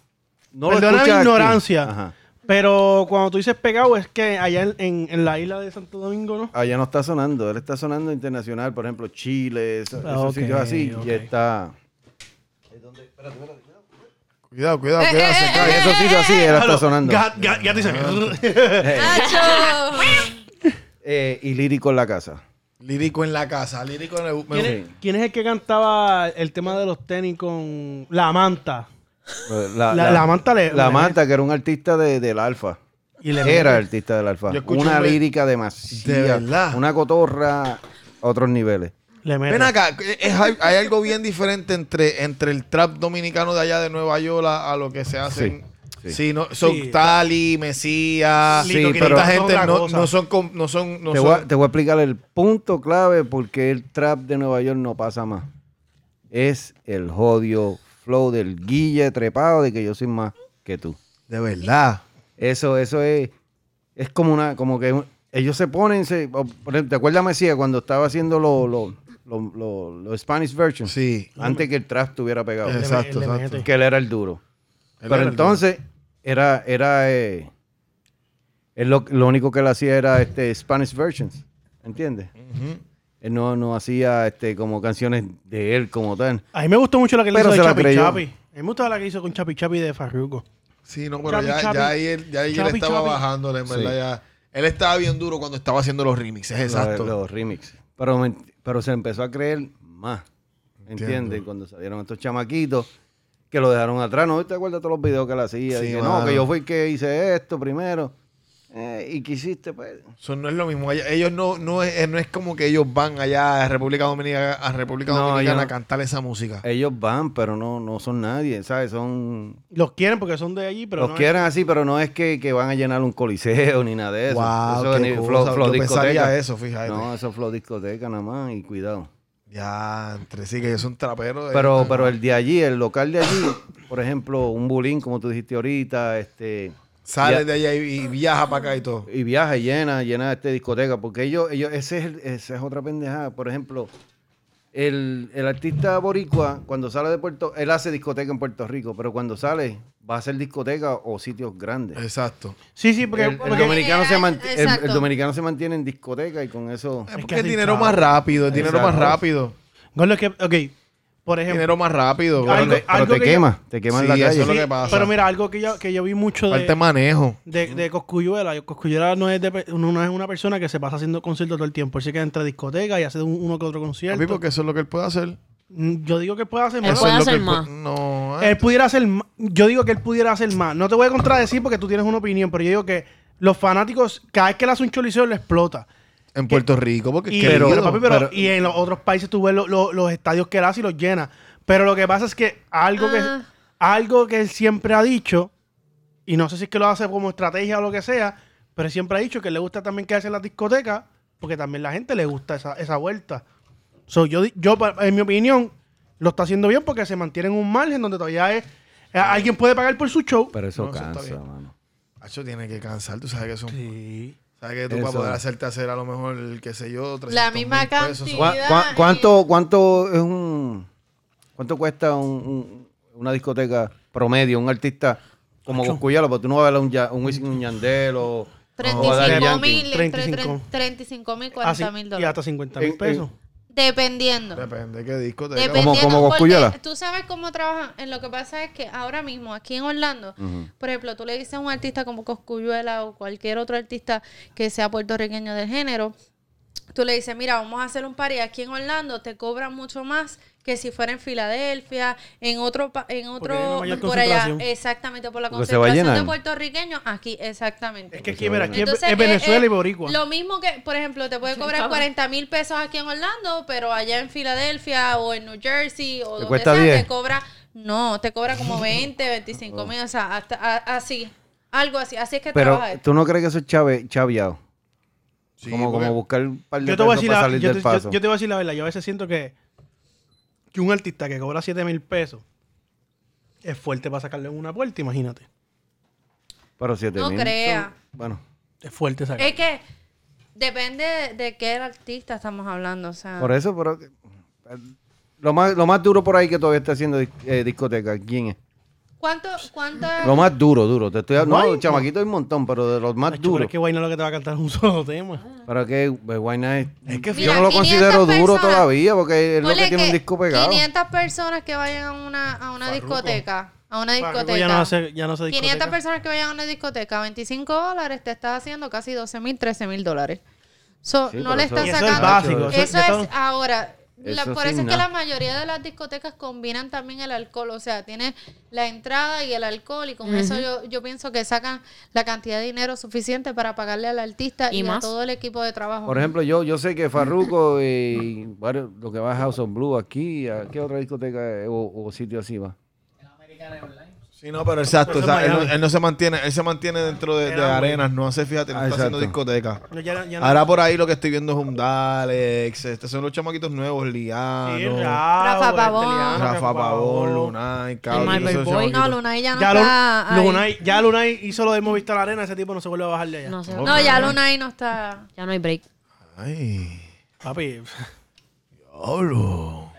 Speaker 5: No lo
Speaker 6: Perdona mi
Speaker 5: escuchas aquí.
Speaker 6: ignorancia.
Speaker 5: Ajá.
Speaker 6: pero cuando tú dices pegado es que allá en, en- en la isla de Santo Domingo, ¿no?
Speaker 5: Allá no está sonando, él está sonando internacional, por ejemplo, Chile, eso-
Speaker 6: Ah,
Speaker 5: esos
Speaker 6: ok,
Speaker 5: sitios así,
Speaker 6: ok.
Speaker 5: y está...
Speaker 2: Cuidado, cuidado,
Speaker 3: Eh,
Speaker 2: cuidado.
Speaker 3: eh,
Speaker 2: se
Speaker 3: eh,
Speaker 2: cae.
Speaker 5: En Ah, esos sitios así, él está sonando. Ah,
Speaker 6: Gat- gat- gato y se-
Speaker 3: ¡Nacho!
Speaker 5: Eh, y lírico en la casa.
Speaker 2: Lírico en la casa. Lírico en el.
Speaker 6: ¿Quién
Speaker 2: me-
Speaker 6: es, quién es el que cantaba el tema de los tenis con la manta?
Speaker 5: Eh,
Speaker 6: La- la Manta le-
Speaker 5: La
Speaker 6: le-
Speaker 5: Manta, que era un artista de- del alfa.
Speaker 6: Y le-
Speaker 5: Era artista del alfa.
Speaker 2: Yo escucho
Speaker 5: Una
Speaker 2: un re-
Speaker 5: lírica demasiado.
Speaker 2: De verdad.
Speaker 5: Una cotorra a otros niveles.
Speaker 6: le mete.
Speaker 2: Ven acá, es- hay, hay algo bien diferente entre, entre el trap dominicano de allá de Nueva York a, a lo que se hace. en-
Speaker 5: Sí, sí.
Speaker 2: Sí, no, son
Speaker 6: Sí.
Speaker 2: Tali, Mesías,
Speaker 5: Sí,
Speaker 2: Lito, que
Speaker 5: pero-
Speaker 2: esta gente
Speaker 6: otra
Speaker 2: no,
Speaker 6: cosa.
Speaker 2: no son, com- no son, no
Speaker 5: te,
Speaker 2: son-
Speaker 5: voy a, te voy a explicar el punto clave porque el trap de Nueva York no pasa más. Es el jodio flow del guille trepado de que yo soy más que tú.
Speaker 2: de verdad.
Speaker 5: Eso, eso es, es como una, como que un- ellos se ponen, se, o, por ejemplo, ¿te acuerdas Mesías cuando estaba haciendo los lo, lo- lo- lo Spanish version?
Speaker 2: Sí,
Speaker 5: Antes que el trap estuviera pegado.
Speaker 6: le-
Speaker 2: exacto,
Speaker 6: le
Speaker 2: exacto.
Speaker 6: mete.
Speaker 5: Que él era el duro.
Speaker 2: Él era
Speaker 5: Pero
Speaker 2: el
Speaker 5: entonces, era, era, eh, él lo, lo único que él hacía era este Spanish versions, ¿entiendes? Él no, no hacía este como canciones de él como tal.
Speaker 6: A mí me gustó mucho la que le
Speaker 5: Pero
Speaker 6: hizo de
Speaker 5: se la
Speaker 6: Chapi
Speaker 5: creyó.
Speaker 6: Chapi. A mí me gustó la que hizo con Chapi Chapi de Farruko.
Speaker 2: Sí, no, pero
Speaker 6: Chapi,
Speaker 2: ya,
Speaker 6: chapi.
Speaker 2: ya ahí él, ya ahí él
Speaker 6: Chapi,
Speaker 2: estaba
Speaker 6: chapi.
Speaker 2: bajándole, en verdad,
Speaker 5: Sí.
Speaker 2: ya. Él estaba bien duro cuando estaba haciendo los remixes, exacto.
Speaker 5: Los, los remix. Pero, me- pero se empezó a creer más. ¿Entiendes?
Speaker 2: Entiendo.
Speaker 5: Cuando salieron estos chamaquitos que lo dejaron atrás. ¿No te acuerdas todos los videos que él hacía?
Speaker 2: Sí,
Speaker 5: Y que,
Speaker 2: mano.
Speaker 5: no, que yo fui el que hice esto primero. Eh, ¿Y qué hiciste? Pues?
Speaker 2: Eso no es lo mismo. Ella- Ellos no, no, es, eh, no es como que ellos van allá a República Dominicana, a República
Speaker 5: No,
Speaker 2: Dominicana
Speaker 5: ellos no.
Speaker 2: a cantar esa música.
Speaker 5: Ellos van, pero no, no son nadie, ¿sabes? Son...
Speaker 6: Los quieren porque son de allí, pero
Speaker 5: los
Speaker 6: no es-
Speaker 5: quieren así, pero no es que, que van a llenar un coliseo ni nada de eso.
Speaker 2: Guau,
Speaker 5: eso
Speaker 2: qué
Speaker 5: ni-
Speaker 2: cosa.
Speaker 5: flow-
Speaker 2: Yo
Speaker 5: flow
Speaker 2: pensaría
Speaker 5: discoteca.
Speaker 2: eso, fíjate.
Speaker 5: No, eso es flow discoteca nada más y cuidado.
Speaker 2: Ya, entre sí, que ellos son traperos. de-
Speaker 5: Pero, pero el de allí, el local de allí, por ejemplo, un bulín, como tú dijiste ahorita, este
Speaker 2: Sale
Speaker 5: ya-
Speaker 2: de allá y, y viaja para acá y todo.
Speaker 5: y viaja y llena, llena este discoteca, porque ellos, ellos, ese es el- esa es otra pendejada. Por ejemplo, el, el artista boricua, cuando sale de Puerto, él hace discoteca en Puerto Rico, pero cuando sale, va a hacer discoteca o sitios grandes.
Speaker 2: Exacto.
Speaker 6: Sí, sí, porque,
Speaker 5: El, el
Speaker 6: porque-
Speaker 5: dominicano se mant- el- el,
Speaker 3: Exacto.
Speaker 5: dominicano se mantiene en discoteca y con eso.
Speaker 2: Es porque
Speaker 6: que
Speaker 2: el
Speaker 6: así
Speaker 2: dinero
Speaker 6: está.
Speaker 2: más rápido, el dinero más
Speaker 5: Exacto.
Speaker 2: rápido.
Speaker 6: Gordo, es que, ok, por
Speaker 2: El
Speaker 6: ejemplo,
Speaker 2: dinero más rápido.
Speaker 6: Algo-
Speaker 5: Pero te, pero te
Speaker 6: que yo-
Speaker 5: quema, te quema en
Speaker 2: Sí,
Speaker 5: la
Speaker 2: eso
Speaker 5: calle.
Speaker 2: es lo
Speaker 6: sí,
Speaker 2: que pasa.
Speaker 6: pero mira, algo que yo, que yo vi mucho
Speaker 2: Falta de
Speaker 6: de,
Speaker 2: manejo.
Speaker 6: de, de Coscuyuela. Coscuyuela no es, de pe- no no es una persona que se pasa haciendo conciertos todo el tiempo. Él se queda entre discotecas y hace un- uno que otro
Speaker 2: A
Speaker 6: concierto.
Speaker 2: mí porque eso es lo que él puede hacer.
Speaker 6: Mm, Yo digo que él puede hacer
Speaker 4: Él
Speaker 6: más.
Speaker 4: puede
Speaker 2: es lo que
Speaker 4: hacer
Speaker 2: él pu-
Speaker 4: más.
Speaker 2: No, ah,
Speaker 6: Él pudiera hacer ma- Yo digo que él pudiera hacer más. No te voy a contradecir porque tú tienes una opinión, pero yo digo que los fanáticos, cada vez que le hace un choliseo, le explota.
Speaker 2: en Puerto Rico, porque
Speaker 6: Y,
Speaker 2: es querido.
Speaker 6: pero, papi, pero-
Speaker 5: pero-
Speaker 6: y en los otros países tú ves lo- lo- los estadios que él hace y los llena. Pero lo que pasa es que algo,
Speaker 3: Ah.
Speaker 6: que algo que él siempre ha dicho, y no sé si es que lo hace como estrategia o lo que sea, pero siempre ha dicho que le gusta también que hace en las discotecas, porque también la gente le gusta esa, esa vuelta. So, yo, di- yo, pa- en mi opinión, lo está haciendo bien porque se mantiene en un margen donde todavía es, eh, alguien puede pagar por su show.
Speaker 5: Pero eso
Speaker 2: No, eso está
Speaker 5: cansa,
Speaker 2: bien.
Speaker 5: mano.
Speaker 2: Hacho tiene que cansar, tú sabes que son.
Speaker 6: Sí.
Speaker 2: Sabes que tú
Speaker 5: Eso.
Speaker 2: para poder hacerte hacer a lo mejor, qué sé yo, 300
Speaker 3: La misma
Speaker 2: mil pesos,
Speaker 3: cantidad.
Speaker 5: ¿Cuá- cuá- cuánto, ¿Cuánto es un. ¿Cuánto cuesta un- un- una discoteca promedio, un artista como Coscuyalo? Porque tú no vas a ver a un, ya- un Wisin, un Yandel o. o a Daddy
Speaker 3: 35
Speaker 5: Yankee.
Speaker 3: mil, entre
Speaker 6: 35.
Speaker 3: 35 mil, 40 mil
Speaker 6: Ah, y hasta
Speaker 3: dólares.
Speaker 6: 50 mil
Speaker 5: En-
Speaker 6: pesos.
Speaker 2: son-
Speaker 3: Dependiendo.
Speaker 2: Depende qué disco te
Speaker 5: Como-
Speaker 3: Dependiendo,
Speaker 5: como
Speaker 3: porque
Speaker 5: Cosculluela.
Speaker 3: Tú sabes cómo trabajan. En lo que pasa es que ahora mismo, aquí en Orlando, por ejemplo, tú le dices a un artista como Coscuyuela o cualquier otro artista que sea puertorriqueño del género, tú le dices, mira, vamos a hacer un party aquí en Orlando, te cobran mucho más que si fuera en Filadelfia, en otro, pa- en
Speaker 6: hay una
Speaker 3: otro,
Speaker 6: mayor
Speaker 3: por allá,
Speaker 6: concentración.
Speaker 3: exactamente, por la
Speaker 5: Porque se va a
Speaker 3: concentración de
Speaker 5: llenar.
Speaker 3: puertorriqueños, aquí, exactamente.
Speaker 6: Es que aquí, mira, aquí es-
Speaker 3: Entonces,
Speaker 6: es,
Speaker 3: eh,
Speaker 6: Venezuela
Speaker 3: eh,
Speaker 6: y Boricua.
Speaker 3: Lo mismo que, por ejemplo, te puede cobrar 40 mil pesos aquí en Orlando, pero allá en Filadelfia o en New Jersey o
Speaker 5: Te
Speaker 3: donde
Speaker 5: cuesta
Speaker 3: sea,
Speaker 5: 10.
Speaker 3: te cobra, no, te cobra como 20, 25 mil, o sea, hasta- a- así, algo así, así es que
Speaker 5: Oh. Pero
Speaker 3: trabaja esto.
Speaker 5: tú no crees que eso es chave, chaveado.
Speaker 2: Sí,
Speaker 5: como,
Speaker 2: porque-
Speaker 5: como buscar un par de
Speaker 6: yo te voy a
Speaker 5: pesos
Speaker 6: decir
Speaker 5: para
Speaker 6: la,
Speaker 5: salir
Speaker 6: yo te,
Speaker 5: del
Speaker 6: yo-
Speaker 5: paso.
Speaker 6: yo te voy a decir la verdad. Yo a veces siento que, que un artista que cobra 7 mil pesos es fuerte para sacarle en una puerta, imagínate.
Speaker 5: Pero siete
Speaker 3: No
Speaker 5: mil,
Speaker 3: crea.
Speaker 5: son- Bueno,
Speaker 6: Es fuerte sacar.
Speaker 3: Es que depende de, de qué artista estamos hablando, o sea.
Speaker 5: por eso, pero. Lo más, lo más duro por ahí que todavía está haciendo dis- eh, discoteca, ¿quién es?
Speaker 3: ¿Cuánto, cuánto
Speaker 5: Lo más duro, duro. Te estoy hablando.
Speaker 6: Guayna.
Speaker 5: No, chamaquito hay un montón, pero de los más
Speaker 6: Ay, chulo,
Speaker 5: duros.
Speaker 6: Es que Guayna lo que te va a cantar es un solo tema.
Speaker 5: Pero que pues, Guayna es.
Speaker 2: que
Speaker 5: yo
Speaker 3: Mira,
Speaker 5: no lo
Speaker 3: 500
Speaker 5: considero duro
Speaker 3: personas.
Speaker 5: todavía porque es lo que
Speaker 3: Ponle
Speaker 5: tiene un
Speaker 3: que
Speaker 5: disco pegado.
Speaker 3: 500 personas que vayan a una, a una
Speaker 6: Farruko.
Speaker 3: discoteca, a una
Speaker 6: Farruko
Speaker 3: discoteca.
Speaker 6: Ya no hace, ya no hace
Speaker 3: 500
Speaker 6: discoteca.
Speaker 3: personas que vayan a una discoteca, 25 dólares, te estás haciendo casi 12 mil, 13 mil dólares. So,
Speaker 5: Sí,
Speaker 3: no
Speaker 5: pero
Speaker 3: le
Speaker 5: eso-
Speaker 3: estás
Speaker 6: Y eso
Speaker 3: sacando.
Speaker 6: es básico.
Speaker 3: Eso
Speaker 6: ya
Speaker 3: es
Speaker 6: estamos-
Speaker 3: ahora. La-
Speaker 5: Eso
Speaker 3: por
Speaker 5: sí,
Speaker 3: eso es que la
Speaker 5: nada.
Speaker 3: mayoría de las discotecas combinan también el alcohol. O sea, tienes la entrada y el alcohol. Y con eso yo, yo pienso que sacan la cantidad de dinero suficiente para pagarle al artista y,
Speaker 4: Y
Speaker 3: a
Speaker 4: más.
Speaker 3: todo el equipo de trabajo.
Speaker 5: Por ejemplo, yo, yo sé que Farruko y varios- lo que va a House of Blue aquí, ¿a qué otra discoteca eh, o, o sitio así va?
Speaker 2: Sí, no, pero exacto.
Speaker 6: Eso es
Speaker 2: o sea, él, no,
Speaker 6: Miami.
Speaker 2: él no se mantiene, él se mantiene dentro de, de
Speaker 6: Era, güey.
Speaker 2: arenas, no hace, fíjate, no
Speaker 5: Ah,
Speaker 2: está haciendo
Speaker 5: exacto.
Speaker 2: discoteca.
Speaker 6: No, ya no- ya no-
Speaker 2: Ahora por ahí lo que estoy viendo es un Dalex, estos son los chamaquitos nuevos,
Speaker 6: Sí, este
Speaker 2: Liano,
Speaker 6: Rao,
Speaker 3: Rafa Pavón.
Speaker 6: Esteliano,
Speaker 2: Rafa Pavón, Lunay, cabrón.
Speaker 4: Marvel
Speaker 2: esos
Speaker 4: Boy.
Speaker 2: chamaquitos.
Speaker 3: no, Lunay ya no
Speaker 6: Ya,
Speaker 3: está.
Speaker 6: Lu-
Speaker 3: ahí.
Speaker 6: Lunay, ya Lunay hizo lo de Movistar Arena, ese tipo no se vuelve a bajar de allá.
Speaker 4: No sé,
Speaker 3: No, ya Lunay no está.
Speaker 4: ya no hay break.
Speaker 2: Ay,
Speaker 6: Papi,
Speaker 2: diablo.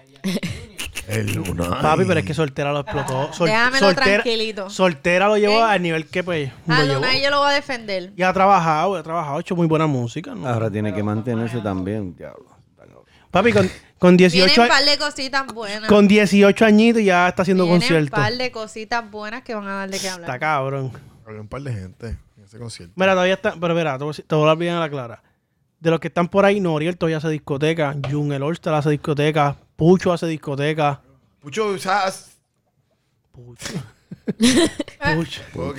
Speaker 2: El Lunay.
Speaker 6: papi, pero es que Soltera lo explotó. Sol-
Speaker 3: Déjamelo
Speaker 6: soltera,
Speaker 3: tranquilito.
Speaker 6: Soltera lo llevó
Speaker 3: ¿Eh?
Speaker 6: al nivel que pues,
Speaker 3: A
Speaker 6: lo llevó.
Speaker 3: Lunay yo Ah, lo voy a defender.
Speaker 6: Y ha trabajado, ha trabajado, ha hecho muy buena música. ¿no?
Speaker 5: Ahora tiene que mantenerse también, diablo.
Speaker 6: Papi, con, con 18,
Speaker 3: Tienen un
Speaker 6: a-
Speaker 3: par de cositas buenas.
Speaker 6: con 18 añitos ya está haciendo
Speaker 3: Tienen un
Speaker 6: conciertos.
Speaker 3: par de cositas buenas que van a darle que hablar.
Speaker 6: Está cabrón.
Speaker 2: Había un par de gente. ese concierto.
Speaker 6: Mira, todavía está. Pero mira, te voy a decir- te voy a hablar bien a la clara. De los que están por ahí, Noriel todavía hace discoteca. Jun el Olster hace discoteca. Pucho hace discoteca.
Speaker 2: Pucho, ¿sabes?
Speaker 6: Pucho. Pucho,
Speaker 2: Ok.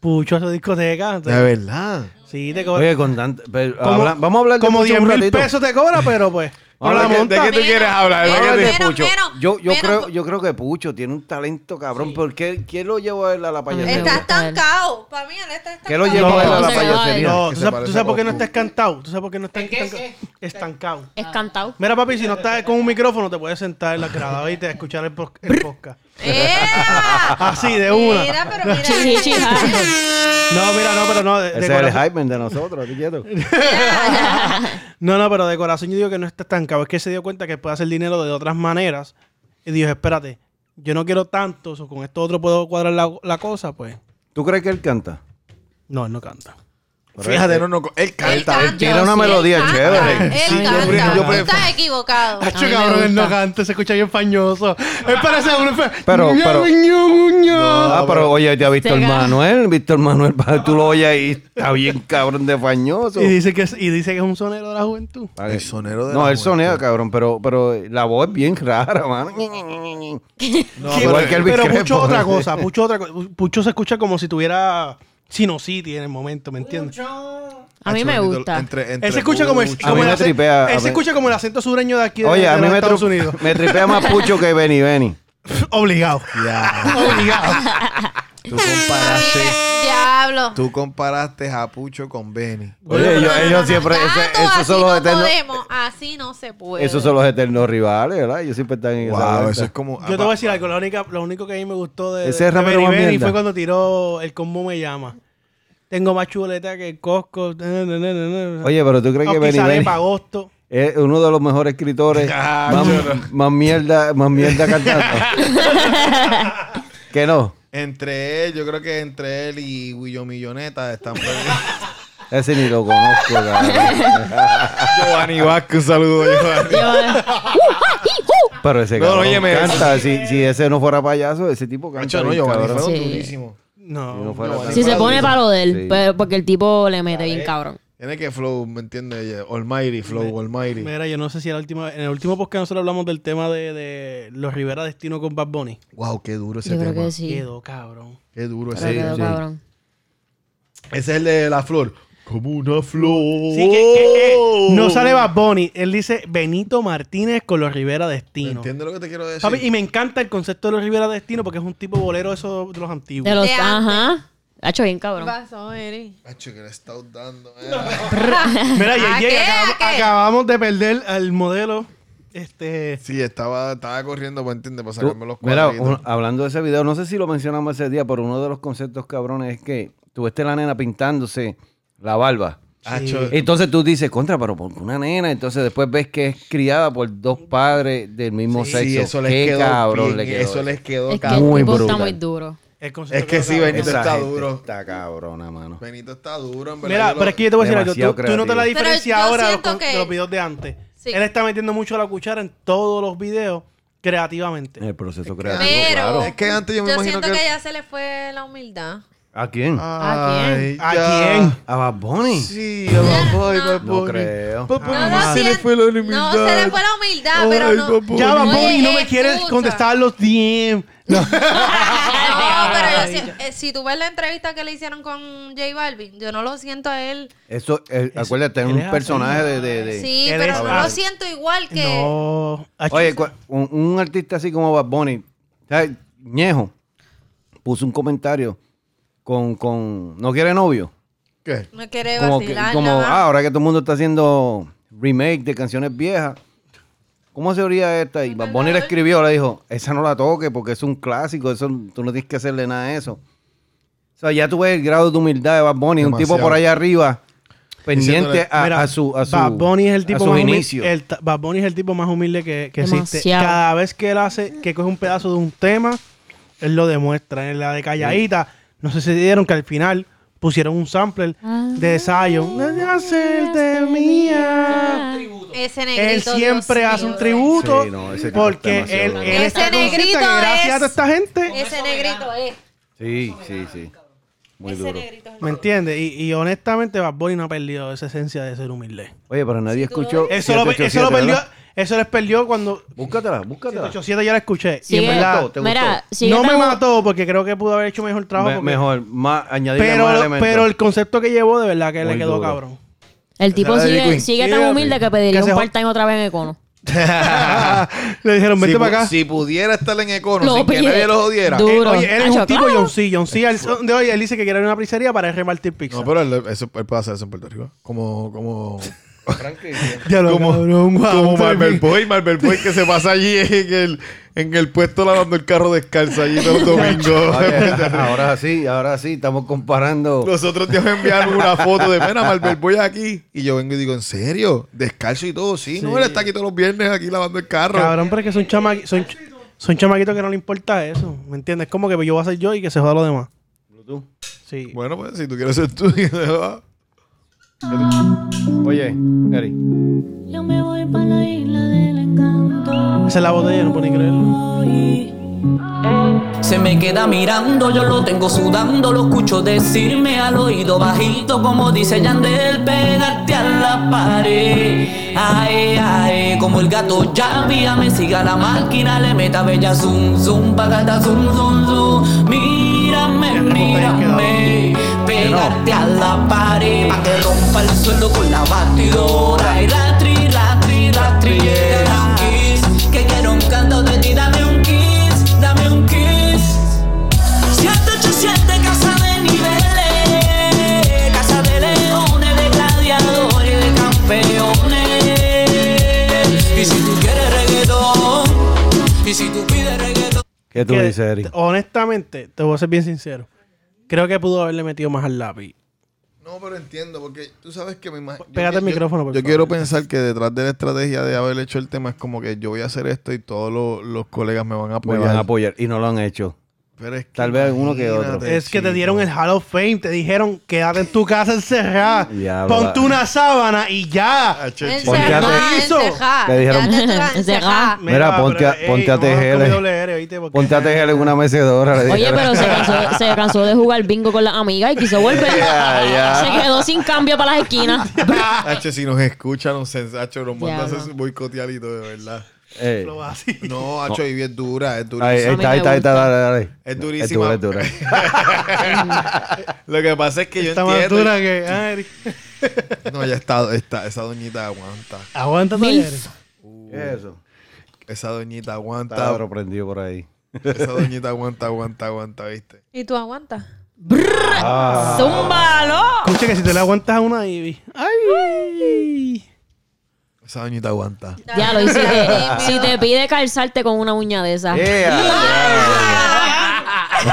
Speaker 6: Pucho hace discoteca.
Speaker 2: De verdad.
Speaker 6: Sí, te cobra.
Speaker 5: Oye, con tanto. pero
Speaker 6: Como-
Speaker 5: habla- vamos a hablar de
Speaker 6: como
Speaker 5: Pucho
Speaker 6: 10
Speaker 5: un
Speaker 6: mil
Speaker 5: ratito.
Speaker 6: pesos te cobra, pero pues. no
Speaker 5: Habla
Speaker 6: la
Speaker 5: de- de
Speaker 6: monta.
Speaker 2: ¿Qué tú quieres hablar?
Speaker 3: Menos,
Speaker 2: Habla de
Speaker 3: menos,
Speaker 2: Pucho.
Speaker 3: menos,
Speaker 5: Yo, yo,
Speaker 3: menos,
Speaker 5: creo,
Speaker 3: pu-
Speaker 5: yo creo que Pucho tiene un talento cabrón. ¿Por qué, ¿Quién lo llevó a él a la
Speaker 4: Me
Speaker 3: Está
Speaker 5: payasería?
Speaker 4: gusta él.
Speaker 3: estancado. Para mí, él está estancado.
Speaker 5: ¿Qué lo llevó a él a la
Speaker 4: No, se va,
Speaker 5: payasería?
Speaker 4: eh.
Speaker 6: No,
Speaker 2: que se
Speaker 6: ¿tú sabes, tú
Speaker 2: parece
Speaker 6: sabes por qué no
Speaker 2: a Goku.
Speaker 6: estás cantado? ¿Tú sabes por qué no estás
Speaker 1: ¿En qué,
Speaker 6: estancado? Estancado.
Speaker 4: Es cantado.
Speaker 6: Mira, papi, si no estás con un micrófono, te puedes sentar en la grada y te escuchar el, pos- el podcast.
Speaker 3: ¡Ea!
Speaker 6: Así, de una.
Speaker 3: Mira, pero mira.
Speaker 4: Chi, chi, chi, ja.
Speaker 6: No, mira, no, pero no. De, de
Speaker 5: Ese es el
Speaker 6: corazón-
Speaker 5: hype de nosotros, ¿te quieto?
Speaker 6: No, no, pero de corazón yo digo que no está estancado. Es que se dio cuenta que puede hacer dinero de otras maneras. Y dijo, espérate, yo no quiero tanto, o con esto otro puedo cuadrar la, la cosa, pues.
Speaker 5: ¿Tú crees que él canta?
Speaker 6: No, él no canta.
Speaker 2: Fíjate, no, no. este, Él
Speaker 3: Él
Speaker 2: canta.
Speaker 3: canta.
Speaker 5: tira una melodía
Speaker 3: Él canta,
Speaker 5: chévere.
Speaker 3: Él
Speaker 2: Sí, yo
Speaker 3: canta.
Speaker 2: creo- yo
Speaker 3: Tú
Speaker 2: creo-
Speaker 3: estás equivocado.
Speaker 6: Ah,
Speaker 4: A mí me cabrón, él no gusta.
Speaker 6: canta, se escucha bien fañoso. Él parece un...
Speaker 5: Pero- pero-
Speaker 2: No,
Speaker 5: Ah, pero
Speaker 2: pero-
Speaker 5: oye, te ha visto el
Speaker 4: Sega.
Speaker 5: Manuel. Víctor Manuel, pa- tú lo oyes y está bien cabrón de fañoso.
Speaker 6: Y dice, que, es- y dice que es un sonero de la juventud.
Speaker 5: Ah, que-
Speaker 2: El sonero de
Speaker 5: No,
Speaker 2: la
Speaker 5: el
Speaker 2: juventud.
Speaker 5: sonero, cabrón, pero, pero la voz es bien rara, mano.
Speaker 2: No,
Speaker 6: Sí,
Speaker 5: igual
Speaker 2: pero-
Speaker 5: que el
Speaker 6: pero
Speaker 5: Biscrepo.
Speaker 6: Pucho otra cosa, Pucho otra cosa. Pucho se escucha como si tuviera Sinocity en el momento, ¿me entiendes? Ah,
Speaker 4: A mí me
Speaker 2: Hacho,
Speaker 4: gusta.
Speaker 2: entre- entre
Speaker 6: Él se escucha como, el,
Speaker 2: Pucho.
Speaker 5: A
Speaker 6: como
Speaker 5: mí
Speaker 6: el
Speaker 5: me
Speaker 6: acento-
Speaker 5: tripea, a
Speaker 6: él se
Speaker 5: mí-
Speaker 6: escucha como el acento sureño de aquí de,
Speaker 5: Oye,
Speaker 6: de
Speaker 5: a mí
Speaker 6: los
Speaker 5: me,
Speaker 6: Estados
Speaker 5: tru-
Speaker 6: Unidos.
Speaker 5: me tripea más Pucho que Benny Benny.
Speaker 6: Obligado.
Speaker 2: Ya.
Speaker 6: Obligado.
Speaker 2: Tú comparaste,
Speaker 3: Diablo.
Speaker 2: tú comparaste a Pucho con Benny.
Speaker 5: Oye,
Speaker 3: No,
Speaker 5: ellos,
Speaker 3: no, no,
Speaker 5: ellos
Speaker 3: no,
Speaker 5: siempre.
Speaker 3: gato,
Speaker 5: ese-
Speaker 3: así
Speaker 5: esos, son los
Speaker 3: no
Speaker 5: eternos,
Speaker 3: podemos, Así no se puede.
Speaker 5: esos son los eternos rivales, ¿verdad? Ellos siempre están en esa.
Speaker 2: Wow,
Speaker 5: vuelta.
Speaker 2: eso es como.
Speaker 6: Yo te voy a decir algo, la única, lo único que a mí me gustó de,
Speaker 5: Ese es
Speaker 6: de
Speaker 5: Ramiro
Speaker 6: Benny
Speaker 5: más
Speaker 6: Benny
Speaker 5: mierda.
Speaker 6: fue cuando tiró el combo me llama. Tengo más chuleta que el Costco. na, na, na, na, na.
Speaker 5: Oye, pero tú crees que
Speaker 6: Aunque
Speaker 5: Benny
Speaker 6: sale
Speaker 5: Benny
Speaker 6: pa' agosto.
Speaker 5: es uno de los mejores escritores. más, más mierda, más mierda cantando. que no.
Speaker 2: Entre él, yo creo que entre él y Guillo Milloneta están perdidos.
Speaker 5: Ese ni lo conozco, cabrón.
Speaker 2: Giovanni Vázquez, un saludo, Giovanni.
Speaker 5: Pero ese
Speaker 2: No,
Speaker 5: cabrón
Speaker 2: óyeme,
Speaker 5: canta. Si, si ese no fuera payaso, ese tipo canta.
Speaker 2: Macho, no,
Speaker 5: bien,
Speaker 2: Giovanni
Speaker 5: cabrón.
Speaker 2: fueron
Speaker 4: Sí.
Speaker 2: durísimo.
Speaker 6: No.
Speaker 5: Si no fuera
Speaker 2: Giovanni.
Speaker 4: Si se pone para lo de él,
Speaker 5: Sí.
Speaker 4: pero- porque el tipo le mete bien cabrón.
Speaker 2: Tiene que flow, ¿me entiendes? Almighty, flow, almighty.
Speaker 6: Mira, yo no sé si era la última En el último podcast nosotros hablamos del tema de, de los Rivera Destino con Bad Bunny.
Speaker 2: Wow, qué duro ese
Speaker 4: Yo creo
Speaker 2: tema.
Speaker 4: que sí.
Speaker 6: Quedó, pues, cabrón.
Speaker 2: Qué duro
Speaker 4: Pero
Speaker 2: ese
Speaker 4: quedó
Speaker 2: tema.
Speaker 4: cabrón.
Speaker 2: Ese es el de la flor. Como una flor.
Speaker 6: Sí, que, que- eh,
Speaker 2: Oh.
Speaker 6: no sale Bad Bunny. Él dice Benito Martínez con los Rivera Destino.
Speaker 2: ¿Entiendes lo que te quiero decir?
Speaker 6: Papi, y me encanta el concepto de los Rivera Destino porque es un tipo bolero eso de los antiguos.
Speaker 4: De los.
Speaker 3: De antes.
Speaker 4: Ajá. Ha hecho bien cabrón.
Speaker 3: pasó, Eri?
Speaker 2: Macho, que le estás dando. eh.
Speaker 6: Mira,
Speaker 3: ¿A Ah,
Speaker 6: Yeye,
Speaker 3: qué?
Speaker 6: acabamos,
Speaker 3: ¿A qué?
Speaker 6: acabamos de perder al modelo. Este.
Speaker 2: Sí, estaba, estaba corriendo, ¿me entiendes? Para
Speaker 5: Tú-
Speaker 2: sacarme los
Speaker 5: mira,
Speaker 2: cuadritos.
Speaker 5: un- hablando de ese video, no sé si lo mencionamos ese día, pero uno de los conceptos cabrones es que tuviste la nena pintándose la barba.
Speaker 2: Hacho,
Speaker 5: Entonces tú dices, contra, pero ¿por qué una nena? Entonces después ves que es criada por dos padres del mismo
Speaker 2: Sí,
Speaker 5: sexo.
Speaker 2: eso les
Speaker 5: Qué
Speaker 2: quedó
Speaker 5: cabrón
Speaker 2: bien,
Speaker 5: le quedó
Speaker 2: Eso
Speaker 5: eso.
Speaker 2: les quedó
Speaker 4: Es que
Speaker 2: cabrón.
Speaker 4: el
Speaker 5: Muy
Speaker 4: tipo está
Speaker 5: brutal.
Speaker 4: muy duro.
Speaker 6: el concepto
Speaker 2: Es que
Speaker 6: quedó
Speaker 2: sí,
Speaker 6: cabrón.
Speaker 2: Benito
Speaker 5: Esa
Speaker 2: está
Speaker 5: gente
Speaker 2: duro.
Speaker 5: Está cabrona, mano.
Speaker 2: Benito está duro, en verdad.
Speaker 6: Mira,
Speaker 2: yo lo-
Speaker 6: pero es que yo te voy a decir algo.
Speaker 5: Demasiado
Speaker 6: Tú, tú notas la
Speaker 5: creativo.
Speaker 3: Pero
Speaker 6: diferencia
Speaker 3: yo
Speaker 6: ahora de los,
Speaker 3: siento
Speaker 6: con-
Speaker 3: que-
Speaker 6: de los videos de antes.
Speaker 3: Sí.
Speaker 6: Él está metiendo mucho la cuchara en todos los videos creativamente.
Speaker 2: Eh,
Speaker 5: El proceso creativo,
Speaker 3: Pero.
Speaker 5: claro.
Speaker 2: Es que antes yo me
Speaker 3: yo
Speaker 2: imagino
Speaker 3: siento
Speaker 2: que-
Speaker 3: que... ya se le fue la humildad.
Speaker 5: ¿A quién?
Speaker 4: ¿A quién?
Speaker 6: ¿A
Speaker 2: ya.
Speaker 6: quién?
Speaker 5: ¿A Bad Bunny?
Speaker 2: Ah. Sí, a Bad Bunny,
Speaker 3: No.
Speaker 2: Bad
Speaker 5: No
Speaker 2: Bunny.
Speaker 5: creo.
Speaker 2: Bad Bunny,
Speaker 3: No,
Speaker 6: Ah,
Speaker 3: no,
Speaker 2: se le
Speaker 3: sien-
Speaker 2: fue la
Speaker 3: No,
Speaker 2: humildad.
Speaker 3: se le fue la humildad, pero
Speaker 2: Ay,
Speaker 3: no.
Speaker 2: Bad Bunny.
Speaker 6: Ya, Bad
Speaker 3: Oye,
Speaker 6: Bunny no me quiere
Speaker 3: escucha.
Speaker 6: contestar los DM. No. Ah,
Speaker 3: No, pero yo si, eh, si tú ves la entrevista que le hicieron con J Balvin, yo no lo siento a él.
Speaker 5: Eso, eh, acuérdate, es
Speaker 6: él es
Speaker 5: un
Speaker 6: así.
Speaker 5: personaje de... de- de-
Speaker 3: Sí,
Speaker 6: Él
Speaker 3: pero
Speaker 6: es-
Speaker 3: no
Speaker 6: ah,
Speaker 3: lo siento igual que.
Speaker 6: No.
Speaker 5: Oye, cua- un, un artista así como Bad Bunny, ¿sabes? Ñejo, puso un comentario con, con ¿No quiere novio?
Speaker 2: ¿Qué?
Speaker 3: Me quiere
Speaker 5: Como, que-
Speaker 3: vacilar.
Speaker 5: como,
Speaker 3: nada más.
Speaker 5: ah, ahora que todo el mundo está haciendo remake de canciones viejas, ¿cómo se oría esta? Y Bad Bunny le escribió, le dijo, esa no la toque porque es un clásico, eso tú no tienes que hacerle nada a eso. O sea, ya tú ves el grado de humildad de Bad Bunny, un tipo
Speaker 2: Demasiado.
Speaker 5: por allá arriba, pendiente
Speaker 2: Diciéndole,
Speaker 5: a,
Speaker 6: Mira,
Speaker 5: a su, a su,
Speaker 6: Bad Bunny es el
Speaker 5: a
Speaker 6: tipo
Speaker 5: su
Speaker 6: más humilde,
Speaker 5: inicio.
Speaker 6: el ta- Bad Bunny es el tipo más humilde que, que existe.
Speaker 4: Demasiado.
Speaker 6: Cada vez que él hace, que coge un pedazo de un tema, él lo demuestra. En la de Calladita, no sé si dieron que al final pusieron un sampler
Speaker 3: Ah.
Speaker 6: de Zion. De hacerte mía.
Speaker 3: Ese
Speaker 6: Él
Speaker 3: negrito.
Speaker 6: siempre
Speaker 3: Dios
Speaker 6: hace un
Speaker 3: mío.
Speaker 6: tributo
Speaker 5: Sí, no, ese tipo
Speaker 6: porque
Speaker 5: está
Speaker 6: él,
Speaker 5: demasiado
Speaker 6: él está
Speaker 3: Ese
Speaker 6: consciente que
Speaker 3: eh, negrito
Speaker 6: gracias
Speaker 3: es-
Speaker 6: a toda esta gente
Speaker 3: Ese negrito es.
Speaker 5: Sí, sí, sí. Muy
Speaker 3: Ese
Speaker 5: duro.
Speaker 3: negrito es el
Speaker 6: ¿Me
Speaker 3: duro.
Speaker 6: entiendes? Y, y honestamente, Bad Bunny no ha perdido esa esencia de ser humilde.
Speaker 5: Oye, pero nadie
Speaker 3: Si tú lo
Speaker 5: escuchó.
Speaker 3: dices-
Speaker 6: Eso, lo,
Speaker 5: 787,
Speaker 6: eso lo perdió.
Speaker 5: ¿verdad?
Speaker 6: Eso les perdió cuando.
Speaker 5: Búscatela, búscatela.
Speaker 6: 787 ya la escuché. y
Speaker 4: Sigue-
Speaker 6: en verdad.
Speaker 5: ¿Te gustó?
Speaker 4: Mira, sigue
Speaker 6: no me
Speaker 4: tan-
Speaker 6: mató porque creo que pudo haber hecho mejor trabajo.
Speaker 5: Me-
Speaker 6: porque-
Speaker 5: mejor, más, añadirle más
Speaker 6: Pero,
Speaker 5: elementos.
Speaker 6: pero el concepto que llevó, de verdad que le
Speaker 5: Muy
Speaker 6: quedó
Speaker 5: duro.
Speaker 6: cabrón.
Speaker 4: El tipo
Speaker 2: Esa es la Dairy
Speaker 4: sigue,
Speaker 2: Queen.
Speaker 4: sigue
Speaker 6: Sí,
Speaker 4: tan humilde que
Speaker 6: que
Speaker 4: pediría
Speaker 6: se
Speaker 4: un
Speaker 6: jo-
Speaker 4: part-time otra vez en Econo.
Speaker 6: le dijeron, vente
Speaker 2: si,
Speaker 6: para
Speaker 2: pu-
Speaker 6: acá.
Speaker 2: si pudiera estar en Econo
Speaker 4: Lo
Speaker 2: sin que
Speaker 4: pide.
Speaker 2: nadie lo jodiera.
Speaker 4: Du-
Speaker 6: Eh,
Speaker 4: Duro.
Speaker 6: oye, él es
Speaker 4: Hacho,
Speaker 6: un tipo
Speaker 4: claro.
Speaker 6: John C. John C. al son de hoy, él dice que quiere abrir una pizzería para repartir pizza.
Speaker 2: No, pero él, eso, él puede hacer eso en Puerto Rico. Como, como,
Speaker 6: Ya lo
Speaker 2: como,
Speaker 6: cabrón, wow,
Speaker 2: como
Speaker 6: estoy
Speaker 2: Marvel
Speaker 6: bien.
Speaker 2: Boy, Marvel Boy que se pasa allí en el, en el puesto lavando el carro descalzo allí los domingos.
Speaker 5: Oye, ahora sí, ahora sí, estamos comparando.
Speaker 2: Los otros días me enviaron una foto de, mira, Marvel Boy aquí. Y yo vengo y digo, ¿en serio? Descalzo y todo. Sí, no, él está aquí todos los viernes aquí lavando el carro.
Speaker 6: Cabrón, pero es que son chamaquitos. Son, ch- son chamaquitos que no le importa eso. ¿Me entiendes? Como que yo voy a ser yo y que se joda lo demás. Sí.
Speaker 2: Bueno, pues si tú quieres ser tú, y se va.
Speaker 5: Oye, Gary.
Speaker 7: Yo me voy para la isla del encanto.
Speaker 6: Esa es la botella, no puedo ni creerlo.
Speaker 7: hoy. Se me queda mirando, yo lo tengo sudando, lo escucho decirme al oído bajito, como dice Yandel, pegarte a la pared. Ay, ay, como el gato llavia me siga la máquina, le meta bella zum, zum, pagata zum, zum, zum. Mírame, mírame, pegarte a la pared, pa' que rompa el suelo con la batidora. Y la tri, la tri, la tri, llega un kiss, que quiero un canto de ti, dame un kiss, dame un kiss. 787 Casa de Niveles, Casa de Leones, de Gladiadores, de Campeones. Y si tú quieres reggaetón, y si tú pides reggaetón.
Speaker 5: ¿Qué tú
Speaker 6: Que,
Speaker 5: dices, Eric?
Speaker 6: honestamente, te voy a ser bien sincero. Creo que pudo haberle metido más al lápiz.
Speaker 2: No, pero entiendo, porque tú sabes que me imagino.
Speaker 6: Pégate el micrófono, por
Speaker 2: Yo
Speaker 6: favor.
Speaker 2: quiero pensar que detrás de la estrategia de haber hecho el tema es como que yo voy a hacer esto y todos los, los colegas me van a
Speaker 5: Me
Speaker 2: apoyar.
Speaker 5: van a apoyar y no lo han hecho.
Speaker 2: Pero es que
Speaker 5: Tal vez alguno que otro.
Speaker 2: imagínate,
Speaker 6: Es que te
Speaker 2: chico.
Speaker 6: dieron el Hall of Fame, te dijeron quédate en tu casa encerrada,
Speaker 5: Diablo,
Speaker 6: ponte
Speaker 5: la-
Speaker 6: una sábana y ya.
Speaker 2: Ah, che, chico.
Speaker 5: Ponte a-
Speaker 3: Encerrá,
Speaker 6: ¿Qué hizo?
Speaker 3: encerrá.
Speaker 5: Le dijeron-
Speaker 3: Ya te toca encerrá.
Speaker 6: Mira, pero,
Speaker 5: ponte a-
Speaker 6: ey,
Speaker 5: ponte a
Speaker 6: no, no,
Speaker 5: tejer,
Speaker 6: come
Speaker 5: eh.
Speaker 6: doble R, ¿oíste? Porque-
Speaker 5: Ponte a tejer en una mecedora. le
Speaker 4: Oye,
Speaker 5: dijeron.
Speaker 4: pero se cansó, se cansó de jugar bingo con las amigas y quiso volver.
Speaker 5: Ya, ya.
Speaker 4: Se quedó sin cambio para las esquinas.
Speaker 2: Hacho, si nos escuchan, nos, hacho, nos mandas
Speaker 4: Diablo.
Speaker 2: a boicotear y todo, de verdad.
Speaker 5: Eh,
Speaker 6: Lo va así.
Speaker 2: No, Hacho, ahí es dura, es
Speaker 5: ahí, ahí
Speaker 2: durísima.
Speaker 5: está, ahí está, ahí está, dale, dale.
Speaker 2: Es
Speaker 5: dura,
Speaker 2: durísima.
Speaker 5: es dura.
Speaker 2: Lo que pasa es que yo
Speaker 6: Está más
Speaker 2: entiendo.
Speaker 6: dura que. ah, Eric.
Speaker 2: No, ya está, está, esa doñita aguanta.
Speaker 6: Aguanta todavía, Eric.
Speaker 5: ¿Qué es eso?
Speaker 2: Esa doñita
Speaker 5: Está
Speaker 2: aguanta.
Speaker 5: otro prendido por ahí.
Speaker 2: Esa doñita aguanta, aguanta, aguanta, ¿viste?
Speaker 3: Y tú aguantas.
Speaker 4: ¡Zúmbalo!
Speaker 6: Escucha que si te la aguantas a una Ivy. ¡Ay!
Speaker 2: Esa doñita aguanta.
Speaker 4: Ya lo hiciste. Si te pide calzarte con una uña de esas.
Speaker 2: Eh,
Speaker 5: Eh,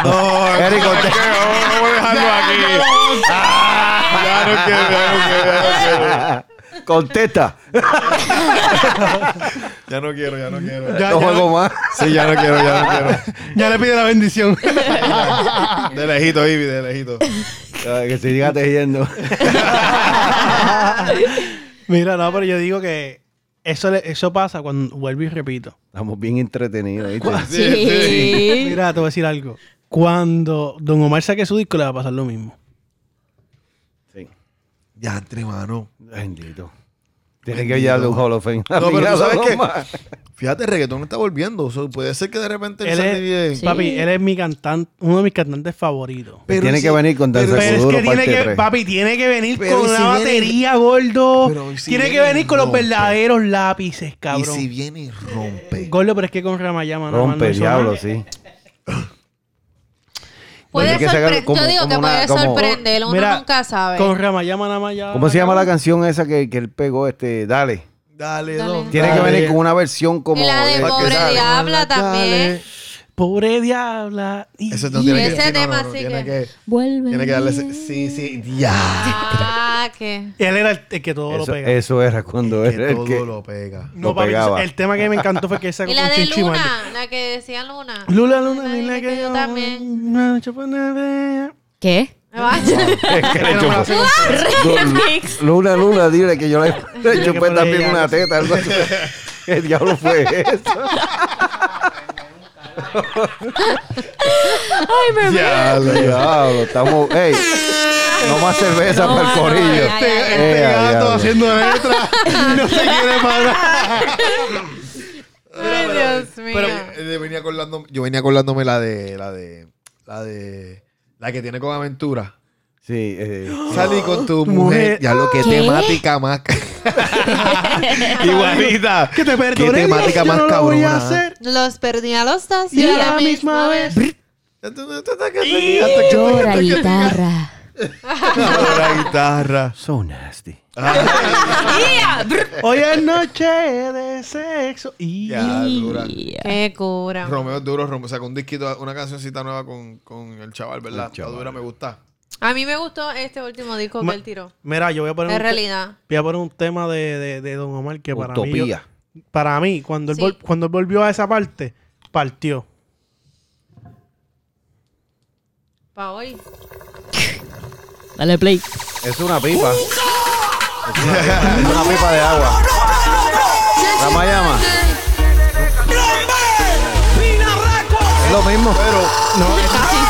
Speaker 2: No,
Speaker 5: Eric,
Speaker 2: no,
Speaker 5: conté-
Speaker 2: es que vamos a dejarlo aquí. Ya no quiero, ya no quiero, ya no quiero.
Speaker 5: Contesta.
Speaker 2: Ya no quiero, ya no quiero.
Speaker 6: Ya,
Speaker 5: No
Speaker 6: ya,
Speaker 5: juego más.
Speaker 2: Sí, ya no quiero, ya
Speaker 6: ya le pide la bendición.
Speaker 2: no quiero. De lejito, Ivy, de lejito.
Speaker 5: Ay, Que siga tejiendo.
Speaker 6: Mira, no, pero yo digo que eso, le- eso pasa cuando vuelvo y repito.
Speaker 5: Estamos bien entretenidos, ¿viste?
Speaker 4: Sí.
Speaker 6: Mira, te voy a decir algo. Cuando Don Omar saque su disco, le va a pasar lo mismo.
Speaker 5: Sí.
Speaker 2: Ya, entre mano.
Speaker 5: Bendito. Tiene que hallarle un Hall of Fame.
Speaker 2: No, pero
Speaker 5: Mira,
Speaker 2: tú sabes
Speaker 5: no
Speaker 2: que-
Speaker 5: más.
Speaker 2: Fíjate, el reggaetón está volviendo. O sea, puede ser que de repente él
Speaker 6: Él
Speaker 2: se
Speaker 6: es-
Speaker 2: divide.
Speaker 4: Sí.
Speaker 6: Papi, él es mi cantante, uno de mis cantantes favoritos.
Speaker 2: Pero
Speaker 5: tiene
Speaker 2: sí-
Speaker 5: que venir con Danza
Speaker 6: Pero es
Speaker 5: Kuduro,
Speaker 6: que tiene
Speaker 5: parte
Speaker 6: que,
Speaker 5: tres.
Speaker 6: papi, tiene que venir
Speaker 2: Pero
Speaker 6: con
Speaker 2: ¿y si
Speaker 6: la
Speaker 2: viene-
Speaker 6: batería, gordo.
Speaker 2: Pero ¿y si
Speaker 6: tiene que
Speaker 2: viene
Speaker 6: venir con los
Speaker 2: rompe?
Speaker 6: verdaderos lápices,
Speaker 2: Y
Speaker 6: cabrón.
Speaker 2: si viene y rompe.
Speaker 6: Gordo, pero es que con Ramayama nada más
Speaker 5: Rompe,
Speaker 6: no hizo
Speaker 5: diablo,
Speaker 6: nada.
Speaker 5: sí.
Speaker 3: Puede
Speaker 5: Tiene que sacar
Speaker 3: sorpre-
Speaker 5: como-
Speaker 3: Yo digo
Speaker 5: como
Speaker 3: que
Speaker 5: una-
Speaker 3: puede
Speaker 5: como-
Speaker 3: sorprender. Uno
Speaker 6: Mira,
Speaker 3: nunca sabe.
Speaker 6: Con Ramayama nada más ya.
Speaker 5: ¿Cómo se llama la canción esa que, que él pegó? Este, dale.
Speaker 2: Dale,
Speaker 3: Dale.
Speaker 2: don.
Speaker 5: Tiene que
Speaker 2: dale.
Speaker 5: venir con una versión como.
Speaker 3: Y la de
Speaker 5: para que
Speaker 3: Pobre
Speaker 5: salga.
Speaker 3: Diabla también.
Speaker 6: Pobre diabla. Y-
Speaker 2: Eso no
Speaker 6: y-
Speaker 2: tiene que
Speaker 3: Ese
Speaker 2: sí, no, no,
Speaker 3: tema
Speaker 2: no,
Speaker 3: sí
Speaker 2: tiene
Speaker 3: que-
Speaker 2: que.
Speaker 4: Vuelve.
Speaker 2: Tiene que darle. ese- Sí, sí, ya.
Speaker 3: Ah, que.
Speaker 6: Él era el, el que todo
Speaker 5: Eso,
Speaker 6: lo pega.
Speaker 5: eso era cuando
Speaker 2: Que
Speaker 5: era el
Speaker 2: todo
Speaker 5: que.
Speaker 2: lo pega.
Speaker 6: no,
Speaker 5: lo
Speaker 6: papi,
Speaker 5: pegaba.
Speaker 6: el tema que me encantó fue que esa
Speaker 3: Y la de Luna, la que decía Luna.
Speaker 6: Lula, Luna,
Speaker 3: Luna,
Speaker 6: dile que yo
Speaker 3: también.
Speaker 6: No, chupa nada.
Speaker 4: ¿Qué?
Speaker 5: Es que le
Speaker 6: no me la sé
Speaker 5: chupó. Lula, Luna, Luna, dile que yo le, le
Speaker 6: que
Speaker 5: chupé
Speaker 6: ponerle
Speaker 5: también
Speaker 6: ya.
Speaker 5: este, una teta. Algo así. El diablo fue eso.
Speaker 4: Ay, me
Speaker 2: Diablo, diablo.
Speaker 5: Diablo, estamos. ¡Ey! No más cerveza
Speaker 4: No,
Speaker 5: para el
Speaker 4: mano,
Speaker 5: corillo.
Speaker 4: ya, ya, ya.
Speaker 2: Este
Speaker 5: Eh, a
Speaker 2: gato
Speaker 5: diablo.
Speaker 2: haciendo letras no se quiere parar.
Speaker 3: Ay, Dios mío.
Speaker 2: Pero eh, venía acordando- yo venía acordándome la de la de la de la que tiene con aventura.
Speaker 5: Sí, eh,
Speaker 2: Salí con tu
Speaker 6: Tu
Speaker 2: mujer.
Speaker 6: mujer.
Speaker 2: Eh, Ya lo que
Speaker 4: ¿Qué?
Speaker 2: temática más. Igualita.
Speaker 6: Que te
Speaker 2: Qué
Speaker 6: perdone.
Speaker 2: temática
Speaker 6: Yo
Speaker 2: más
Speaker 6: no lo voy a
Speaker 5: ¿eh?
Speaker 2: cabrona.
Speaker 6: hacer.
Speaker 3: los perdí a los dos y
Speaker 6: Y
Speaker 3: a la misma vez.
Speaker 4: Llora guitarra.
Speaker 2: La guitarra.
Speaker 5: so nasty.
Speaker 6: Hoy es noche de sexo. Y...
Speaker 2: Ya, dura.
Speaker 4: Yeah.
Speaker 3: Qué cura.
Speaker 2: Romeo es duro, Romeo sacó un disquito, una cancioncita nueva con, con el chaval, ¿verdad?
Speaker 5: El chaval.
Speaker 2: Está dura, me gusta.
Speaker 3: A mí me gustó este último disco
Speaker 6: Ma-
Speaker 3: que él tiró.
Speaker 6: Mira, yo voy a poner,
Speaker 3: En
Speaker 6: un, te-
Speaker 3: realidad.
Speaker 6: voy a poner un tema de, de, de Don Omar que para mí.
Speaker 5: Utopía.
Speaker 6: yo- para mí, cuando él,
Speaker 3: Sí.
Speaker 6: vol- cuando él volvió a esa parte, partió.
Speaker 3: Pa' hoy.
Speaker 4: Dale play.
Speaker 5: Es una pipa. Es una pipa, es una pipa de agua. La Mayama. Es lo mismo.
Speaker 6: No, él,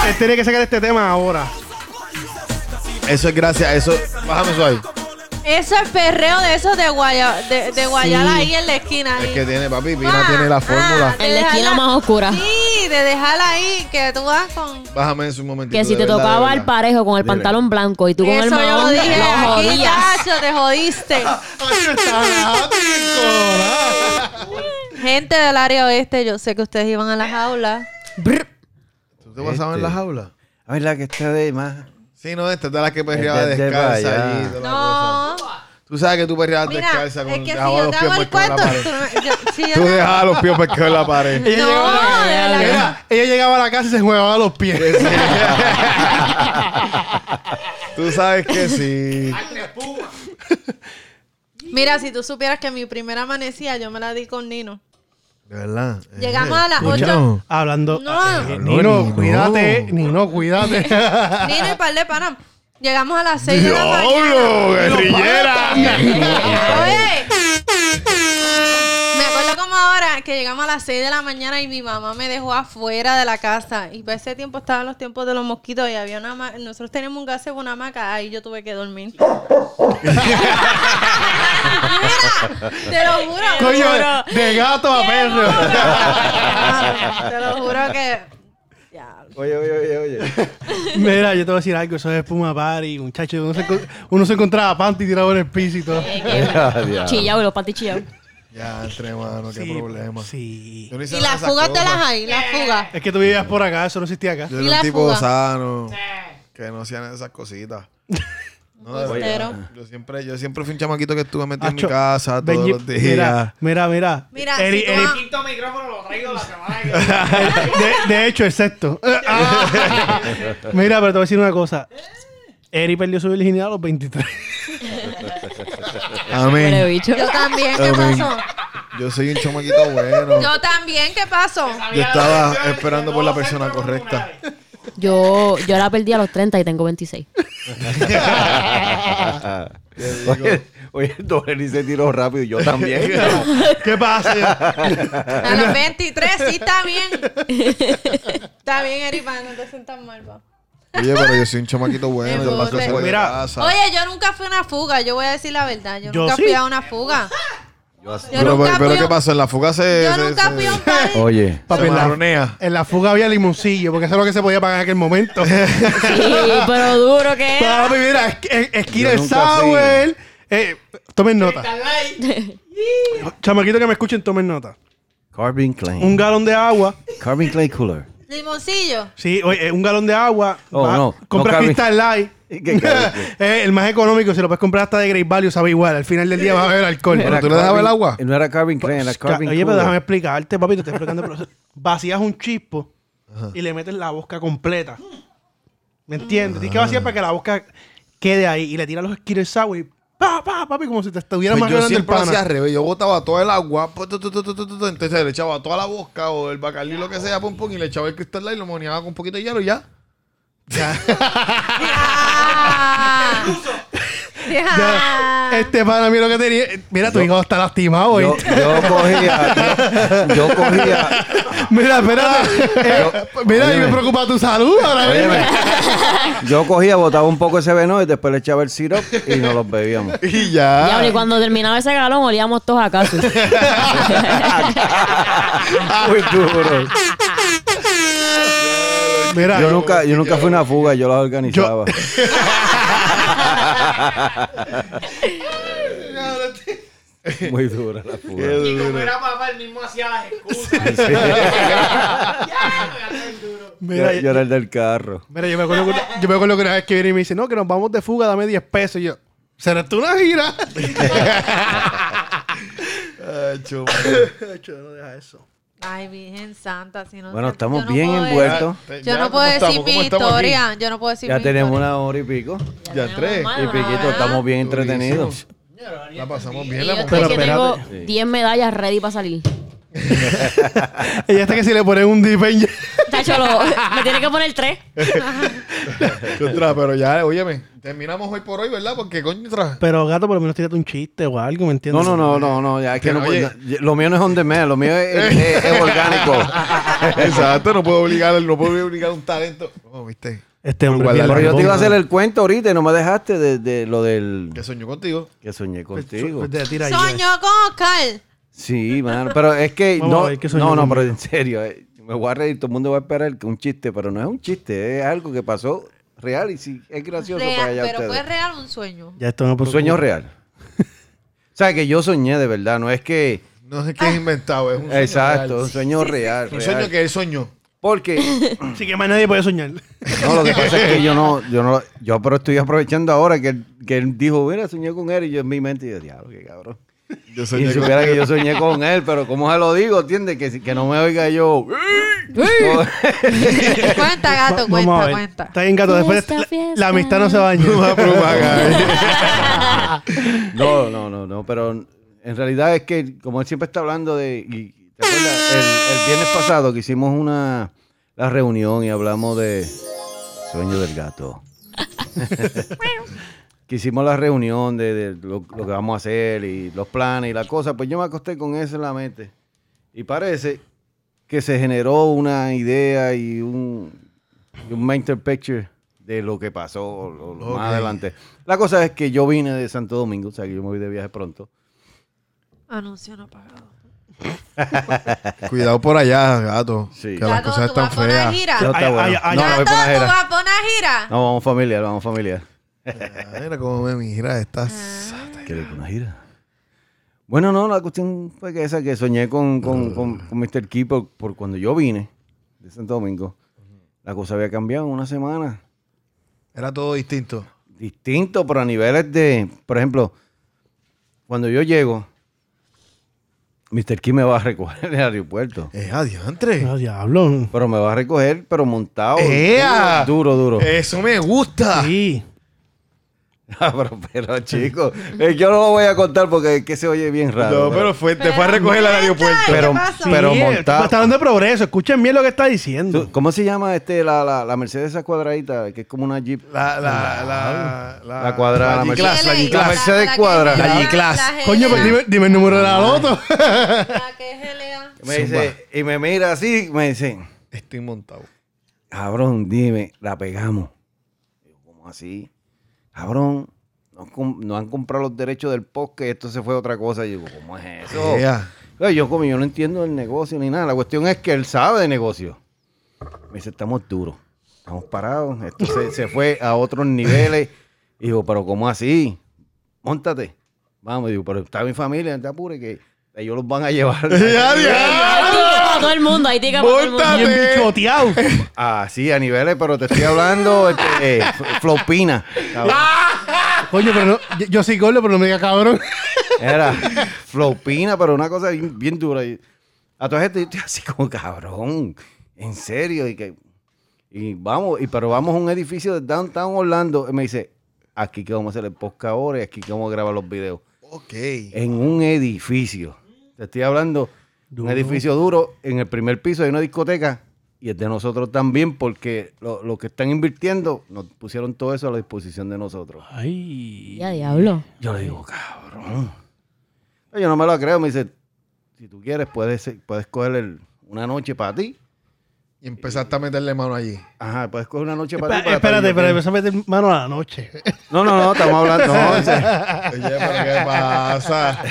Speaker 6: él tiene que sacar este tema ahora.
Speaker 2: Eso es gracias, eso. Bájame eso ahí.
Speaker 3: Eso es perreo de esos de, guaya, de, de Guayala ahí en la esquina.
Speaker 2: Es
Speaker 3: ahí.
Speaker 2: que tiene, papi, Pina
Speaker 3: Ah,
Speaker 2: tiene la fórmula.
Speaker 3: ah, de
Speaker 4: En la esquina
Speaker 3: dejarla-
Speaker 4: más oscura.
Speaker 3: Sí, de dejarla ahí, que tú vas con...
Speaker 2: Bájame eso un momentito.
Speaker 4: Que si
Speaker 2: de
Speaker 4: te
Speaker 2: verdad, de
Speaker 4: tocaba
Speaker 2: verdad.
Speaker 4: el parejo con el pantalón blanco y tú con el
Speaker 3: Eso yo lo
Speaker 4: mahón,
Speaker 3: dije,
Speaker 4: lo
Speaker 3: aquí,
Speaker 4: jodías.
Speaker 3: tacho, te jodiste. Gente del área oeste, yo sé que ustedes iban a las aulas.
Speaker 2: ¿Tú te vas a ver
Speaker 5: Este.
Speaker 2: las aulas?
Speaker 5: A ver, la que está de más.
Speaker 2: Sí, no, esta es de la que perreaba
Speaker 5: Esta es de
Speaker 2: descalza.
Speaker 5: allá.
Speaker 2: ahí, toda la cosa.
Speaker 3: No,
Speaker 2: Tú sabes que tú perreabas
Speaker 3: mira, es
Speaker 2: descalza con
Speaker 3: que si
Speaker 2: dejabas
Speaker 3: yo te hago el
Speaker 2: pescados en la
Speaker 3: cuento... tú
Speaker 2: pared.
Speaker 3: no- yo- si yo
Speaker 2: Tú
Speaker 3: te-
Speaker 2: dejabas los pies pescados en la pared.
Speaker 6: Ella,
Speaker 3: No,
Speaker 6: llegaba,
Speaker 3: de
Speaker 6: a la,
Speaker 3: la-
Speaker 6: Mira, ella llegaba a la casa y se jugaba los pies.
Speaker 2: Tú sabes que sí.
Speaker 3: Mira, si tú supieras que mi primera amanecía, yo me la di con Nino.
Speaker 2: De verdad. eh,
Speaker 3: Llegamos a las
Speaker 2: Coño.
Speaker 3: ocho.
Speaker 6: Hablando.
Speaker 3: No.
Speaker 6: Eh, Nino,
Speaker 2: Nino.
Speaker 6: cuídate. Nino, cuídate.
Speaker 3: Nino y par de panas. Llegamos a las seis de la mañana.
Speaker 2: ¡Diablo! ¡Guerrillera!
Speaker 3: Oye. Me acuerdo como ahora que llegamos a las 6 de la mañana y mi mamá me dejó afuera de la casa. Y para ese tiempo estaban los tiempos de los mosquitos y había una hamaca. Nosotros tenemos un gazebo, una hamaca. Ahí yo tuve que dormir. Mira, te lo juro.
Speaker 6: Coño, de gato a perro.
Speaker 3: te lo juro que. Ya.
Speaker 5: Oye, oye, oye, oye.
Speaker 6: Mira, yo te voy a decir algo. Eso es Puma Party, muchacho. Uno se, encon- uno se encontraba panty tirado en el piso y todo.
Speaker 4: Chillado, los patis chillados.
Speaker 2: Ya, entre mano, qué
Speaker 6: Sí,
Speaker 2: problema.
Speaker 6: Sí.
Speaker 2: Yo no hice
Speaker 3: Y
Speaker 2: nada de
Speaker 3: las
Speaker 2: esas
Speaker 3: fugas te
Speaker 2: cosas.
Speaker 3: las hay, las fugas.
Speaker 6: Es que tú vivías por acá, eso no existía acá.
Speaker 2: Yo
Speaker 3: ¿Y
Speaker 2: era un
Speaker 3: la
Speaker 2: tipo
Speaker 3: fuga?
Speaker 2: sano. Que no hacían esas cositas. No, de verdad.
Speaker 3: Postero.
Speaker 2: yo siempre, yo siempre fui un chamaquito que estuve metido en mi
Speaker 6: Acho,
Speaker 2: casa todos
Speaker 6: Benji-
Speaker 2: los días.
Speaker 6: Mira, mira, mira.
Speaker 3: Mira,
Speaker 6: Eri-
Speaker 3: si tú
Speaker 6: Eri-
Speaker 3: vas-
Speaker 1: Quinto micrófono lo traigo la semana que viene.
Speaker 6: de, de hecho, excepto. mira, pero te voy a decir una cosa. Eri perdió su virginidad a los 23.
Speaker 4: Huele
Speaker 2: Amén.
Speaker 4: bicho.
Speaker 3: Yo también, ¿qué
Speaker 2: Amén.
Speaker 3: pasó?
Speaker 2: Yo soy un chamaquito bueno.
Speaker 3: Yo también, ¿qué pasó?
Speaker 2: Yo estaba esperando por la persona correcta.
Speaker 4: Yo, yo la perdí a los 30 y tengo 26.
Speaker 5: oye, oye, Dorelli se tiró rápido y yo también.
Speaker 6: ¿Qué pasa?
Speaker 3: A los 23, sí, está bien. está bien, Eri, para no te sientas mal, va.
Speaker 2: Oye, pero yo soy un chamaquito bueno. Yo paso
Speaker 3: Embuste.
Speaker 2: eso de
Speaker 6: Mira.
Speaker 2: casa.
Speaker 3: Oye, yo nunca fui a una fuga, yo voy a decir la verdad. Yo,
Speaker 6: Yo
Speaker 3: nunca
Speaker 6: sí.
Speaker 3: fui a una fuga.
Speaker 5: Yo así.
Speaker 3: Yo
Speaker 2: pero,
Speaker 3: nunca
Speaker 2: pero,
Speaker 3: fui a-
Speaker 2: ¿qué pasó? En la fuga se.
Speaker 3: Yo
Speaker 2: se-
Speaker 3: nunca
Speaker 2: se-
Speaker 3: fui a un party.
Speaker 5: Oye.
Speaker 2: se
Speaker 6: Papi, la-
Speaker 2: marronea.
Speaker 6: En la fuga había limoncillo, porque eso es lo que se podía pagar en aquel momento.
Speaker 4: Sí, pero duro que era.
Speaker 6: Papi, mira, es- es- esquina
Speaker 5: Yo
Speaker 6: el
Speaker 5: nunca fui.
Speaker 6: Sauer. Eh, tomen nota. Chamaquito que me escuchen, tomen nota.
Speaker 5: Carbon Klein.
Speaker 6: Un galón de agua.
Speaker 5: Carbon Klein Cooler.
Speaker 3: Limoncillo.
Speaker 6: Sí, oye, eh, un galón de agua.
Speaker 5: Oh,
Speaker 6: va,
Speaker 5: no, no
Speaker 6: Compras
Speaker 5: cabe.
Speaker 6: Crystal Light.
Speaker 5: ¿Qué cabe?
Speaker 6: Eh, el más económico, si lo puedes comprar hasta de Great Value, sabe igual. Al final del día va a haber alcohol.
Speaker 2: Pero tú le dejabas el agua.
Speaker 5: No era Carbon Klein, era
Speaker 6: Pues, Ca-
Speaker 5: Carbon
Speaker 6: Oye, pero
Speaker 5: Cooler.
Speaker 6: déjame explicarte, papi, te estoy explicando. el proceso. vacías un chispo y le metes la bosca completa. ¿Me entiendes? Tienes que vaciar para que la bosca quede ahí y le tiras los Skittles Sour y pa, pa, papi, como si te estuviera
Speaker 2: Pues yo
Speaker 6: más el
Speaker 2: siempre lo hacía al
Speaker 6: pana.
Speaker 2: revés. Yo botaba todo el agua, pu- tu, tu, tu, tu, tu, tu, tu, entonces le echaba toda la bosca o el bacalí, lo que sea, pum, pum, y le echaba el cristal light y lo moneaba con un poquito de hielo y ya.
Speaker 3: Ah, Ya.
Speaker 6: Este pana, mira lo que tenía. Mira, tu hijo está lastimado hoy.
Speaker 5: Yo, yo cogía, yo, yo cogía,
Speaker 6: mira, espérate. Eh,
Speaker 5: Yo-
Speaker 6: mira, y
Speaker 5: óyeme.
Speaker 6: me preocupa tu salud ahora mismo.
Speaker 5: óyeme, yo cogía, botaba un poco ese veneno y después le echaba el sirope y nos los bebíamos.
Speaker 2: Y
Speaker 4: Diablo, y
Speaker 2: ya.
Speaker 4: cuando terminaba ese galón, olíamos todos a caso.
Speaker 5: Muy duro.
Speaker 6: Mira,
Speaker 5: Yo nunca, yo nunca fui una fuga, yo las organizaba. Muy dura la fuga.
Speaker 1: Y como era papá, él mismo hacía las excusas. Ya, me gasté el duro.
Speaker 6: mira,
Speaker 5: yo, yo era el del carro.
Speaker 6: mira, yo me acuerdo que una, yo me acuerdo que una vez que viene y me dice, no, que nos vamos de fuga, dame 10 pesos. Y yo, ¿será tú una gira?
Speaker 2: Ay, chum.
Speaker 6: no deja eso.
Speaker 3: Ay, Virgen Santa, si no.
Speaker 5: Bueno, estamos
Speaker 3: yo no
Speaker 5: bien
Speaker 3: puedo-
Speaker 5: envueltos.
Speaker 2: Ya,
Speaker 3: Yo
Speaker 2: ya,
Speaker 3: no
Speaker 2: ¿cómo
Speaker 3: puedo decir
Speaker 2: estamos?
Speaker 3: mi
Speaker 2: ¿Cómo estamos aquí?
Speaker 3: historia. Yo no puedo decir
Speaker 5: Ya
Speaker 3: mi
Speaker 5: tenemos
Speaker 3: historia.
Speaker 5: una hora y pico.
Speaker 2: Ya tres.
Speaker 3: Ah,
Speaker 5: Y Piquito, estamos bien entretenidos.
Speaker 2: La pasamos
Speaker 4: Y
Speaker 2: bien,
Speaker 4: yo
Speaker 2: la
Speaker 4: estoy
Speaker 2: pasamos
Speaker 4: que
Speaker 2: bien.
Speaker 4: tengo
Speaker 5: espérate.
Speaker 4: 10 medallas ready para salir.
Speaker 6: Ella está este que si le ponen un dipen.
Speaker 4: Tacho, lo- me tiene que poner 3.
Speaker 2: Contra, pero ya, óyeme, terminamos hoy por hoy, ¿verdad? Porque coño, tra-
Speaker 6: Pero gato, por lo menos tírate un chiste o algo, ¿me entiendes?
Speaker 5: No, no, no, no, no, ya es que
Speaker 2: Pero,
Speaker 5: no puedo-
Speaker 2: oye.
Speaker 5: ya- Lo mío no es on demand, lo mío es, es- es orgánico.
Speaker 2: Exacto, no puedo obligar, no puedo obligar un talento. No, Oh, viste,
Speaker 6: Este hombre.
Speaker 2: Por
Speaker 6: bien
Speaker 5: Pero yo te iba a hacer
Speaker 6: lambón,
Speaker 5: el cuento ahorita y no me dejaste de, de lo del
Speaker 2: que soñó contigo.
Speaker 5: que soñé
Speaker 6: mano.
Speaker 5: contigo.
Speaker 6: Te tira ahí, eh.
Speaker 3: Soñó con Oscar.
Speaker 5: Sí, mano, pero es que
Speaker 6: Vamos a
Speaker 5: no,
Speaker 6: ver qué soñó
Speaker 5: no, no,
Speaker 6: conmigo.
Speaker 5: pero en serio, eh, me voy a reír, todo el mundo va a esperar que un chiste, pero no es un chiste, es algo que pasó real y sí, es gracioso para
Speaker 3: Real,
Speaker 5: allá
Speaker 3: pero fue
Speaker 5: ustedes.
Speaker 3: real un sueño.
Speaker 6: Ya esto no
Speaker 5: Un
Speaker 6: preocupa.
Speaker 5: sueño real. o sea, que yo soñé de verdad, no es que
Speaker 2: No sé qué es inventado, es un sueño
Speaker 5: Exacto,
Speaker 2: real.
Speaker 5: un sueño real.
Speaker 2: Un
Speaker 5: real.
Speaker 2: sueño que él soñó.
Speaker 5: Porque
Speaker 6: Así que más nadie puede soñar.
Speaker 5: no, lo que pasa es que yo no, yo no, yo pero estoy aprovechando ahora que él, que él dijo, mira, soñé con él y yo en mi mente yo diablo, qué cabrón.
Speaker 2: Yo
Speaker 5: Y
Speaker 2: soñé
Speaker 5: supiera que yo soñé con él, pero como se lo digo, entiende que, si- que no me oiga yo.
Speaker 3: Cuenta,
Speaker 6: Va-
Speaker 3: gato,
Speaker 6: vamos a
Speaker 3: cuenta,
Speaker 6: ver.
Speaker 3: cuenta.
Speaker 6: Está bien, gato. Después
Speaker 4: Fiesta,
Speaker 6: la- la,
Speaker 4: fiesta.
Speaker 6: amistad no se baña.
Speaker 5: No, no, no, no, pero en realidad es que, como él siempre está hablando de. y- ¿te acuerdas? El, el viernes pasado que hicimos una la reunión y hablamos de. Sueño del gato. que hicimos la reunión de, de lo, lo que vamos a hacer y los planes y la cosa, pues yo me acosté con eso en la mente. Y parece que se generó una idea y un, y un mental picture de lo que pasó lo- lo
Speaker 2: Ok.
Speaker 5: más adelante. La cosa es que yo vine de Santo Domingo, o sea que yo me voy de viaje pronto.
Speaker 3: Anuncio no pagado.
Speaker 2: Cuidado por allá, gato.
Speaker 5: Sí.
Speaker 2: Que las
Speaker 3: Gato,
Speaker 2: cosas
Speaker 3: tú
Speaker 2: están
Speaker 3: vas por una
Speaker 2: feas.
Speaker 3: gira.
Speaker 5: No, está
Speaker 6: Ay,
Speaker 5: bueno.
Speaker 6: ay, ay,
Speaker 5: no,
Speaker 6: ay.
Speaker 5: no,
Speaker 3: Gato, tú
Speaker 5: voy para una jera.
Speaker 3: vas por una gira.
Speaker 5: No, vamos familiar, vamos familiar.
Speaker 2: Ah, Mira cómo me mira esta sata.
Speaker 5: ¿Quieres ir para una gira? Bueno, no, la cuestión fue que esa que soñé con, con, con, con Mr. Key por, por cuando yo vine de Santo Domingo. La cosa había cambiado en una semana.
Speaker 2: Era todo distinto.
Speaker 5: distinto, pero a niveles de, por ejemplo, cuando yo llego, Mr. Kim me va a recoger en el aeropuerto.
Speaker 2: Es adiantre.
Speaker 6: No, Oh, diablo.
Speaker 5: Pero me va a recoger, pero montado.
Speaker 2: ¡Ea!
Speaker 5: Duro, duro. duro.
Speaker 2: Eso me gusta.
Speaker 6: Sí.
Speaker 5: Ah, pero, pero, chicos, eh, yo no lo voy a contar porque es que se oye bien
Speaker 2: No,
Speaker 5: raro.
Speaker 2: pero fue, te fue a recoger al aeropuerto.
Speaker 5: pero,
Speaker 3: ¿Qué pasa?
Speaker 5: pero
Speaker 6: Sí,
Speaker 5: montado.
Speaker 6: Está hablando de progreso. Escuchen bien lo que está diciendo.
Speaker 5: Tú- ¿Cómo se llama este, la, la, la Mercedes esa cuadradita? Que es como una Jeep.
Speaker 2: La, la, la, la,
Speaker 5: La cuadrada, la
Speaker 2: G-Class, la
Speaker 3: Dile,
Speaker 5: la
Speaker 2: G-Class.
Speaker 5: Mercedes
Speaker 3: que
Speaker 5: Cuadra.
Speaker 3: es
Speaker 2: La
Speaker 3: LA,
Speaker 2: G-Class.
Speaker 3: la
Speaker 6: Coño,
Speaker 3: GLA,
Speaker 6: pero dime, dime el número de la loto.
Speaker 3: La que es LA.
Speaker 5: Me dice, y me mira así, me dice,
Speaker 2: Estoy montado.
Speaker 5: Cabrón, dime, la pegamos. Yo, ¿Cómo así? Cabrón, no, han com- no han comprado los derechos del podcast, esto se fue a otra cosa. Yo digo, ¿cómo es eso?
Speaker 2: Ea.
Speaker 5: Oye, Yo como yo no entiendo el negocio ni nada. La cuestión es que él sabe de negocio. Me dice, estamos duros, estamos parados. Esto se, se fue a otros niveles. Y digo, pero ¿cómo así? Móntate. Vamos, digo, pero está mi familia, no te apures que ellos los van a llevar.
Speaker 2: Ya,
Speaker 6: Ah,
Speaker 2: ya.
Speaker 4: Ahí tica para todo el mundo, ahí tica para todo el mundo.
Speaker 2: Bótate.
Speaker 6: Bien bichoteado.
Speaker 5: Ah, sí, a niveles, pero te estoy hablando este, eh, f- Flopina. cabrón.
Speaker 6: Coño, pero no, yo, yo soy gordo, pero no me diga cabrón.
Speaker 5: Era Flopina, pero una cosa bien, bien dura. Y a toda gente, yo estoy así como cabrón, en serio. Y que y vamos, y pero vamos a un edificio de Downtown Orlando. Y me dice, aquí que vamos a hacer el podcast ahora y aquí que vamos a grabar los videos.
Speaker 2: Ok.
Speaker 5: En un edificio. Te estoy hablando de un edificio duro. En el primer piso hay una discoteca Y es de nosotros también, porque lo- los que están invirtiendo nos pusieron todo eso a la disposición de nosotros.
Speaker 6: Ay.
Speaker 4: Ya diablo.
Speaker 5: Yo le digo, cabrón. Yo no me lo creo. Me dice, si tú quieres, puedes, ser- puedes coger el- una noche para ti.
Speaker 2: Y empezaste a meterle mano allí.
Speaker 5: Ajá, puedes coger una noche para ti.
Speaker 6: Espérate,
Speaker 5: para-
Speaker 6: espérate,
Speaker 5: para-
Speaker 6: pero empezó a meter mano a la noche.
Speaker 5: No, no, no, estamos hablando. no, en serio.
Speaker 2: Oye, pero ¿qué pasa?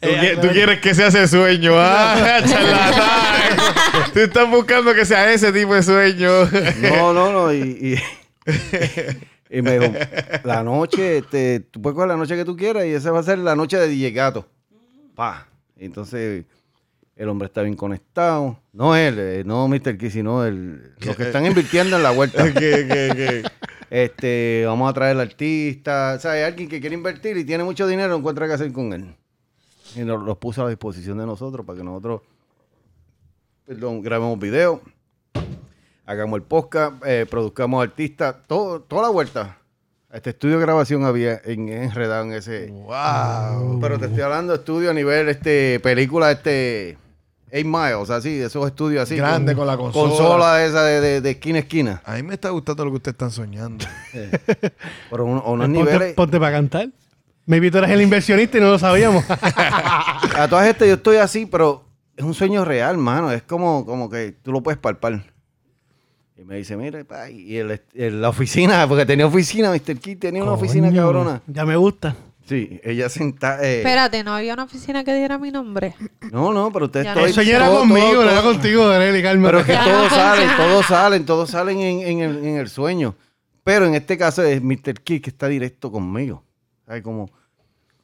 Speaker 2: ¿Tú,
Speaker 6: Eh,
Speaker 2: qui- tú
Speaker 6: aclara-
Speaker 2: quieres que sea ese sueño, ah, charlatán. Tú estás buscando que sea ese tipo de sueño.
Speaker 5: No, no, no. Y, y, y me dijo, la noche, este, tú puedes coger la noche que tú quieras y esa va a ser la noche de DJ Gato. Pa. Entonces, el hombre está bien conectado. No él, eh, no Mr. Kiss, sino el, los que están invirtiendo en la vuelta.
Speaker 2: ¿Qué, qué,
Speaker 5: Este, vamos a traer al artista. O sea, hay alguien que quiere invertir y tiene mucho dinero, encuentra qué hacer con él. Y nos los puso a la disposición de nosotros para que nosotros, perdón, grabemos video, hagamos el podcast, eh, produzcamos artistas, todo, toda la vuelta. Este estudio de grabación había en- enredado en ese.
Speaker 2: Wow.
Speaker 5: Pero te estoy hablando de estudio a nivel este película este 8 Miles, así, de esos estudios así.
Speaker 2: Grande con la consola.
Speaker 5: Consola esa de, de- de esquina a esquina.
Speaker 2: A mí me está gustando lo que ustedes están soñando.
Speaker 5: Pero uno- unos
Speaker 6: Ponte,
Speaker 5: niveles.
Speaker 6: ponte para cantar. Maybe tú eras el inversionista y no lo sabíamos.
Speaker 5: A todas estas yo estoy así, pero es un sueño real, mano. Es como, como que tú lo puedes palpar. Y me dice, mire, pa, y el, el- la oficina, porque tenía oficina, Mr. Key tenía una oficina
Speaker 6: Coño,
Speaker 5: cabrona.
Speaker 6: Ya me gusta.
Speaker 5: Sí, ella sentada.
Speaker 3: Espérate, ¿no había una oficina que diera mi nombre?
Speaker 5: no, no, pero usted
Speaker 3: Ya
Speaker 5: estoy-
Speaker 3: no.
Speaker 6: Eso ya era
Speaker 5: todo-
Speaker 6: conmigo,
Speaker 5: todo-
Speaker 6: no era
Speaker 5: todo-
Speaker 6: contigo, Daniel y Carmen.
Speaker 5: Pero es que todos salen, todos salen, todos salen en, en el, en el sueño. Pero en este caso es Mr. Kid que está directo conmigo. ¿Sabes? Como,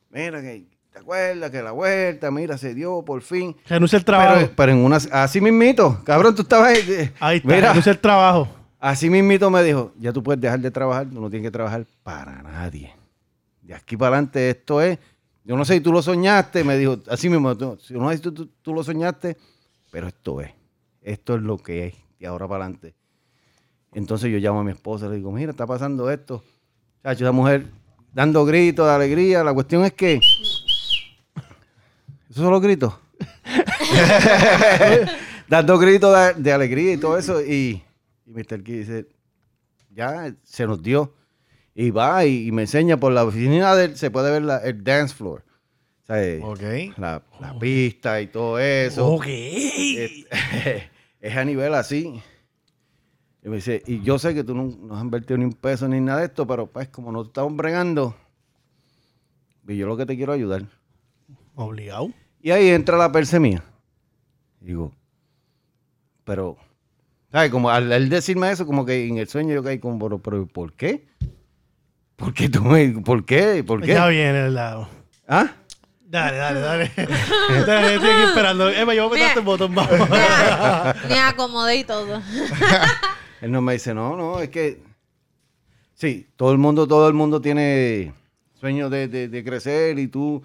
Speaker 5: mira, que, ¿te acuerdas que la vuelta, mira, se dio por fin?
Speaker 6: Renuncia al trabajo.
Speaker 5: Pero, pero en una. Así mismito, cabrón, tú estabas. eh,
Speaker 6: Ahí está,
Speaker 5: Mira,
Speaker 6: renuncia al trabajo.
Speaker 5: así mismito me dijo: Ya tú puedes dejar de trabajar, tú no tienes que trabajar para nadie. De aquí para adelante, esto es. Yo no sé si tú lo soñaste, me dijo, así mismo, tú, yo no sé si tú, tú- tú lo soñaste, pero esto es. Esto es lo que es, de ahora para adelante. Entonces yo llamo a mi esposa y le digo: Mira, está pasando esto. Chacho, esa mujer dando gritos de alegría. La cuestión es que. ¿Esos son los gritos? dando gritos de, de alegría y todo eso. Y, y Mr. Key dice, ya se nos dio. Y va y, y me enseña por la oficina de él, se puede ver la- el dance floor. O sea, eh,
Speaker 2: Ok.
Speaker 5: la, la pista y todo eso.
Speaker 6: Ok.
Speaker 5: Es, es a nivel así. Y me dice, y yo sé que tú no, no has invertido ni un peso ni nada de esto, pero pues como no estamos bregando, y yo lo que te quiero ayudar.
Speaker 6: Obligado.
Speaker 5: Y ahí entra la perse mía. Digo, pero, ¿sabes? Como al, al decirme eso, como que en el sueño yo caí como, pero, pero, ¿por qué? ¿Por qué tú me, por qué, por
Speaker 6: Ya
Speaker 5: qué?
Speaker 6: viene el lado.
Speaker 5: ¿Ah?
Speaker 6: Dale, dale, dale. dale estoy aquí esperando. Emma, yo voy a apretar el botón, vamos.
Speaker 3: Me acomodé y todo.
Speaker 5: Él no me dice, no, no, es que, sí, todo el mundo, todo el mundo tiene sueños de, de- de crecer y tú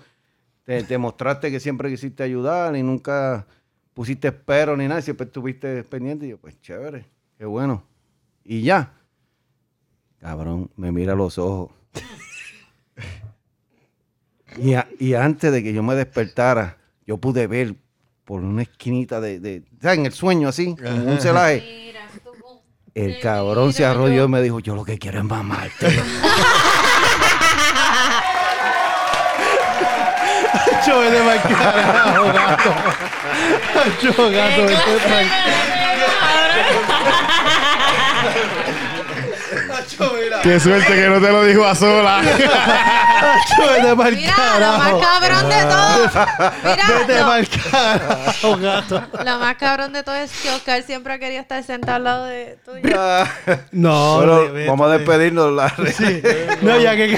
Speaker 5: te, te mostraste que siempre quisiste ayudar y nunca pusiste espero ni nada, siempre estuviste pendiente. Y yo, pues chévere, qué bueno. Y ya. Cabrón, me mira a los ojos. y, a- y antes de que yo me despertara, yo pude ver por una esquinita de, de ¿sabes? en el sueño así, como un celaje.
Speaker 3: Mira, tú.
Speaker 5: El cabrón se arrodilló y me dijo, yo lo que quiero es mamarte.
Speaker 6: Yo vete pa'l carajo, gato. Yo,
Speaker 3: Eh,
Speaker 6: gato, vete pa'l
Speaker 2: Qué suerte que no te lo dijo a sola.
Speaker 6: Yo, vete pa'l
Speaker 3: Mira, lo más
Speaker 6: carajo.
Speaker 3: cabrón de todo.
Speaker 6: Vete
Speaker 3: Mira,
Speaker 6: pa'l carajo, gato.
Speaker 3: lo, lo más cabrón de todo es que Oscar siempre quería estar sentado al lado de tuyo.
Speaker 6: No,
Speaker 5: Bueno,
Speaker 6: vete.
Speaker 5: vamos a despedirnos. la-
Speaker 6: No, ya que.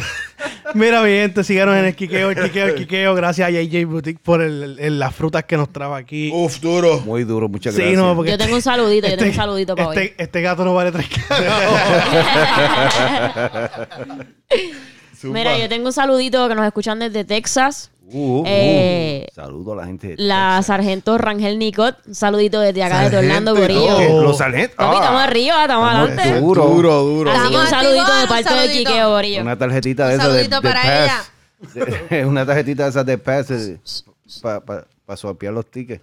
Speaker 6: Mira, mi gente, síganos en el quiqueo, el quiqueo, el quiqueo. Gracias a JJ Boutique por el- el- las frutas que nos trajo aquí.
Speaker 2: Uf, duro.
Speaker 5: Muy duro, muchas
Speaker 6: Sí,
Speaker 5: gracias.
Speaker 6: no, porque
Speaker 4: Yo tengo un saludito, yo tengo un
Speaker 6: este-
Speaker 4: saludito para hoy.
Speaker 6: este, este gato no vale tres caras.
Speaker 2: Zumba.
Speaker 4: Mira, yo tengo un saludito que nos escuchan desde Texas.
Speaker 5: Uh, uh,
Speaker 4: Eh,
Speaker 5: Saludo a la gente. de
Speaker 4: La sargento Rangel Nicot. Un saludito desde acá, desde
Speaker 2: Sargento
Speaker 4: Orlando,
Speaker 2: y todo.
Speaker 4: Gorillo.
Speaker 5: Texas.
Speaker 6: Oh.
Speaker 5: Los sargentos.
Speaker 4: Papi,
Speaker 5: ah,
Speaker 4: estamos arriba, estamos
Speaker 5: Estamos
Speaker 4: adelante.
Speaker 5: duro.
Speaker 2: Duro, duro.
Speaker 4: Así que un
Speaker 3: Estamos
Speaker 4: saludito de
Speaker 3: activados,
Speaker 4: parte de
Speaker 3: saludito.
Speaker 4: Quiqueo, Gorillo.
Speaker 5: una tarjetita
Speaker 3: Un
Speaker 5: de esas de,
Speaker 3: saludito
Speaker 5: de
Speaker 3: para
Speaker 5: pass. De- una tarjetita de esas de eh, pass para pa, pa- pa swapear los tickets.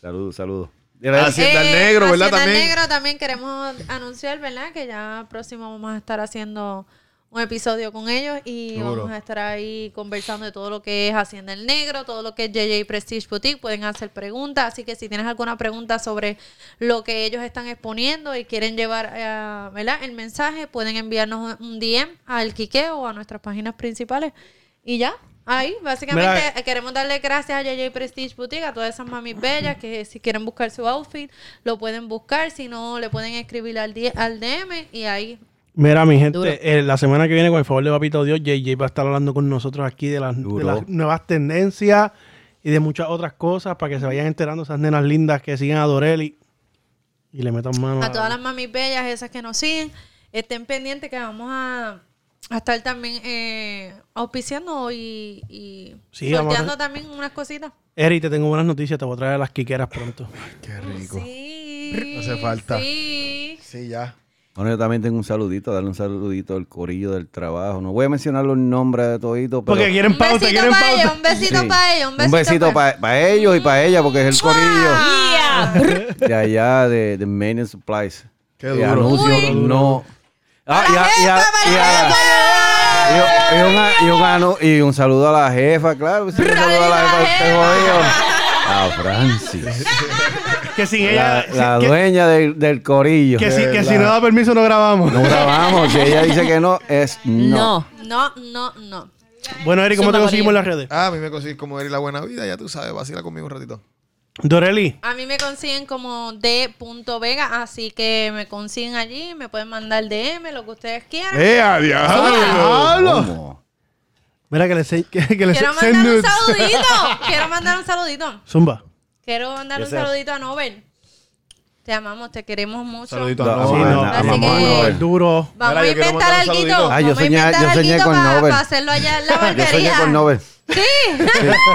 Speaker 5: saludos, saludos. Era
Speaker 2: Así Hacienda del Negro, ¿verdad?
Speaker 3: Hacienda del
Speaker 2: También.
Speaker 3: Eh, Negro también queremos anunciar, ¿verdad? Que ya próximo vamos a estar haciendo un episodio con ellos y
Speaker 2: Seguro.
Speaker 3: vamos a estar ahí conversando de todo lo que es Hacienda del Negro, todo lo que es JJ Prestige Boutique. Pueden hacer preguntas, así que si tienes alguna pregunta sobre lo que ellos están exponiendo y quieren llevar eh, ¿verdad? el mensaje, pueden enviarnos un DM al Quiqueo o a nuestras páginas principales. Y ya, ahí, básicamente
Speaker 6: Mira,
Speaker 3: eh, Queremos darle gracias a JJ Prestige Boutique, a todas esas mamis bellas que si quieren buscar su outfit, lo pueden buscar. Si no, le pueden escribir al, die- al DM y ahí.
Speaker 6: Mira, mi gente,
Speaker 4: Duro.
Speaker 6: eh, la semana que viene, con el favor de Papito Dios, JJ va a estar hablando con nosotros aquí de las, de
Speaker 5: Duro.
Speaker 6: las nuevas tendencias y de muchas otras cosas para que se vayan enterando esas nenas lindas que siguen a Dorelli y le metan mano.
Speaker 3: A todas las mamis bellas, esas que nos siguen, estén pendientes que vamos a, a estar también eh, auspiciando y, y
Speaker 6: Sí, vamos a
Speaker 3: sorteando
Speaker 6: hacer-
Speaker 3: también unas cositas.
Speaker 6: Eri, te tengo buenas noticias, te voy a traer las quiqueras pronto.
Speaker 2: Qué rico.
Speaker 3: Sí.
Speaker 2: Hace falta.
Speaker 3: Sí.
Speaker 2: Sí, ya.
Speaker 5: Bueno, yo también tengo un saludito, darle un saludito al corillo del trabajo. No voy a mencionar los nombres de todito, pero
Speaker 6: Porque quieren
Speaker 3: Un
Speaker 6: pauta,
Speaker 3: besito
Speaker 6: quieren
Speaker 3: para ellos,
Speaker 6: pauta.
Speaker 3: un besito
Speaker 5: Sí.
Speaker 3: para ellos, un besito, Mm.
Speaker 5: para ellos y para ella, porque es el corillo
Speaker 3: Ah.
Speaker 4: Yeah.
Speaker 5: de allá de, de Main Supplies.
Speaker 2: Qué
Speaker 5: Que
Speaker 2: duro.
Speaker 5: anuncio no. Ah, y a- y a- y a- y- y un a- y un anu- Y un saludo a la jefa, claro. sí, Un saludo a la jefa, este jodido. A Francis.
Speaker 6: Que sin ella,
Speaker 5: La, la
Speaker 6: que-
Speaker 5: dueña del, del corillo.
Speaker 6: que, si, que si
Speaker 5: La-
Speaker 6: no da permiso no grabamos.
Speaker 5: No grabamos. Si ella dice que no, es no.
Speaker 4: No.
Speaker 3: No, no, no.
Speaker 6: Bueno, Eri, ¿cómo te
Speaker 4: Zumba,
Speaker 6: conseguimos en las redes?
Speaker 2: Ah, a mí me consigues como Eri la buena vida, ya tú sabes, vacila conmigo un ratito.
Speaker 6: Dorelli.
Speaker 3: A mí me consiguen como d.vega, así que me consiguen allí, me pueden mandar DM, lo que ustedes quieran.
Speaker 2: ¡Eh, adiós!
Speaker 5: ¿Cómo?
Speaker 6: Mira que le se- que, que le se-
Speaker 3: Quiero mandar
Speaker 6: send
Speaker 3: un
Speaker 6: nudes.
Speaker 3: saludito, quiero mandar un saludito.
Speaker 6: Zumba.
Speaker 3: Quiero mandar un
Speaker 5: Ese-
Speaker 3: saludito a Nobel. Te amamos, te queremos mucho.
Speaker 2: Saludito
Speaker 5: Da-
Speaker 2: a
Speaker 5: sí,
Speaker 2: Nobel.
Speaker 5: no,
Speaker 2: Amamos
Speaker 3: así
Speaker 2: a
Speaker 3: que-
Speaker 2: Nobel.
Speaker 6: Duro.
Speaker 2: Mira,
Speaker 3: Vamos a
Speaker 2: yo quiero
Speaker 3: inventar
Speaker 2: mandar un
Speaker 3: alguito.
Speaker 2: saludito.
Speaker 5: Ah, yo
Speaker 3: Vamos a
Speaker 5: soñé-
Speaker 3: inventar
Speaker 5: yo soñé
Speaker 3: alguito
Speaker 5: con
Speaker 3: pa-
Speaker 5: Nobel.
Speaker 3: pa hacerlo allá en la
Speaker 5: Yo soñé
Speaker 3: barbería.
Speaker 5: con Nobel.
Speaker 3: Sí,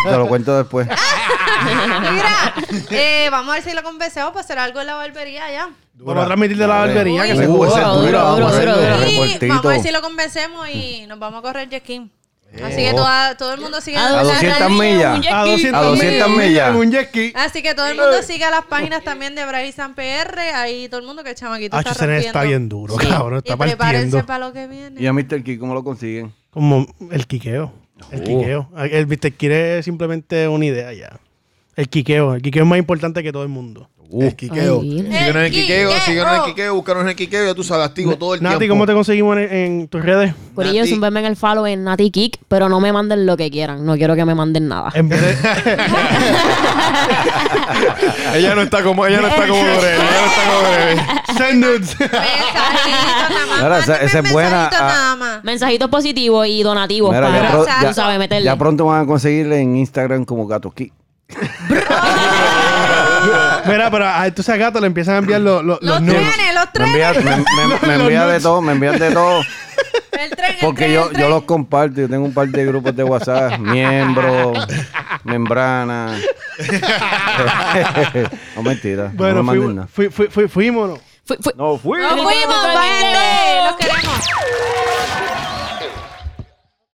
Speaker 5: Te lo cuento después.
Speaker 3: mira, eh, vamos a ver si lo convencemos para hacer algo en la barbería allá.
Speaker 6: Vamos a transmitir de la barbería. Que se
Speaker 5: Uh,
Speaker 6: joda.
Speaker 5: esa es dura,
Speaker 4: duro,
Speaker 5: vamos a verlo.
Speaker 4: duro, duro.
Speaker 3: Y
Speaker 5: Reportito.
Speaker 3: vamos a ver si lo convencemos y nos vamos a correr jet ski.
Speaker 2: Eh.
Speaker 3: Así que
Speaker 5: Oh.
Speaker 3: toda- todo el mundo sigue
Speaker 4: A
Speaker 5: A 200 millas.
Speaker 4: jet
Speaker 6: A
Speaker 4: ski.
Speaker 6: 200,
Speaker 5: A 200 millas.
Speaker 6: Un jet ski.
Speaker 3: Así que todo el mundo siga las páginas también de Braisan PR. Ahí todo el mundo que el chamaquito
Speaker 6: Ah,
Speaker 3: está
Speaker 6: Chesene
Speaker 3: rompiendo.
Speaker 6: está bien duro, cabrón. Está
Speaker 3: y prepárense
Speaker 6: partiendo.
Speaker 3: para lo que viene.
Speaker 5: ¿Y a Mr. Key cómo lo consiguen?
Speaker 6: Como el quiqueo. El
Speaker 2: Uh.
Speaker 5: Oh.
Speaker 6: quiqueo. El Mr. quiere simplemente una idea ya. El quiqueo. El quiqueo es más importante que todo el mundo.
Speaker 5: Uh,
Speaker 2: El quiqueo.
Speaker 4: Ay, bien.
Speaker 2: Síguenos en el
Speaker 3: El
Speaker 2: quiqueo,
Speaker 3: quiqueo.
Speaker 2: síguenos en el quiqueo, búscanos en el quiqueo, ya tú sabes, activo todo el
Speaker 6: Nati,
Speaker 2: tiempo.
Speaker 6: ¿cómo te conseguimos en, en tus redes?
Speaker 4: Corillo,
Speaker 2: Nati.
Speaker 4: zumbenme en el follow en Nati Kick, pero no me manden lo que quieran. No quiero que me manden nada.
Speaker 6: En vez de-
Speaker 2: Ella no está como, ella no está como breve, ella no está como breve.
Speaker 6: Send nudes.
Speaker 3: Mensajitos oh, nada más.
Speaker 5: Ahora, esa-
Speaker 3: mándenme
Speaker 5: esa es buena,
Speaker 3: mensajitos
Speaker 5: ah.
Speaker 3: nada más.
Speaker 4: Mensajitos positivos y donativos
Speaker 5: Mira,
Speaker 4: para,
Speaker 5: ya, pro-
Speaker 4: tú
Speaker 5: ya-
Speaker 4: sabes, meterle.
Speaker 5: ya pronto van a conseguirle en Instagram como Gato Key.
Speaker 6: Mira, pero a tú a Gato le empiezan a enviar los, los, los
Speaker 3: Los
Speaker 6: nudes.
Speaker 3: trenes, los
Speaker 5: Me
Speaker 3: trenes.
Speaker 5: envía, me, me- me envía de todo, me envían de todo.
Speaker 3: El tren, el
Speaker 5: Porque
Speaker 3: tren,
Speaker 5: yo,
Speaker 3: el
Speaker 5: yo
Speaker 3: tren.
Speaker 5: los comparto. Yo tengo un par de grupos de WhatsApp. Miembro, membrana. no mentira. no
Speaker 6: Bueno,
Speaker 5: me manden
Speaker 6: fuimos,
Speaker 5: nada.
Speaker 6: fui, fui, fui- fuímonos.
Speaker 4: Fui- fui-
Speaker 5: No, fui.
Speaker 3: Nos fuimos, gente. Los queremos.